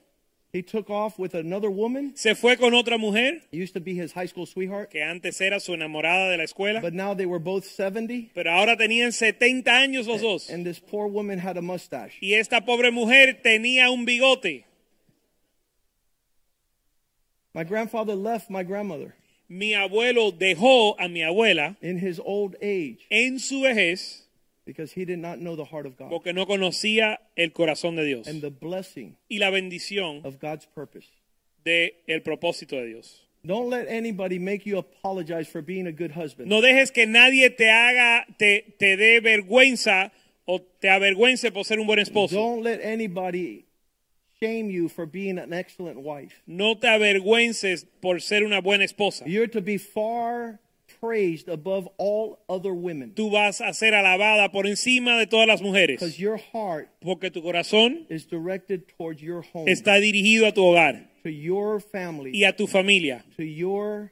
Speaker 1: he took off with another woman.
Speaker 2: se fue con otra mujer
Speaker 1: Used to be his high school sweetheart,
Speaker 2: que antes era su enamorada de la escuela.
Speaker 1: but now they were both 70,
Speaker 2: Pero ahora tenían 70 años los dos.
Speaker 1: and this poor woman had a mustache.
Speaker 2: Y esta pobre mujer tenía un bigote.
Speaker 1: My grandfather left my grandmother
Speaker 2: Mi abuelo dejó a mi abuela
Speaker 1: in his old age
Speaker 2: en su vejez
Speaker 1: because he did not know the heart of God
Speaker 2: porque no conocía el corazón de Dios
Speaker 1: and the blessing
Speaker 2: y la bendición
Speaker 1: of God's purpose.
Speaker 2: del propósito de Dios.
Speaker 1: Don't let anybody make you apologize for being a good husband.
Speaker 2: No dejes que nadie te haga, te, te dé vergüenza o te avergüence por ser un buen esposo.
Speaker 1: Don't let anybody shame you for being an excellent wife.
Speaker 2: No te avergüences por ser una buena esposa.
Speaker 1: You're to be far praised above all other women
Speaker 2: Tú vas a ser alabada por encima de todas las
Speaker 1: because
Speaker 2: mujeres,
Speaker 1: your heart
Speaker 2: porque tu corazón
Speaker 1: is directed towards your home,
Speaker 2: está dirigido a tu hogar
Speaker 1: to your
Speaker 2: y
Speaker 1: family,
Speaker 2: a tu familia
Speaker 1: to your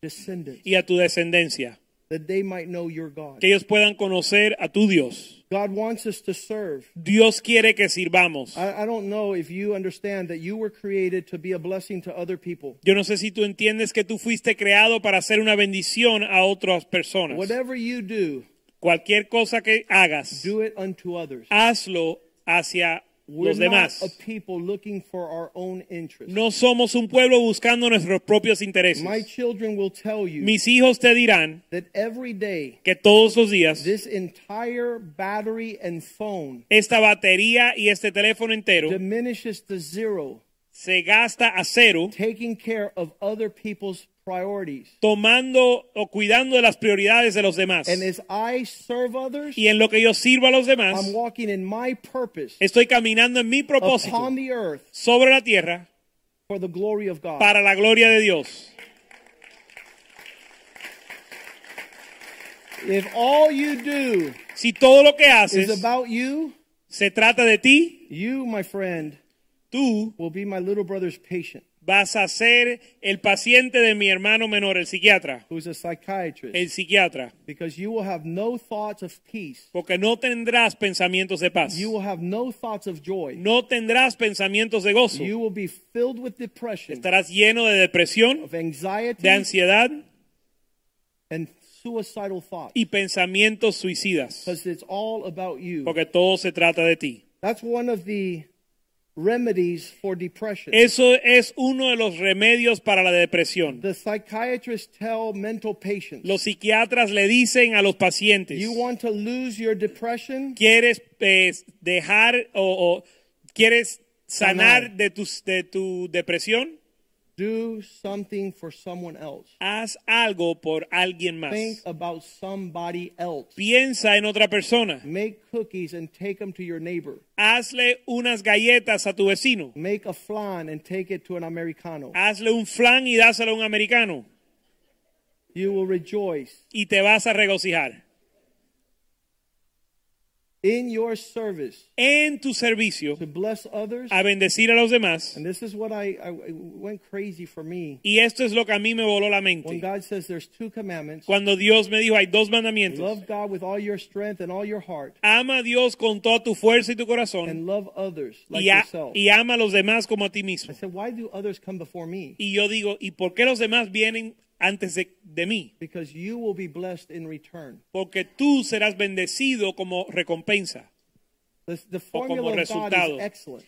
Speaker 1: descendants,
Speaker 2: y a tu descendencia,
Speaker 1: that they might know your God.
Speaker 2: que ellos puedan conocer a tu Dios.
Speaker 1: God wants us to serve.
Speaker 2: Dios quiere que sirvamos.
Speaker 1: I, I don't know if you understand that you were created to be a blessing to other people.
Speaker 2: Yo no sé si tú entiendes que tú fuiste creado para hacer una bendición a otras personas.
Speaker 1: Whatever you do,
Speaker 2: Cualquier cosa que hagas,
Speaker 1: do it unto others.
Speaker 2: hazlo hacia
Speaker 1: We're
Speaker 2: los
Speaker 1: not
Speaker 2: demás.
Speaker 1: a people looking for our own interests.
Speaker 2: No somos un pueblo buscando nuestros propios
Speaker 1: My
Speaker 2: intereses.
Speaker 1: children will tell you
Speaker 2: Mis hijos te dirán
Speaker 1: that every day
Speaker 2: que todos los días
Speaker 1: this entire battery and phone
Speaker 2: esta batería y este teléfono entero
Speaker 1: diminishes to zero,
Speaker 2: se gasta a cero
Speaker 1: taking care of other people's priorities.
Speaker 2: tomando o cuidando de las prioridades de los demás.
Speaker 1: And as I serve others,
Speaker 2: Y en lo que yo sirvo a los demás,
Speaker 1: I'm walking in my purpose
Speaker 2: estoy caminando en mi propósito
Speaker 1: upon the earth
Speaker 2: sobre la tierra
Speaker 1: for the glory of God.
Speaker 2: para la gloria de Dios.
Speaker 1: If all you do
Speaker 2: Si todo lo que
Speaker 1: is
Speaker 2: haces
Speaker 1: about you,
Speaker 2: se trata de ti,
Speaker 1: you, my friend,
Speaker 2: tú
Speaker 1: will be my little brother's patient,
Speaker 2: vas a ser el paciente de mi hermano menor, el psiquiatra,
Speaker 1: who's a psychiatrist,
Speaker 2: el psiquiatra,
Speaker 1: because you will have no thoughts of peace.
Speaker 2: porque no tendrás pensamientos de paz,
Speaker 1: You will have no thoughts of joy.
Speaker 2: no tendrás pensamientos de gozo,
Speaker 1: You will be filled with depression,
Speaker 2: estarás lleno de depresión,
Speaker 1: of anxiety,
Speaker 2: de ansiedad
Speaker 1: and suicidal thoughts.
Speaker 2: y pensamientos suicidas,
Speaker 1: Because it's all about you.
Speaker 2: porque todo se trata de ti.
Speaker 1: That's one of the remedies for depression.
Speaker 2: Eso es uno de los remedios para la depresión.
Speaker 1: the psychiatrists tell mental patients
Speaker 2: Los psiquiatras le dicen a los pacientes,
Speaker 1: you want to lose your depression,
Speaker 2: quieres eh, dejar o, o quieres sanar
Speaker 1: Sanar.
Speaker 2: de tus- de tu depresión,
Speaker 1: do something for someone else.
Speaker 2: haz algo por alguien más.
Speaker 1: Think about somebody else.
Speaker 2: Piensa en otra persona.
Speaker 1: Make cookies and take them to your neighbor.
Speaker 2: Hazle unas galletas a tu vecino.
Speaker 1: Make a flan and take it to an Americano.
Speaker 2: Hazle un flan y dáselo a un americano
Speaker 1: You will rejoice
Speaker 2: y te vas a regocijar.
Speaker 1: in your service
Speaker 2: En tu servicio
Speaker 1: to bless others.
Speaker 2: a bendecir a los demás.
Speaker 1: And this is what I, I it went crazy for me
Speaker 2: Y esto es lo que a mí me voló la
Speaker 1: when
Speaker 2: mente.
Speaker 1: God says there's two commandments:
Speaker 2: Cuando Dios me dijo, hay dos mandamientos.
Speaker 1: love God with all your strength and all your heart,
Speaker 2: Ama a Dios con toda tu fuerza y tu corazón.
Speaker 1: and love others like
Speaker 2: y, a-
Speaker 1: yourself.
Speaker 2: y ama a los demás como a ti
Speaker 1: I
Speaker 2: mismo.
Speaker 1: said, why do others come before me?
Speaker 2: Y yo digo, ¿y por qué los demás vienen antes de, de mí?
Speaker 1: Because you will be blessed in return.
Speaker 2: Porque tú serás bendecido como recompensa.
Speaker 1: The, the
Speaker 2: como
Speaker 1: formula of God is
Speaker 2: resultado.
Speaker 1: excellent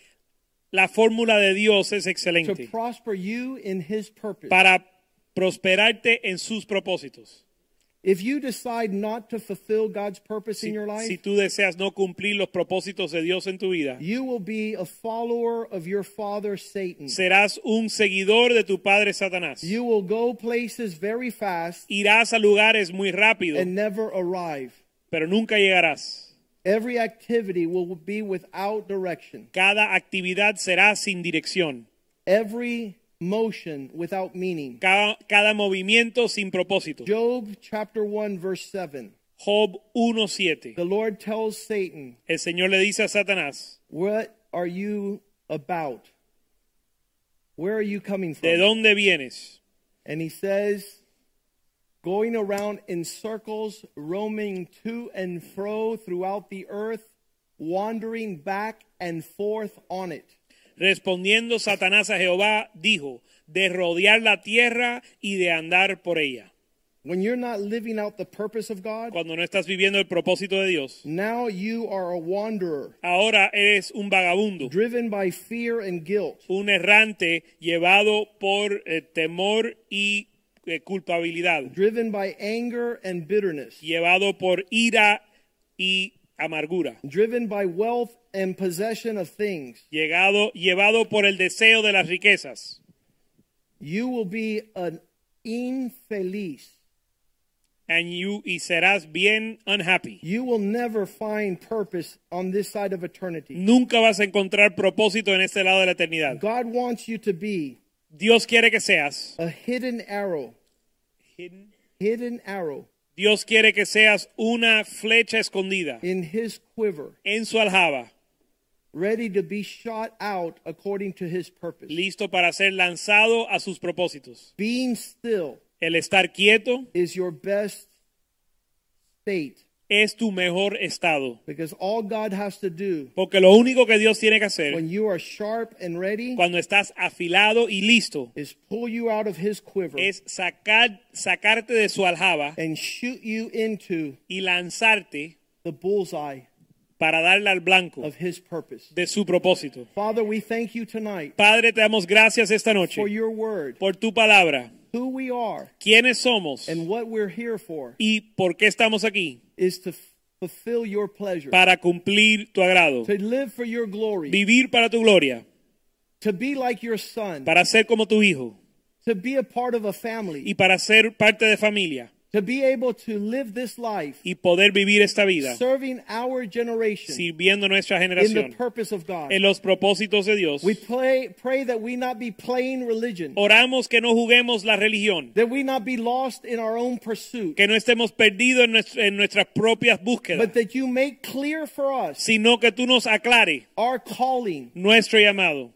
Speaker 2: La fórmula de Dios es
Speaker 1: to
Speaker 2: excelente
Speaker 1: prosper you in His purpose.
Speaker 2: para prosperarte en sus propósitos.
Speaker 1: If you decide not to fulfill God's purpose in
Speaker 2: Si,
Speaker 1: your life,
Speaker 2: si tú deseas no cumplir los propósitos de Dios en tu vida,
Speaker 1: you will be a follower of your father Satan.
Speaker 2: serás un seguidor de tu padre Satanás.
Speaker 1: You will go places very fast
Speaker 2: Irás a lugares muy rápido,
Speaker 1: and never arrive.
Speaker 2: pero nunca llegarás.
Speaker 1: Every activity will be without direction.
Speaker 2: Cada actividad será sin dirección.
Speaker 1: Every motion without meaning.
Speaker 2: Cada, cada movimiento sin propósito.
Speaker 1: Job chapter 1 verse 7.
Speaker 2: Job 1.7.
Speaker 1: The Lord tells Satan,
Speaker 2: El Señor le dice a Satanás,
Speaker 1: "What are you about? Where are you coming
Speaker 2: ¿de
Speaker 1: from?"
Speaker 2: dónde vienes?
Speaker 1: And he says, "Going around in circles, roaming to and fro throughout the earth, wandering back and forth on it."
Speaker 2: Respondiendo Satanás a Jehová, dijo, de rodear la tierra y de andar por ella.
Speaker 1: When you're not living out the purpose of God,
Speaker 2: Cuando no estás viviendo el propósito de Dios,
Speaker 1: Now you are a wanderer,
Speaker 2: ahora eres un vagabundo,
Speaker 1: driven by fear and guilt.
Speaker 2: un errante llevado por eh, temor y eh, culpabilidad,
Speaker 1: Driven by anger and bitterness.
Speaker 2: llevado por ira y amargura,
Speaker 1: driven by wealth and possession of things,
Speaker 2: llegado, llevado por el deseo de las riquezas,
Speaker 1: you will be an infeliz.
Speaker 2: and you y serás bien unhappy.
Speaker 1: You will never find purpose on this side of eternity.
Speaker 2: Nunca vas a encontrar propósito en este lado de la eternidad.
Speaker 1: God wants you to be
Speaker 2: Dios quiere que seas.
Speaker 1: a hidden arrow, hidden arrow
Speaker 2: Dios quiere que seas una flecha escondida
Speaker 1: in his quiver,
Speaker 2: en su aljaba,
Speaker 1: ready to be shot out according to his purpose.
Speaker 2: listo para ser lanzado a sus propósitos.
Speaker 1: Being still
Speaker 2: El estar quieto
Speaker 1: is your best state
Speaker 2: es tu mejor estado,
Speaker 1: because all God has to do
Speaker 2: porque lo único que Dios tiene que hacer
Speaker 1: when you are sharp and ready
Speaker 2: cuando estás afilado y listo
Speaker 1: is pull you out of his quiver
Speaker 2: es sacar, sacarte de su aljaba
Speaker 1: and shoot you into
Speaker 2: y lanzarte
Speaker 1: the bullseye
Speaker 2: para darle al blanco
Speaker 1: of his purpose.
Speaker 2: de su propósito.
Speaker 1: Father, we thank you tonight
Speaker 2: Padre, te damos gracias esta noche
Speaker 1: for your word,
Speaker 2: por tu palabra.
Speaker 1: who we are,
Speaker 2: ¿Quiénes somos
Speaker 1: and what we're here for
Speaker 2: y por qué estamos aquí?
Speaker 1: is to fulfill your pleasure,
Speaker 2: Para cumplir tu agrado,
Speaker 1: to live for your glory,
Speaker 2: vivir para tu gloria,
Speaker 1: to be like your son,
Speaker 2: para ser como tu hijo
Speaker 1: to be a part of a
Speaker 2: y
Speaker 1: family,
Speaker 2: para ser parte de familia
Speaker 1: to be able to live this life
Speaker 2: y poder vivir esta vida
Speaker 1: serving our generation
Speaker 2: sirviendo nuestra
Speaker 1: in the
Speaker 2: generación
Speaker 1: purpose of God.
Speaker 2: en los propósitos de Dios.
Speaker 1: We pray, pray that we not be playing religion,
Speaker 2: Oh. Oramos que no juguemos la religión,
Speaker 1: that we not be lost in our own pursuit,
Speaker 2: que no estemos perdidos en, nuestro- en nuestras propias búsquedas,
Speaker 1: but that you make clear for us
Speaker 2: sino que tú nos aclares
Speaker 1: our calling,
Speaker 2: nuestro llamado,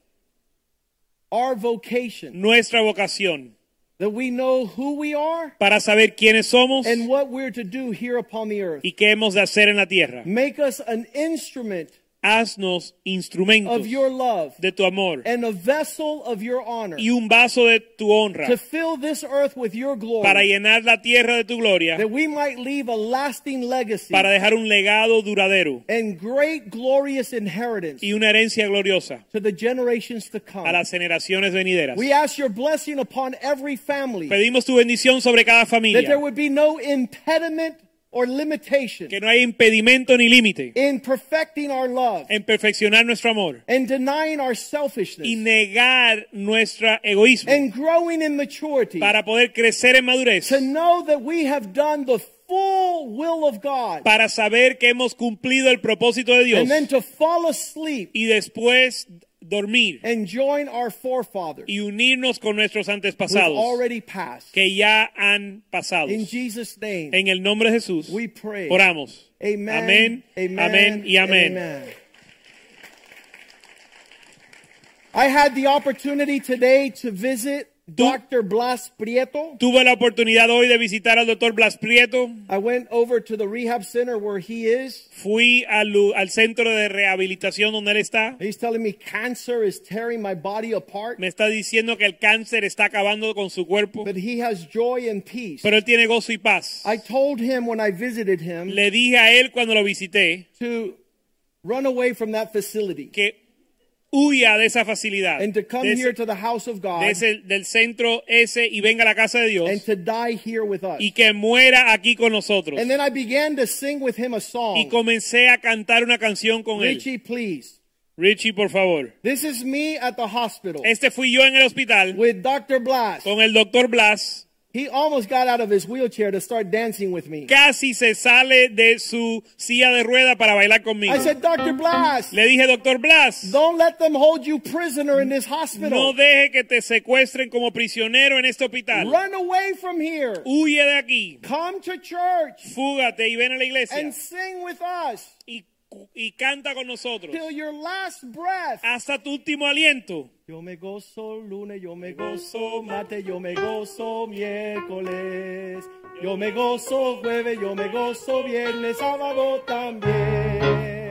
Speaker 1: our vocation,
Speaker 2: nuestra vocación,
Speaker 1: that we know who we are
Speaker 2: para saber quiénes somos
Speaker 1: and what we're to do here upon the earth.
Speaker 2: y qué hemos de hacer en la tierra.
Speaker 1: Make us an instrument
Speaker 2: Haznos instrumentos
Speaker 1: of your love
Speaker 2: de tu amor
Speaker 1: and a vessel of your honor
Speaker 2: y un vaso de tu honra
Speaker 1: to fill this earth with your
Speaker 2: para
Speaker 1: glory,
Speaker 2: llenar la tierra de tu gloria,
Speaker 1: that we might leave a lasting legacy
Speaker 2: para dejar un legado duradero
Speaker 1: and great glorious inheritance
Speaker 2: y una herencia gloriosa
Speaker 1: to the generations to
Speaker 2: a
Speaker 1: come.
Speaker 2: las generaciones venideras.
Speaker 1: We ask your blessing upon every family that
Speaker 2: Pedimos tu bendición sobre cada familia,
Speaker 1: there would be no impediment or limitation
Speaker 2: que no hay impedimento ni límite
Speaker 1: in perfecting our love
Speaker 2: en perfeccionar nuestro amor
Speaker 1: and denying our
Speaker 2: y
Speaker 1: selfishness
Speaker 2: negar nuestro egoísmo
Speaker 1: and growing in maturity
Speaker 2: para poder crecer en madurez,
Speaker 1: to know that we have done the full will of God
Speaker 2: para saber que hemos cumplido el propósito de Dios
Speaker 1: and then to fall asleep
Speaker 2: y después dormir
Speaker 1: and join our forefathers
Speaker 2: y unirnos con nuestros
Speaker 1: who've
Speaker 2: antepasados
Speaker 1: already passed.
Speaker 2: que ya han pasado.
Speaker 1: In Jesus' name,
Speaker 2: En el nombre de Jesús
Speaker 1: we pray.
Speaker 2: oramos.
Speaker 1: Amen.
Speaker 2: amén, amén y amén.
Speaker 1: Amen. I had the opportunity today to visit Dr. Blas Prieto.
Speaker 2: Tuve la oportunidad hoy de visitar al doctor Blas Prieto.
Speaker 1: I went over to the rehab center where he is.
Speaker 2: Fui al, lu- al centro de rehabilitación donde él está.
Speaker 1: He's telling me cancer is tearing my body apart,
Speaker 2: Me está diciendo que el cáncer está acabando con su cuerpo,
Speaker 1: but he has joy and peace.
Speaker 2: pero él tiene gozo y paz.
Speaker 1: I told him when I visited him
Speaker 2: Le dije a él cuando lo visité
Speaker 1: to run away from that facility
Speaker 2: que huya de esa facilidad,
Speaker 1: and to come
Speaker 2: de
Speaker 1: here
Speaker 2: ese-
Speaker 1: to the house of
Speaker 2: de
Speaker 1: God
Speaker 2: ese- del centro ese y venga a la casa de
Speaker 1: and
Speaker 2: Dios
Speaker 1: to die here with us.
Speaker 2: y que muera aquí con nosotros.
Speaker 1: And then I began to sing with him a
Speaker 2: Y
Speaker 1: song.
Speaker 2: comencé a cantar una canción con él.
Speaker 1: Richie, please.
Speaker 2: Richie, por favor.
Speaker 1: This is me at the hospital
Speaker 2: Este fui yo en el hospital
Speaker 1: with Dr. Blas.
Speaker 2: con el doctor Blas.
Speaker 1: He almost got out of his wheelchair to start dancing with me.
Speaker 2: Casi se sale de su silla de rueda para bailar conmigo.
Speaker 1: I said, Dr. Blas,
Speaker 2: Le dije, doctor Blas,
Speaker 1: don't let them hold you prisoner in this
Speaker 2: no
Speaker 1: hospital.
Speaker 2: deje que te secuestren como prisionero en este hospital.
Speaker 1: Run away from here.
Speaker 2: Huye de aquí.
Speaker 1: Come to church
Speaker 2: Fúgate y ven a la iglesia.
Speaker 1: and sing with us
Speaker 2: Y, cu- y canta con nosotros.
Speaker 1: till your last breath.
Speaker 2: Hasta tu último aliento.
Speaker 1: Yo me gozo lunes, yo me gozo martes, yo me gozo miércoles. Yo me gozo jueves, yo me gozo viernes, sábado también.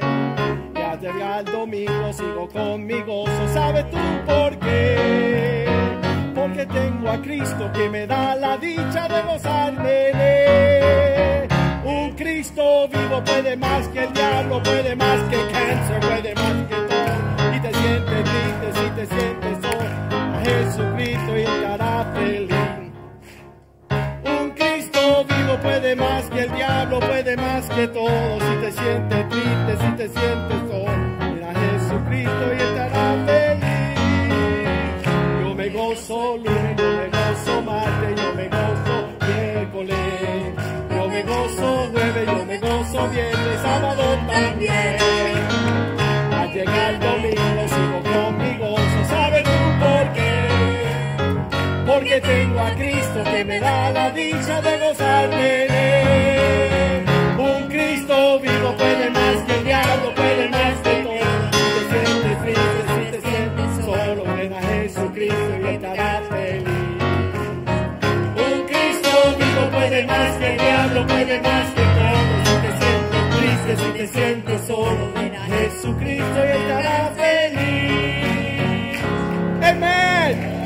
Speaker 1: Ya llegué al domingo, sigo con mi gozo, ¿sabes tú por qué? Porque tengo a Cristo que me da la dicha de gozarme de él. Un Cristo vivo puede más que el diablo, puede más que el cáncer, puede más que todo. Y te sientes triste si te sientes solo. A Jesucristo y te hará feliz. Un Cristo vivo puede más que el diablo, puede puede más que todo. Si te sientes triste, si te sientes solo, mira a Jesucristo y estarás feliz. Yo me gozo lunes, yo me gozo martes, yo me gozo miércoles. Yo me gozo jueves, yo me gozo viernes, sábado también. Al llegar el domingo sigo con mi gozo, ¿sabes tú por qué? porque tengo a Cristo que me da la dicha de gozar de él. Un Cristo vivo puede más que el diablo, puede más que todo. Si te sientes triste, si te sientes solo, ven a Jesucristo y estarás feliz. Un Cristo vivo puede más que el diablo, puede más que todo. Si te sientes triste, si te sientes solo, ven a Jesucristo y estarás feliz. Amén.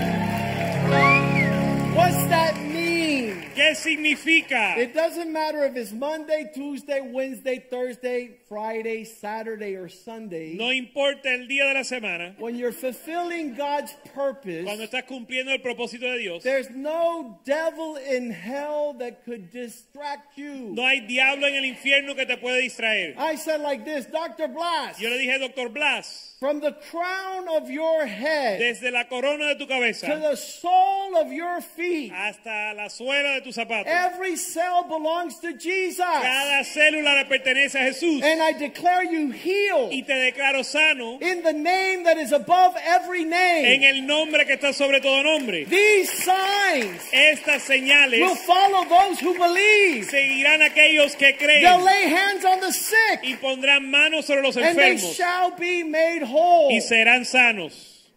Speaker 1: What's that mean?
Speaker 2: ¿Qué significa?
Speaker 1: It doesn't matter if it's Monday, Tuesday, Wednesday, Thursday, Friday, Saturday, or Sunday.
Speaker 2: No importa el día de la semana,
Speaker 1: When you're fulfilling God's
Speaker 2: cuando
Speaker 1: purpose,
Speaker 2: estás cumpliendo el propósito de Dios,
Speaker 1: there's no devil in hell that could distract you.
Speaker 2: no hay diablo en el infierno que te puede distraer.
Speaker 1: I said like this, Dr. Blas,
Speaker 2: Yo le dije, doctor Blas,
Speaker 1: from the crown of your head
Speaker 2: desde la corona de tu
Speaker 1: to
Speaker 2: cabeza
Speaker 1: the sole of your feet,
Speaker 2: hasta la suela de tus zapatos,
Speaker 1: every cell belongs to Jesus.
Speaker 2: cada célula le pertenece a Jesús.
Speaker 1: And I declare you healed.
Speaker 2: Y te declaro sano
Speaker 1: in the name that is above every
Speaker 2: en
Speaker 1: name.
Speaker 2: el nombre que está sobre todo nombre.
Speaker 1: These signs
Speaker 2: Estas señales
Speaker 1: will follow those who believe.
Speaker 2: seguirán aquellos que
Speaker 1: They'll
Speaker 2: creen
Speaker 1: lay hands on the sick
Speaker 2: y pondrán manos sobre los
Speaker 1: and they
Speaker 2: enfermos
Speaker 1: shall be made whole.
Speaker 2: y serán sanos.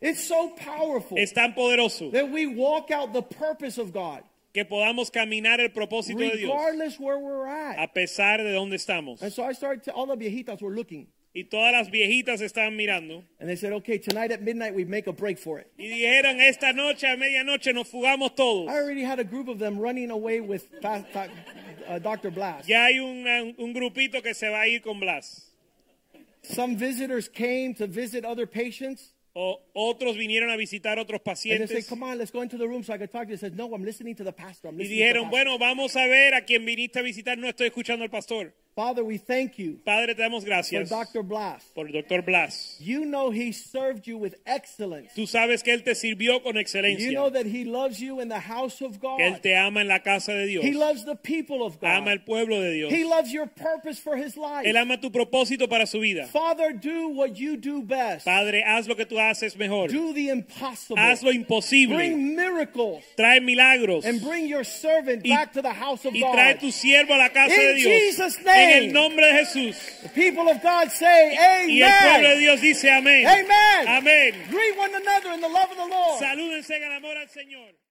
Speaker 1: It's so powerful
Speaker 2: Es tan poderoso
Speaker 1: that we walk out the purpose of God
Speaker 2: que podamos caminar el propósito de Dios Ah.
Speaker 1: regardless where we're at.
Speaker 2: a pesar de dónde estamos.
Speaker 1: And so I started to, all the viejitas were looking.
Speaker 2: Y todas las viejitas estaban mirando
Speaker 1: And they said, okay, tonight at midnight we make a break for it.
Speaker 2: y dijeron, esta noche a medianoche nos fugamos todos.
Speaker 1: I already had a group of them running away with fa- fa- uh, Dr. Blast.
Speaker 2: Ya hay una- un grupito que se va a ir con Blas.
Speaker 1: Some visitors came to visit other patients.
Speaker 2: O otros vinieron a visitar otros
Speaker 1: And they say,
Speaker 2: pacientes.
Speaker 1: come on, let's go into the room so I can talk to you. He says, no, I'm listening to the pastor. I'm
Speaker 2: Y
Speaker 1: listening to the
Speaker 2: dijeron,
Speaker 1: pastor.
Speaker 2: bueno, vamos a ver a quien viniste a visitar. No estoy escuchando al pastor.
Speaker 1: Father, we thank you
Speaker 2: Padre, te damos
Speaker 1: for
Speaker 2: gracias
Speaker 1: Dr. Blas.
Speaker 2: por el doctor Blas.
Speaker 1: You know he served you with excellence.
Speaker 2: Tú sabes que él te sirvió con
Speaker 1: You know
Speaker 2: excelencia.
Speaker 1: that he loves you in the house of God.
Speaker 2: Que él te ama en la casa de Dios.
Speaker 1: He loves the people of
Speaker 2: Ama
Speaker 1: God.
Speaker 2: el pueblo de Dios.
Speaker 1: He loves your purpose for his
Speaker 2: Él
Speaker 1: life.
Speaker 2: ama tu propósito para su vida.
Speaker 1: Father, do what you do best.
Speaker 2: Padre, haz lo que tú haces mejor.
Speaker 1: Do the impossible.
Speaker 2: Haz lo imposible.
Speaker 1: Bring miracles
Speaker 2: Trae milagros.
Speaker 1: and bring your servant
Speaker 2: Y-
Speaker 1: back to the house of
Speaker 2: Y trae
Speaker 1: God.
Speaker 2: tu siervo a la casa
Speaker 1: In
Speaker 2: de Dios.
Speaker 1: Jesus'
Speaker 2: En
Speaker 1: name.
Speaker 2: el nombre de Jesús.
Speaker 1: The people of God say,
Speaker 2: Y el pueblo de
Speaker 1: Amen.
Speaker 2: Dios dice amén.
Speaker 1: Amen.
Speaker 2: Amén.
Speaker 1: Greet one another in the love of the Lord.
Speaker 2: Salúdense en el amor al Señor.